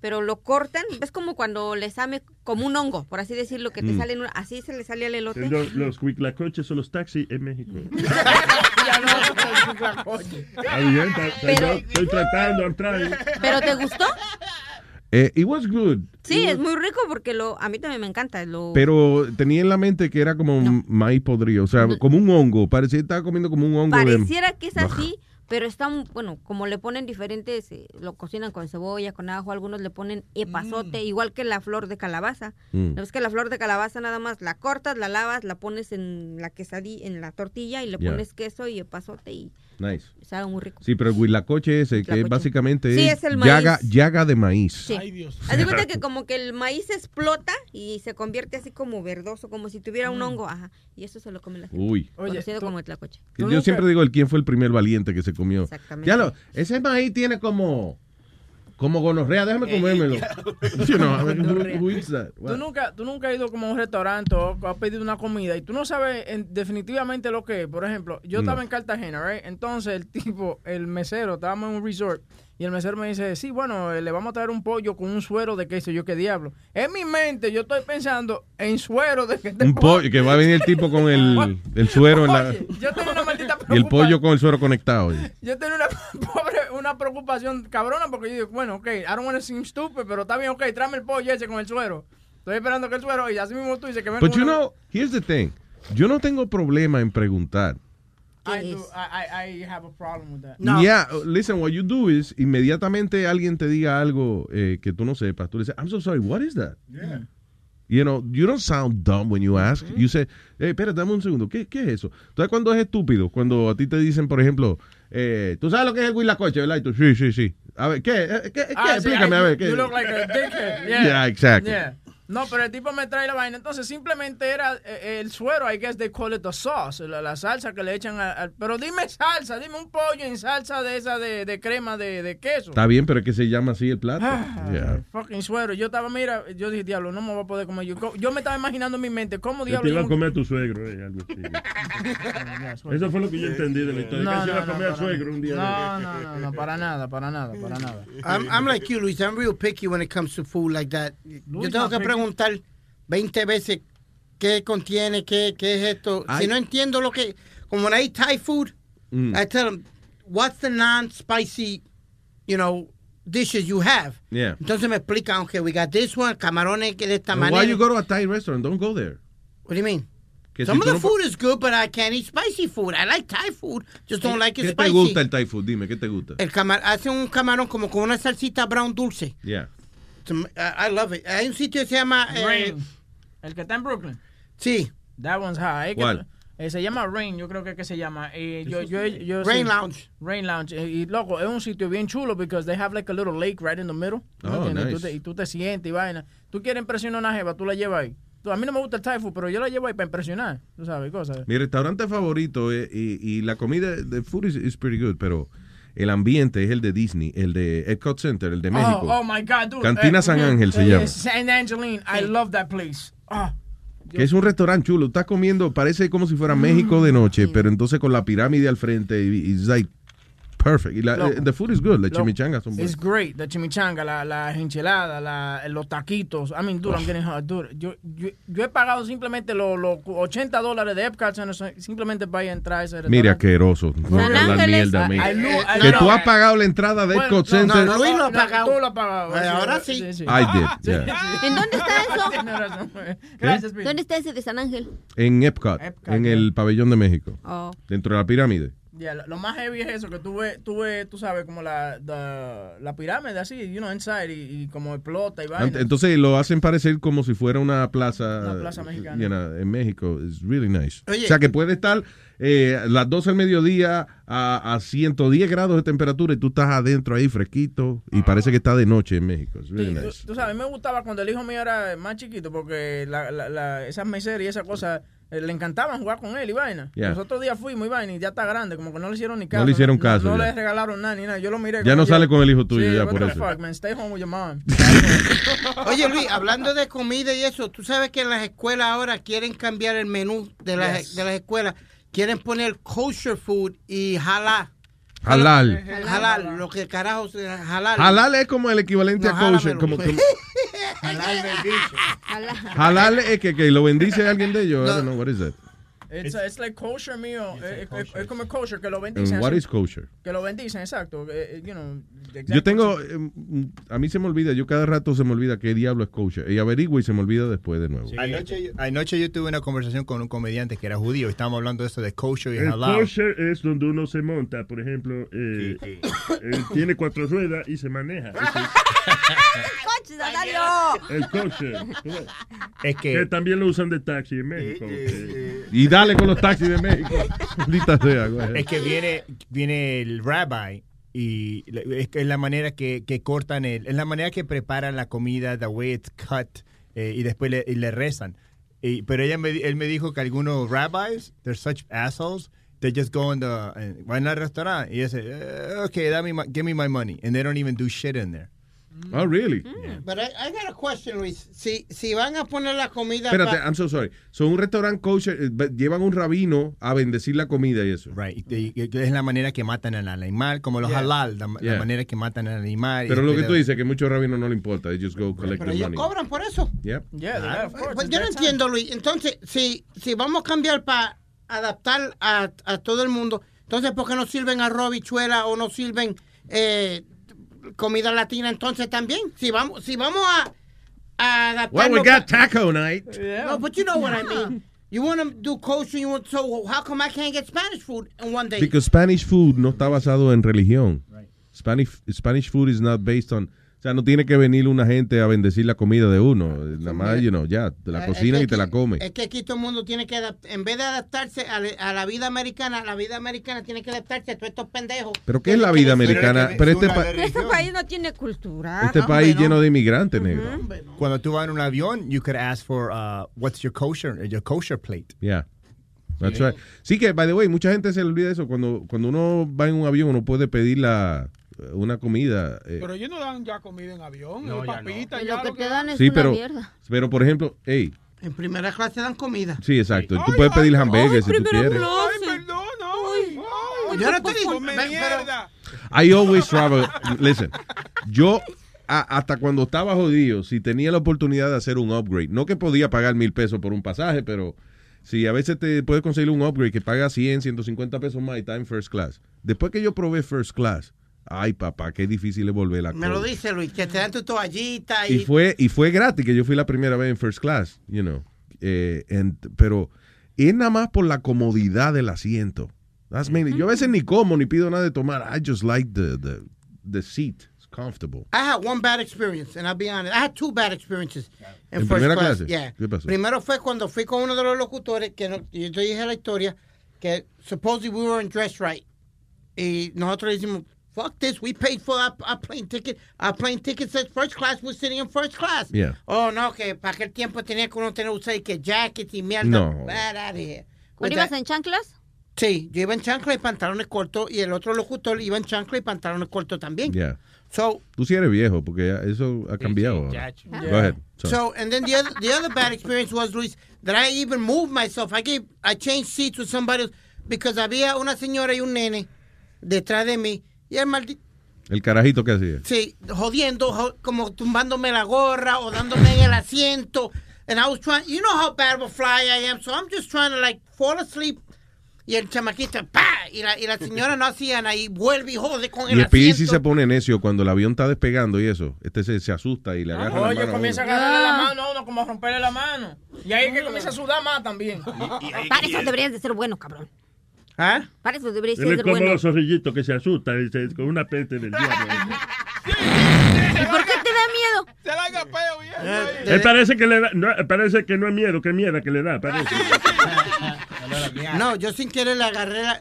Speaker 10: pero lo cortan, es como cuando le sale como un hongo, por así decirlo, que te
Speaker 9: Mm.
Speaker 10: salen, un- así se le sale al elote.
Speaker 9: Los, los cuiclacoches son los taxis en México. Está bien, está- está
Speaker 10: Pero-
Speaker 9: bien. estoy tratando, I'm trying.
Speaker 10: ¿Pero te gustó?
Speaker 4: Eh, it was good,
Speaker 10: Sí, es muy rico porque lo a mí también me encanta. Lo,
Speaker 4: pero tenía en la mente que era como un maíz podrido, o sea, como un hongo, parecía que estaba comiendo como un hongo. de-
Speaker 10: pareciera que es así, pero está, un- bueno, como le ponen diferentes, eh, lo cocinan con cebolla, con ajo, algunos le ponen epazote, igual que la flor de calabaza.
Speaker 4: Mm.
Speaker 10: ¿No ves que la flor de calabaza nada más la cortas, la lavas, la pones en la quesadilla, en la tortilla y le
Speaker 4: Ya.
Speaker 10: pones queso y epazote y
Speaker 4: Nice.
Speaker 10: sabe muy rico.
Speaker 4: Sí, pero el huitlacoche ese, que
Speaker 10: Huitlacoche.
Speaker 4: básicamente
Speaker 10: Sí,
Speaker 4: es,
Speaker 10: es el maíz.
Speaker 4: llaga, llaga de maíz.
Speaker 10: Sí. Haz de cuenta que como que el maíz explota y se convierte así como verdoso, como si tuviera un hongo, ajá, y eso se lo come la gente.
Speaker 4: Uy.
Speaker 10: Oye, conocido como tlacoche.
Speaker 4: Que Yo siempre digo el quién fue el primer valiente que se comió.
Speaker 10: Exactamente.
Speaker 4: Ya lo, ese maíz tiene como como gonorrea, déjame comérmelo. You know, I mean, who- who eats that?
Speaker 5: ¿Tú nunca, tú nunca has ido como a un restaurante o has pedido una comida y tú no sabes en- definitivamente lo que es. Por ejemplo, yo
Speaker 4: No.
Speaker 5: estaba en Cartagena, right? Entonces el tipo, el mesero, estábamos en un resort y el mesero me dice, sí, bueno, eh, le vamos a traer un pollo con un suero de queso. Yo, ¿qué diablo? En mi mente yo estoy pensando en suero de queso.
Speaker 4: Un pollo que va a venir el tipo con el, el suero en la,
Speaker 5: Yo tengo una maldita
Speaker 4: y el pollo con el suero conectado.
Speaker 5: Yo tenía una, pobre, una preocupación cabrona porque yo digo, bueno, ok, I don't want to seem stupid, pero está bien, ok, tráeme el pollo ese con el suero. Estoy esperando que el suero, y así mismo tú dices que venga
Speaker 4: But you
Speaker 5: una-
Speaker 4: know, here's the thing. Yo no tengo problema en preguntar.
Speaker 5: I, do, I, I, I have a problem with that.
Speaker 4: Yeah, listen, what you do is inmediatamente alguien te diga algo eh, que tú no sepas, tú le dices, "I'm so sorry, what is that?"
Speaker 5: Yeah. Mm-hmm.
Speaker 4: You know, you don't sound dumb when you ask. You say, hey, espera, dame un segundo, ¿qué, qué es eso? Entonces, cuando es estúpido, cuando a ti te dicen, por ejemplo, eh, ¿tú sabes lo que es el huilacoche, verdad? Y tú, sí, sí, sí. A ver, ¿qué? Eh, ¿Qué? qué?
Speaker 5: Ah, sí,
Speaker 4: Explícame,
Speaker 5: I-
Speaker 4: a ver, ¿qué?
Speaker 5: You look like a dickhead. Yeah,
Speaker 4: Yeah, exactly.
Speaker 5: Yeah. No, pero el tipo me trae la vaina. Entonces simplemente era eh, el suero, I guess they call it the sauce, la, la salsa que le echan al, al- Pero dime salsa, dime un pollo en salsa de esa de, de crema de, de queso.
Speaker 4: Está bien, pero es que se llama así el plato.
Speaker 5: Ah.
Speaker 4: Yeah.
Speaker 5: Fucking suero. Yo estaba, mira, yo dije, diablo, no me voy a poder comer. Yo, yo me estaba imaginando en mi mente, ¿cómo
Speaker 9: Yo
Speaker 5: diablo?
Speaker 9: te iba a
Speaker 5: yo-
Speaker 9: comer a tu suegro, eh, algo así. Eso fue lo que yo entendí de la historia.
Speaker 5: No,
Speaker 9: que se iba
Speaker 5: no,
Speaker 9: a
Speaker 5: no,
Speaker 9: comer al
Speaker 5: para
Speaker 9: suegro un día.
Speaker 5: No, no, no, no, para nada, para nada, para nada.
Speaker 7: I'm, I'm like you, Luis. I'm real picky when it comes to food like that. Yo tengo que preguntar 20 veces qué contiene, qué, qué es esto.
Speaker 4: Ay.
Speaker 7: Si no entiendo lo que... Como when I eat Thai food,
Speaker 4: Mm.
Speaker 7: I tell them, what's the non-spicy, you know, dishes you have?
Speaker 4: Yeah.
Speaker 7: Entonces me explican, okay, we got this one, camarones que de esta manera.
Speaker 4: Why you go to a Thai restaurant? Don't go there.
Speaker 7: What do you mean?
Speaker 4: Que si
Speaker 7: Some
Speaker 4: tú
Speaker 7: of the
Speaker 4: no-
Speaker 7: food is good, but I can't eat spicy food. I like Thai food, just don't like it
Speaker 4: ¿Qué
Speaker 7: spicy.
Speaker 4: te
Speaker 7: Eh.
Speaker 4: gusta el Thai food? Dime, ¿qué te gusta?
Speaker 7: El camar hace un camarón como con una salsita brown dulce.
Speaker 4: Yeah.
Speaker 7: Tom- I I love it. Hay un sitio que se llama eh,
Speaker 5: Rain. El que está en Brooklyn.
Speaker 7: Sí.
Speaker 5: That one's high. Que-
Speaker 7: ¿Cuál?
Speaker 5: eh, se llama Rain, yo creo que es que se llama. Eh, yo,
Speaker 7: Eso
Speaker 5: yo,
Speaker 7: sí.
Speaker 5: yo-
Speaker 7: Rain
Speaker 5: sí.
Speaker 7: Lounge.
Speaker 5: Rain Lounge. Eh, Y, loco, es un sitio bien chulo because they have like a little lake right in the middle. ¿no
Speaker 4: Oh,
Speaker 5: entiendes? Tú
Speaker 4: nice.
Speaker 5: te- y tú te sientes y vaina. Tú quieres impresionar a una jeva, tú la llevas ahí. Tú, a mí no me gusta el Thai food, pero yo la llevo ahí para impresionar. Tú sabes, cosas.
Speaker 4: Mi restaurante favorito eh, y, y la comida, the food is, is pretty good, pero el ambiente es el de Disney, el de Epcot Center, el de México.
Speaker 5: Oh, oh my God, dude.
Speaker 4: Cantina
Speaker 5: Eh,
Speaker 4: San Ángel se
Speaker 5: eh,
Speaker 4: llama.
Speaker 5: San Angeline, I love that place. Ah,
Speaker 4: Que es un restaurante chulo. Estás comiendo, parece como si fuera México de
Speaker 5: Mm.
Speaker 4: noche, pero entonces con la pirámide al frente. Y, it's like perfect. Y la- eh,
Speaker 5: Loco.
Speaker 4: the food is good. Las
Speaker 5: Loco.
Speaker 4: chimichangas son buenas.
Speaker 5: It's great. La chimichanga, la, la enchilada, la, los taquitos. I mean, dude, I'm getting hot. Dude, yo, yo, yo he pagado simplemente los los 80 dólares de Epcot Center simplemente para ir a entrar a ese
Speaker 4: Mira,
Speaker 5: restaurante.
Speaker 4: asqueroso. No,
Speaker 5: San
Speaker 4: la
Speaker 5: Ángeles,
Speaker 4: mierda,
Speaker 5: ah, a-
Speaker 4: mira.
Speaker 5: a Lu- a
Speaker 4: que
Speaker 5: Lu-
Speaker 4: tú
Speaker 5: no. eh.
Speaker 4: has pagado la entrada de Epcot
Speaker 5: Bueno,
Speaker 4: Center.
Speaker 5: no,
Speaker 7: Luis lo ha pagado.
Speaker 5: Tú lo has pagado.
Speaker 7: Ay, ahora sí.
Speaker 4: I did, yeah.
Speaker 10: ¿En dónde está eso?
Speaker 4: Gracias,
Speaker 10: ¿Dónde está ese de San Ángel?
Speaker 4: En Epcot,
Speaker 5: Epcot,
Speaker 4: en el pabellón de México.
Speaker 10: Oh.
Speaker 4: Dentro de la pirámide.
Speaker 5: Yeah, lo, lo más heavy es eso, que tú ves, tú, ves, tú sabes, como la, the- la pirámide así, you know, inside, y, y como explota y vaina.
Speaker 4: Ant- Entonces lo hacen parecer como si fuera una plaza,
Speaker 5: Una plaza mexicana.
Speaker 4: you know, en México. It's really nice.
Speaker 5: Oye.
Speaker 4: O sea que puede estar eh, las 12 del mediodía a, a 110 grados de temperatura y tú estás adentro ahí fresquito y parece que está de noche en México. It's really
Speaker 5: Ah. Sí,
Speaker 4: nice.
Speaker 5: tú, tú sabes, me gustaba cuando el hijo mío era más chiquito porque la- la- la- esas meseras y esas cosas eh, le encantaban jugar con él y vaina.
Speaker 4: Yeah.
Speaker 5: Los otros días fuimos y vaina y ya está grande, como que no le hicieron ni caso.
Speaker 4: le hicieron caso,
Speaker 5: No,
Speaker 4: ya.
Speaker 5: le regalaron nada ni nada. Yo lo miré.
Speaker 4: Ya
Speaker 5: como
Speaker 4: no sale con el hijo tuyo,
Speaker 5: Sí,
Speaker 4: ya,
Speaker 5: what
Speaker 4: por
Speaker 5: the
Speaker 4: eso.
Speaker 5: fuck, man, stay home with your mom.
Speaker 7: Oye, Luis, hablando de comida y eso, tú sabes que en las escuelas ahora quieren cambiar el menú de las,
Speaker 5: Yes.
Speaker 7: de las escuelas. Quieren poner kosher food y halal.
Speaker 4: Halal.
Speaker 5: eh,
Speaker 7: Halal, lo que carajo se halal.
Speaker 4: Halal es como el equivalente a kosher. Como, como-
Speaker 7: halal
Speaker 4: halal es que, que lo bendice alguien de ellos. I don't know, what is that?
Speaker 5: It's, it's like kosher mío. eh, eh, Es, como kosher que lo bendicen.
Speaker 4: And what
Speaker 5: así.
Speaker 4: is kosher?
Speaker 5: Que lo bendicen, exacto. eh, eh, you know, the exact
Speaker 4: Yo tengo,
Speaker 5: kosher.
Speaker 4: eh, mm, a mí se me olvida, yo cada rato se me olvida qué diablo es kosher. Y averigüe y se me olvida después de nuevo.
Speaker 1: Anoche, yo- anoche yo tuve una conversación con un comediante que era judío. Estábamos hablando de eso de kosher y
Speaker 9: El
Speaker 1: halal.
Speaker 9: kosher es donde uno se monta, por ejemplo, eh, eh, tiene cuatro ruedas y se maneja.
Speaker 10: ¡Coches, Nazario!
Speaker 9: Ese es el kosher.
Speaker 1: Es
Speaker 9: que, también lo usan de taxi en México. eh.
Speaker 4: Y dale con los taxis de México. Maldita sea, güey.
Speaker 1: Es que viene, viene el rabbi y la- es, que es la manera que, que cortan el, es la manera que preparan la comida, the way it's cut, eh, y después le, y le rezan. Y- pero ella me, di- él me dijo que algunos rabbis, they're such assholes, they just go in the, eh, van al restaurante y dice, "Eh, okay, dame my- give me my money, and they don't even do shit in there.
Speaker 4: Oh, really?
Speaker 7: But I, I got a question, Luis. Si, si van a poner la comida.
Speaker 4: Espérate,
Speaker 7: pa-
Speaker 4: I'm so sorry. Son un restaurante kosher, eh, but llevan un rabino a bendecir la comida y eso.
Speaker 1: Right. Y- y- y es la manera que matan al animal, como los
Speaker 4: Yeah.
Speaker 1: halal, la, la
Speaker 4: Yeah.
Speaker 1: manera que matan al animal. y este
Speaker 4: Pero lo que
Speaker 1: después
Speaker 4: tú
Speaker 1: le-
Speaker 4: dices, que muchos rabinos no le importa. They just go collect
Speaker 7: pero
Speaker 4: the
Speaker 7: ellos
Speaker 4: money.
Speaker 7: cobran por eso.
Speaker 4: Yep.
Speaker 5: Yeah, of course,
Speaker 7: Pues
Speaker 5: it's
Speaker 7: yo no
Speaker 5: that time.
Speaker 7: entiendo, Luis. Entonces, si, si vamos a cambiar para adaptar a, a todo el mundo, entonces, ¿por qué no sirven arroz, bichuela o no sirven eh, comida latina entonces también? Si vamos, si vamos a, a adaptar.
Speaker 4: Well, we got taco night.
Speaker 7: No, but you know what I mean. You want to do kosher, you want, so how come I can't get Spanish food in one day?
Speaker 4: Because Spanish food no está basado en religión. Spanish, Spanish food is not based on O sea, no tiene que venir una gente a bendecir la comida de uno. Nada más, you know, ya, te la
Speaker 7: Eh, Es
Speaker 4: cocinan
Speaker 7: que
Speaker 4: y te la
Speaker 7: aquí-
Speaker 4: comen.
Speaker 7: Es que aquí todo el mundo tiene que adaptar, en vez de adaptarse a, la- a la vida americana, la vida americana tiene que adaptarse a todos estos pendejos.
Speaker 4: Pero ¿qué es la vida americana? Pero este, pa-
Speaker 10: Pero este país no tiene cultura.
Speaker 4: este
Speaker 7: Ah,
Speaker 4: país lleno de inmigrantes negros.
Speaker 1: Cuando tú vas en un avión, you could ask for uh, what's your kosher, your kosher plate.
Speaker 4: Yeah. That's right. Sí que, by the way, mucha gente se le olvida eso. Cuando, cuando uno va en un avión, uno puede pedir la, una comida. eh,
Speaker 14: Pero ellos no dan ya comida en avión,
Speaker 7: No,
Speaker 14: no,
Speaker 7: ya no.
Speaker 14: papitas,
Speaker 7: Y
Speaker 14: ya
Speaker 7: lo que te dan
Speaker 4: sí, pero, pero por ejemplo, hey,
Speaker 7: En primera clase dan comida.
Speaker 4: sí, exacto. Tú puedes pedir hamburguesas si tú quieres.
Speaker 7: Yo no estoy
Speaker 14: come mierda.
Speaker 4: I always travel. Listen, yo a- hasta cuando estaba jodido, si tenía la oportunidad de hacer un upgrade, no que podía pagar mil pesos por un pasaje, pero si a veces te puedes conseguir un upgrade que paga 100, 150 pesos más y está en first class. Después que yo probé first class, ay papá, qué difícil es volver la
Speaker 7: Me lo dice Luis, que te dan tu toallita
Speaker 4: y
Speaker 7: y,
Speaker 4: fue y fue gratis que yo fui la primera vez en first class you know Eh, and- pero es nada más por la comodidad del asiento That's mainly- yo a veces ni como ni pido nada de tomar I just like the the, the seat it's comfortable
Speaker 7: I had one bad experience, and I'll be honest. I had two bad experiences.
Speaker 4: ¿En primera clase?
Speaker 7: yeah.
Speaker 4: ¿Qué pasó?
Speaker 7: Primero fue cuando fui con uno de los locutores, que no, yo te dije la historia, que supposedly we were in dress right. Y nosotros decimos, fuck this, we paid for our, our plane ticket. Our plane ticket says first class, we're sitting in first class.
Speaker 4: Yeah.
Speaker 7: Oh, no, que para aquel tiempo tenía que uno tener usar y que jackets y mierda.
Speaker 4: No.
Speaker 7: Bad out of here.
Speaker 10: ¿Pero ibas en chanclas?
Speaker 7: Sí, yo iba en chancla y pantalones cortos y el otro locutor iba en chancla y pantalones cortos también.
Speaker 4: yeah
Speaker 7: So,
Speaker 4: tú sí eres viejo porque ya eso ha cambiado ahora.
Speaker 7: chacho.
Speaker 4: go ahead Sorry.
Speaker 7: So and then the other the other bad experience was Luis that I even moved myself. I gave I changed seats with somebody else because había una señora y un nene detrás de mí y el maldito
Speaker 4: el carajito que hacía
Speaker 7: sí jodiendo jo- como tumbándome la gorra o dándome en el asiento and I was trying you know how bad of a fly I am so I'm just trying to like fall asleep y el chamaquito pa y la, y la señora no hacía nada y vuelve y jode con
Speaker 4: y
Speaker 7: el
Speaker 4: el PI sí
Speaker 7: asiento
Speaker 4: se pone necio cuando el avión está despegando y eso este se, se asusta y le agarra la
Speaker 5: Oye,
Speaker 4: mano a
Speaker 5: comienza a
Speaker 4: uno.
Speaker 5: agarrarle la
Speaker 10: Ah.
Speaker 5: mano a uno, como a romperle la mano. Y ahí es que comienza a sudar más también.
Speaker 10: Para eso deberías de ser bueno, cabrón.
Speaker 7: ¿Ah?
Speaker 10: Para eso deberías
Speaker 9: Él
Speaker 10: de
Speaker 9: es
Speaker 10: ser
Speaker 9: como
Speaker 10: bueno.
Speaker 9: los zorrillitos que se asustan dice, con una peste del diablo.
Speaker 10: ¿Y por qué te da miedo?
Speaker 14: Se la agapeo bien.
Speaker 9: Él Eh, parece que le da, no, parece que no es miedo, que mierda que le da, parece.
Speaker 7: No, yo sin querer le agarré la,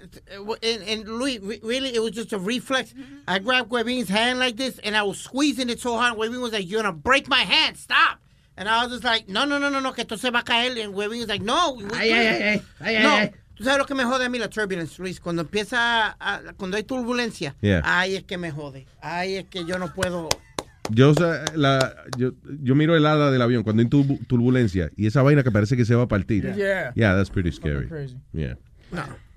Speaker 7: eh, and, and Luis, re- really, it was just a reflex.
Speaker 24: Mm-hmm.
Speaker 7: I grabbed Webin's hand like this, and I was squeezing it so hard. Webin was like, "You're gonna break my hand! Stop!" And I was just like, "No, no, no, no, no, que esto se va a caer." And Webin was like, "No, we-
Speaker 24: Ay, ay, ay, ay, ay,
Speaker 7: no."
Speaker 24: ay, ay.
Speaker 7: Tú sabes lo que me jode a mí la turbulence, Luis, cuando empieza, a- cuando hay turbulencia.
Speaker 4: Yeah.
Speaker 7: Ay, es que me jode. Ay, es que yo no puedo.
Speaker 4: Yo, o sea, la- yo, yo miro el ala del avión cuando hay turbu- turbulencia y esa vaina que parece que se va a partir.
Speaker 5: Yeah.
Speaker 4: that's pretty scary.
Speaker 5: Fucking crazy.
Speaker 4: Yeah.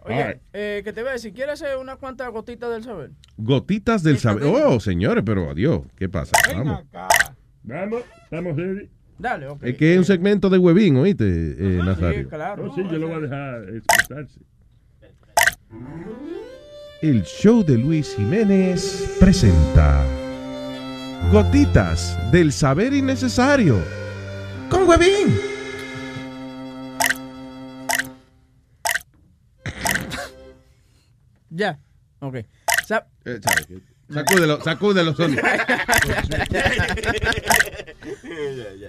Speaker 5: Oye,
Speaker 4: All right.
Speaker 5: eh, que te voy a decir, ¿quieres hacer unas cuantas gotitas del saber?
Speaker 4: Gotitas del saber. Oh, señores, pero adiós. ¿Qué pasa? Vamos.
Speaker 9: Vamos, estamos ready.
Speaker 5: Dale, ok.
Speaker 4: Es que es un segmento de huevín, oíste, eh, Nazario.
Speaker 5: claro.
Speaker 9: sí, yo lo voy a dejar expresarse.
Speaker 4: El show de Luis Jiménez presenta Gotitas del saber innecesario con huevín.
Speaker 5: Ya. Ok.
Speaker 4: Eh,
Speaker 5: Sa-
Speaker 4: Sacúdelo, sacúdelo, Sony.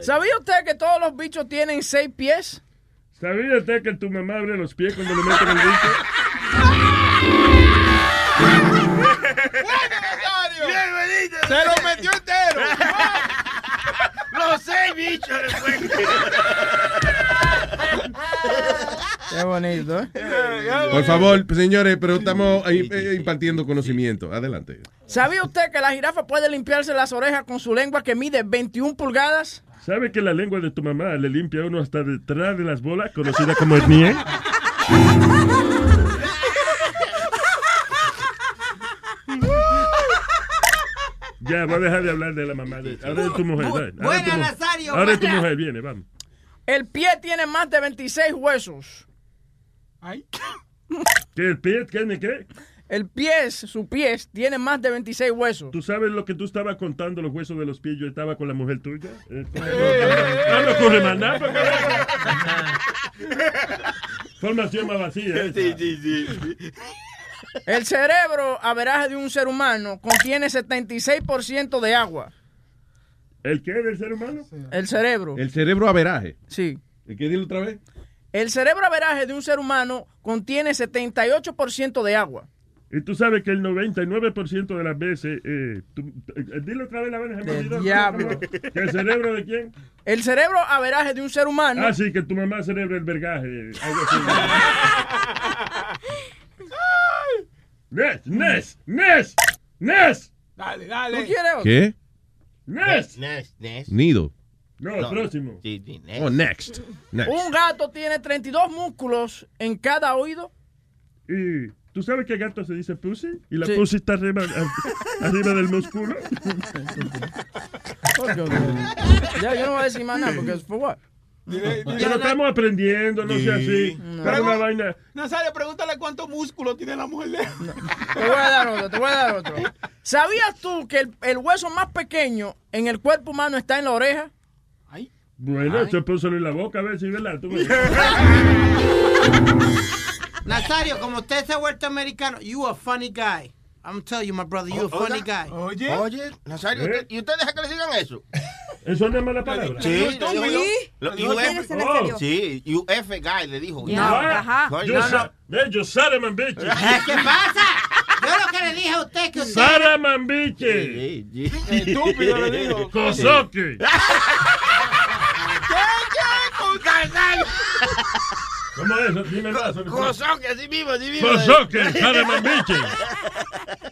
Speaker 5: ¿Sabía usted que todos los bichos tienen seis pies?
Speaker 9: ¿Sabía usted que tu mamá abre los pies cuando le meten el bicho?
Speaker 14: Bien, Se lo metió entero. Los seis bichos le
Speaker 5: Qué bonito, ¿eh?
Speaker 4: Por favor, señores, pero estamos ahí, eh, impartiendo conocimiento. Adelante.
Speaker 5: ¿Sabía usted que la jirafa puede limpiarse las orejas con su lengua que mide 21 pulgadas?
Speaker 9: ¿Sabe que la lengua de tu mamá le limpia a uno hasta detrás de las bolas, conocida como hernia? Ya, voy a dejar de hablar de la mamá de Ahora es tu mujer.
Speaker 5: Bu-
Speaker 9: dale. Ahora
Speaker 5: buena,
Speaker 9: es tu mujer.
Speaker 5: Nazario,
Speaker 9: Ahora es tu
Speaker 5: buena.
Speaker 9: mujer, viene, vamos.
Speaker 5: El pie tiene más de 26 huesos.
Speaker 9: ¿Que el pie tiene qué?
Speaker 5: El pie, su pie, tiene más de 26 huesos.
Speaker 9: ¿Tú sabes lo que tú estabas contando, los huesos de los pies? Yo estaba con la mujer tuya. Eh, No me ocurre más nada, porque- Formación más vacía. esa.
Speaker 5: El cerebro, a veraje de un ser humano, contiene 76% de agua.
Speaker 9: ¿El qué del ser humano?
Speaker 5: El cerebro.
Speaker 4: El cerebro averaje.
Speaker 5: Sí.
Speaker 4: ¿El qué dilo otra vez?
Speaker 5: El cerebro averaje de un ser humano contiene 78% de agua.
Speaker 9: Y tú sabes que el 99% de las veces. Eh, tú- eh, dilo otra vez la vez, se me olvidó.
Speaker 5: diablo.
Speaker 9: ¿Que ¿El cerebro de quién?
Speaker 5: El cerebro averaje de un ser humano.
Speaker 9: Ah, sí, que tu mamá celebra el vergaje. eh, algo así. Nes, Nes, Nes, Nes.
Speaker 14: Dale, dale.
Speaker 5: ¿No quiere otro?
Speaker 4: ¿Qué?
Speaker 9: Nes.
Speaker 6: Next, next.
Speaker 4: Nido.
Speaker 9: No, próximo.
Speaker 6: Sí, sí, next.
Speaker 4: Oh, next. Next.
Speaker 5: Un gato tiene 32 músculos en cada oído.
Speaker 9: Y tú sabes que gato se dice pussy y la
Speaker 5: Sí.
Speaker 9: pussy está arriba, a- arriba del músculo.
Speaker 5: Oh, Ya, yo no voy a decir más nada porque es por what?
Speaker 9: Pero estamos aprendiendo, no sea así.
Speaker 5: No.
Speaker 9: Pero una vaina.
Speaker 14: Nazario, pregúntale cuánto músculo tiene la mujer de
Speaker 5: Te voy a dar otro, te voy a dar otro. ¿Sabías tú que el, el hueso más pequeño en el cuerpo humano está en la oreja?
Speaker 9: Bueno, eso puso en la boca a ver si, ¿verdad? Tú ves.
Speaker 7: Nazario, como usted se ha vuelto americano, you a funny guy. I'm telling you, my brother, you a
Speaker 6: Oiga,
Speaker 7: funny guy.
Speaker 14: Oye.
Speaker 6: Oye, Nazario,
Speaker 9: ¿Eh?
Speaker 6: ¿usted- ¿y usted deja que le digan eso?
Speaker 9: ¿Eso no es mala palabra?
Speaker 6: Sí,
Speaker 14: dijo Tommy.
Speaker 6: Lo-
Speaker 14: Lo
Speaker 6: y
Speaker 14: dijo Tommy.
Speaker 6: UF,
Speaker 9: Oh.
Speaker 6: sí, UF guy le dijo.
Speaker 9: No, yo sa- eh, yo Sara Mambiche.
Speaker 7: ¿Qué pasa? Yo lo que le dije a usted es que usted...
Speaker 9: Sara Mambiche.
Speaker 14: Estúpido le digo.
Speaker 9: Kosoki. ¿Cómo es eso? Dime más.
Speaker 6: Cosoque, así mismo, así mismo.
Speaker 9: Kosoki, Sara Mambiche.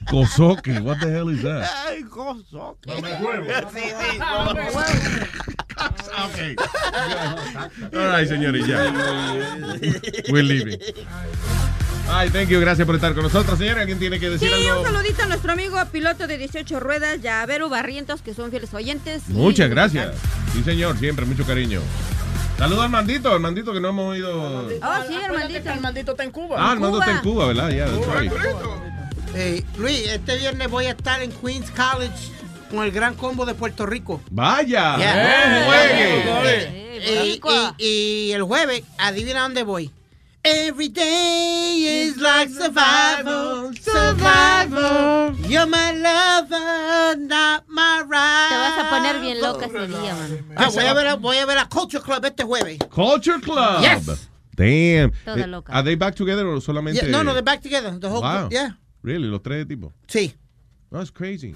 Speaker 4: Kosoki. What the hell is that?
Speaker 6: Ay, cosoque.
Speaker 9: Mamahuevo.
Speaker 6: Sí, sí,
Speaker 4: All right, señores, ya. We're leaving. Ay, thank you. Gracias por estar con nosotros, señores. ¿Alguien tiene que
Speaker 10: Sí,
Speaker 4: decir
Speaker 10: un
Speaker 4: algo?
Speaker 10: saludito a nuestro amigo piloto de 18 ruedas, Llavero Barrientos, que son fieles oyentes. y-
Speaker 4: Muchas gracias. Sí, señor. Siempre, mucho cariño. Saludos al mandito, al mandito que no hemos oído.
Speaker 10: Ah, sí,
Speaker 5: Acuérdate que el mandito está en Cuba.
Speaker 4: Oh, Ah, el mandito está en Cuba, ¿verdad? Ya, that's right.
Speaker 7: Hey, Luis, este viernes voy a estar en Queens College con el gran combo de Puerto Rico.
Speaker 4: Vaya.
Speaker 7: Yeah.
Speaker 5: Eh,
Speaker 4: No Eh, juegue. Eh,
Speaker 7: Y, y- y el jueves, adivina dónde voy. Every day is like survival, survival. You're my lover, not my rival. Te vas a poner bien loca ese día, mano. Ah, voy a ver a, voy a ver a Culture Club este jueves.
Speaker 4: Culture Club.
Speaker 7: Yes.
Speaker 4: Damn.
Speaker 7: Toda
Speaker 4: Eh,
Speaker 7: loca.
Speaker 4: ¿Are they back together o solamente?
Speaker 7: Yeah, no, no, they're back together. The whole
Speaker 4: Wow.
Speaker 7: group, yeah.
Speaker 4: Really, los tres tipos.
Speaker 7: Sí.
Speaker 4: That's crazy.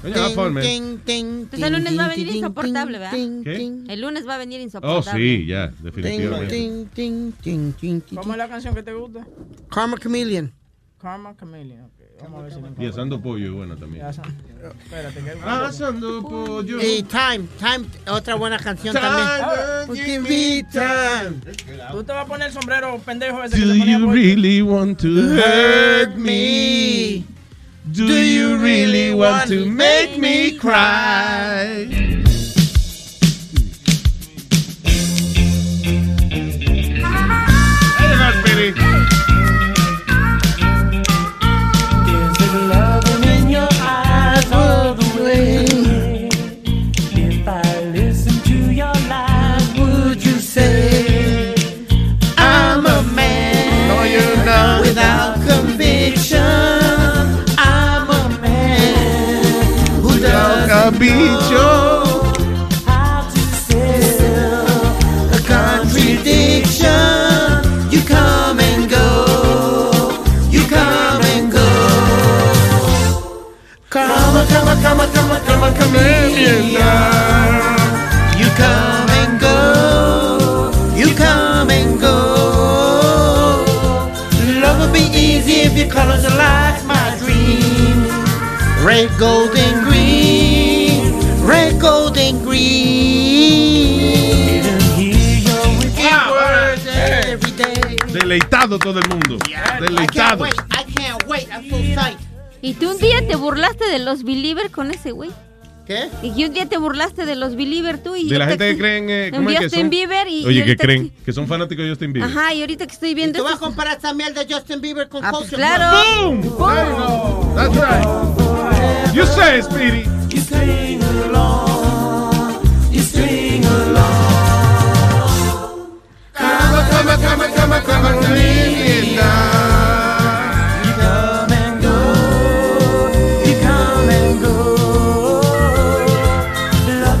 Speaker 4: Coño, have fun, man.
Speaker 10: Entonces Pues el lunes va a venir insoportable, ¿verdad?
Speaker 4: ¿Qué?
Speaker 10: El lunes va a venir
Speaker 4: Oh,
Speaker 10: insoportable.
Speaker 4: sí, ya, definitivamente.
Speaker 7: Ting, ting, ting, ting, ting.
Speaker 5: ¿Cómo es la canción que te gusta?
Speaker 7: Karma Chameleon.
Speaker 5: Karma Chameleon. ok. Vamos a ver si me
Speaker 4: Y asando pollo es buena también.
Speaker 5: Espérate, que
Speaker 4: Ah, asando
Speaker 14: pues,
Speaker 4: pollo.
Speaker 7: Y Time, Time, otra buena canción
Speaker 5: Oh, Time,
Speaker 7: también.
Speaker 5: don't
Speaker 7: Give
Speaker 5: me
Speaker 7: time.
Speaker 5: Tú te vas a poner el sombrero pendejo ese que
Speaker 4: Do
Speaker 5: te ponía
Speaker 4: you
Speaker 5: Boy.
Speaker 4: really want to hurt me? Do you really want to make me cry?
Speaker 14: If I listen to your lies, would you say I'm a man? No, you're not. Without conviction, I'm a man who doesn't know how to sell a contradiction. You come and go. You come and go. Come on, come on, come on, come on, come on, come You come and go, you come and go. Love will be easy if your colors are like my dream. Red, gold, and green. Red, gold, and green.
Speaker 7: Words every day.
Speaker 4: Deleitado todo el mundo.
Speaker 7: I can't
Speaker 4: Deleitado.
Speaker 7: wait, I can't wait, I'm so psyched.
Speaker 10: Y tú un día te burlaste de los Believer con ese güey.
Speaker 7: ¿Qué?
Speaker 10: Y que un día te burlaste de los Believer tú y
Speaker 4: De
Speaker 10: yo
Speaker 4: la
Speaker 10: te-
Speaker 4: gente que creen. eh, ¿cómo es
Speaker 10: en
Speaker 4: que
Speaker 10: Justin
Speaker 4: son?
Speaker 10: Bieber y- y
Speaker 4: Oye, que
Speaker 10: ahorita-
Speaker 4: creen que son fanáticos de Justin Bieber.
Speaker 10: Ajá, y ahorita que estoy
Speaker 7: ¿Y
Speaker 10: viendo
Speaker 7: tú vas a
Speaker 10: estos-
Speaker 7: comparar esa mierda de Justin Bieber con
Speaker 10: Ah, pues,
Speaker 7: Culture
Speaker 10: claro.
Speaker 7: Club?
Speaker 10: ¡Boom!
Speaker 4: That's right. You say, Speedy.
Speaker 14: You string along, you string along. Come on, come on, come on, come on, come on, come in now. You come and go, you come and go. Love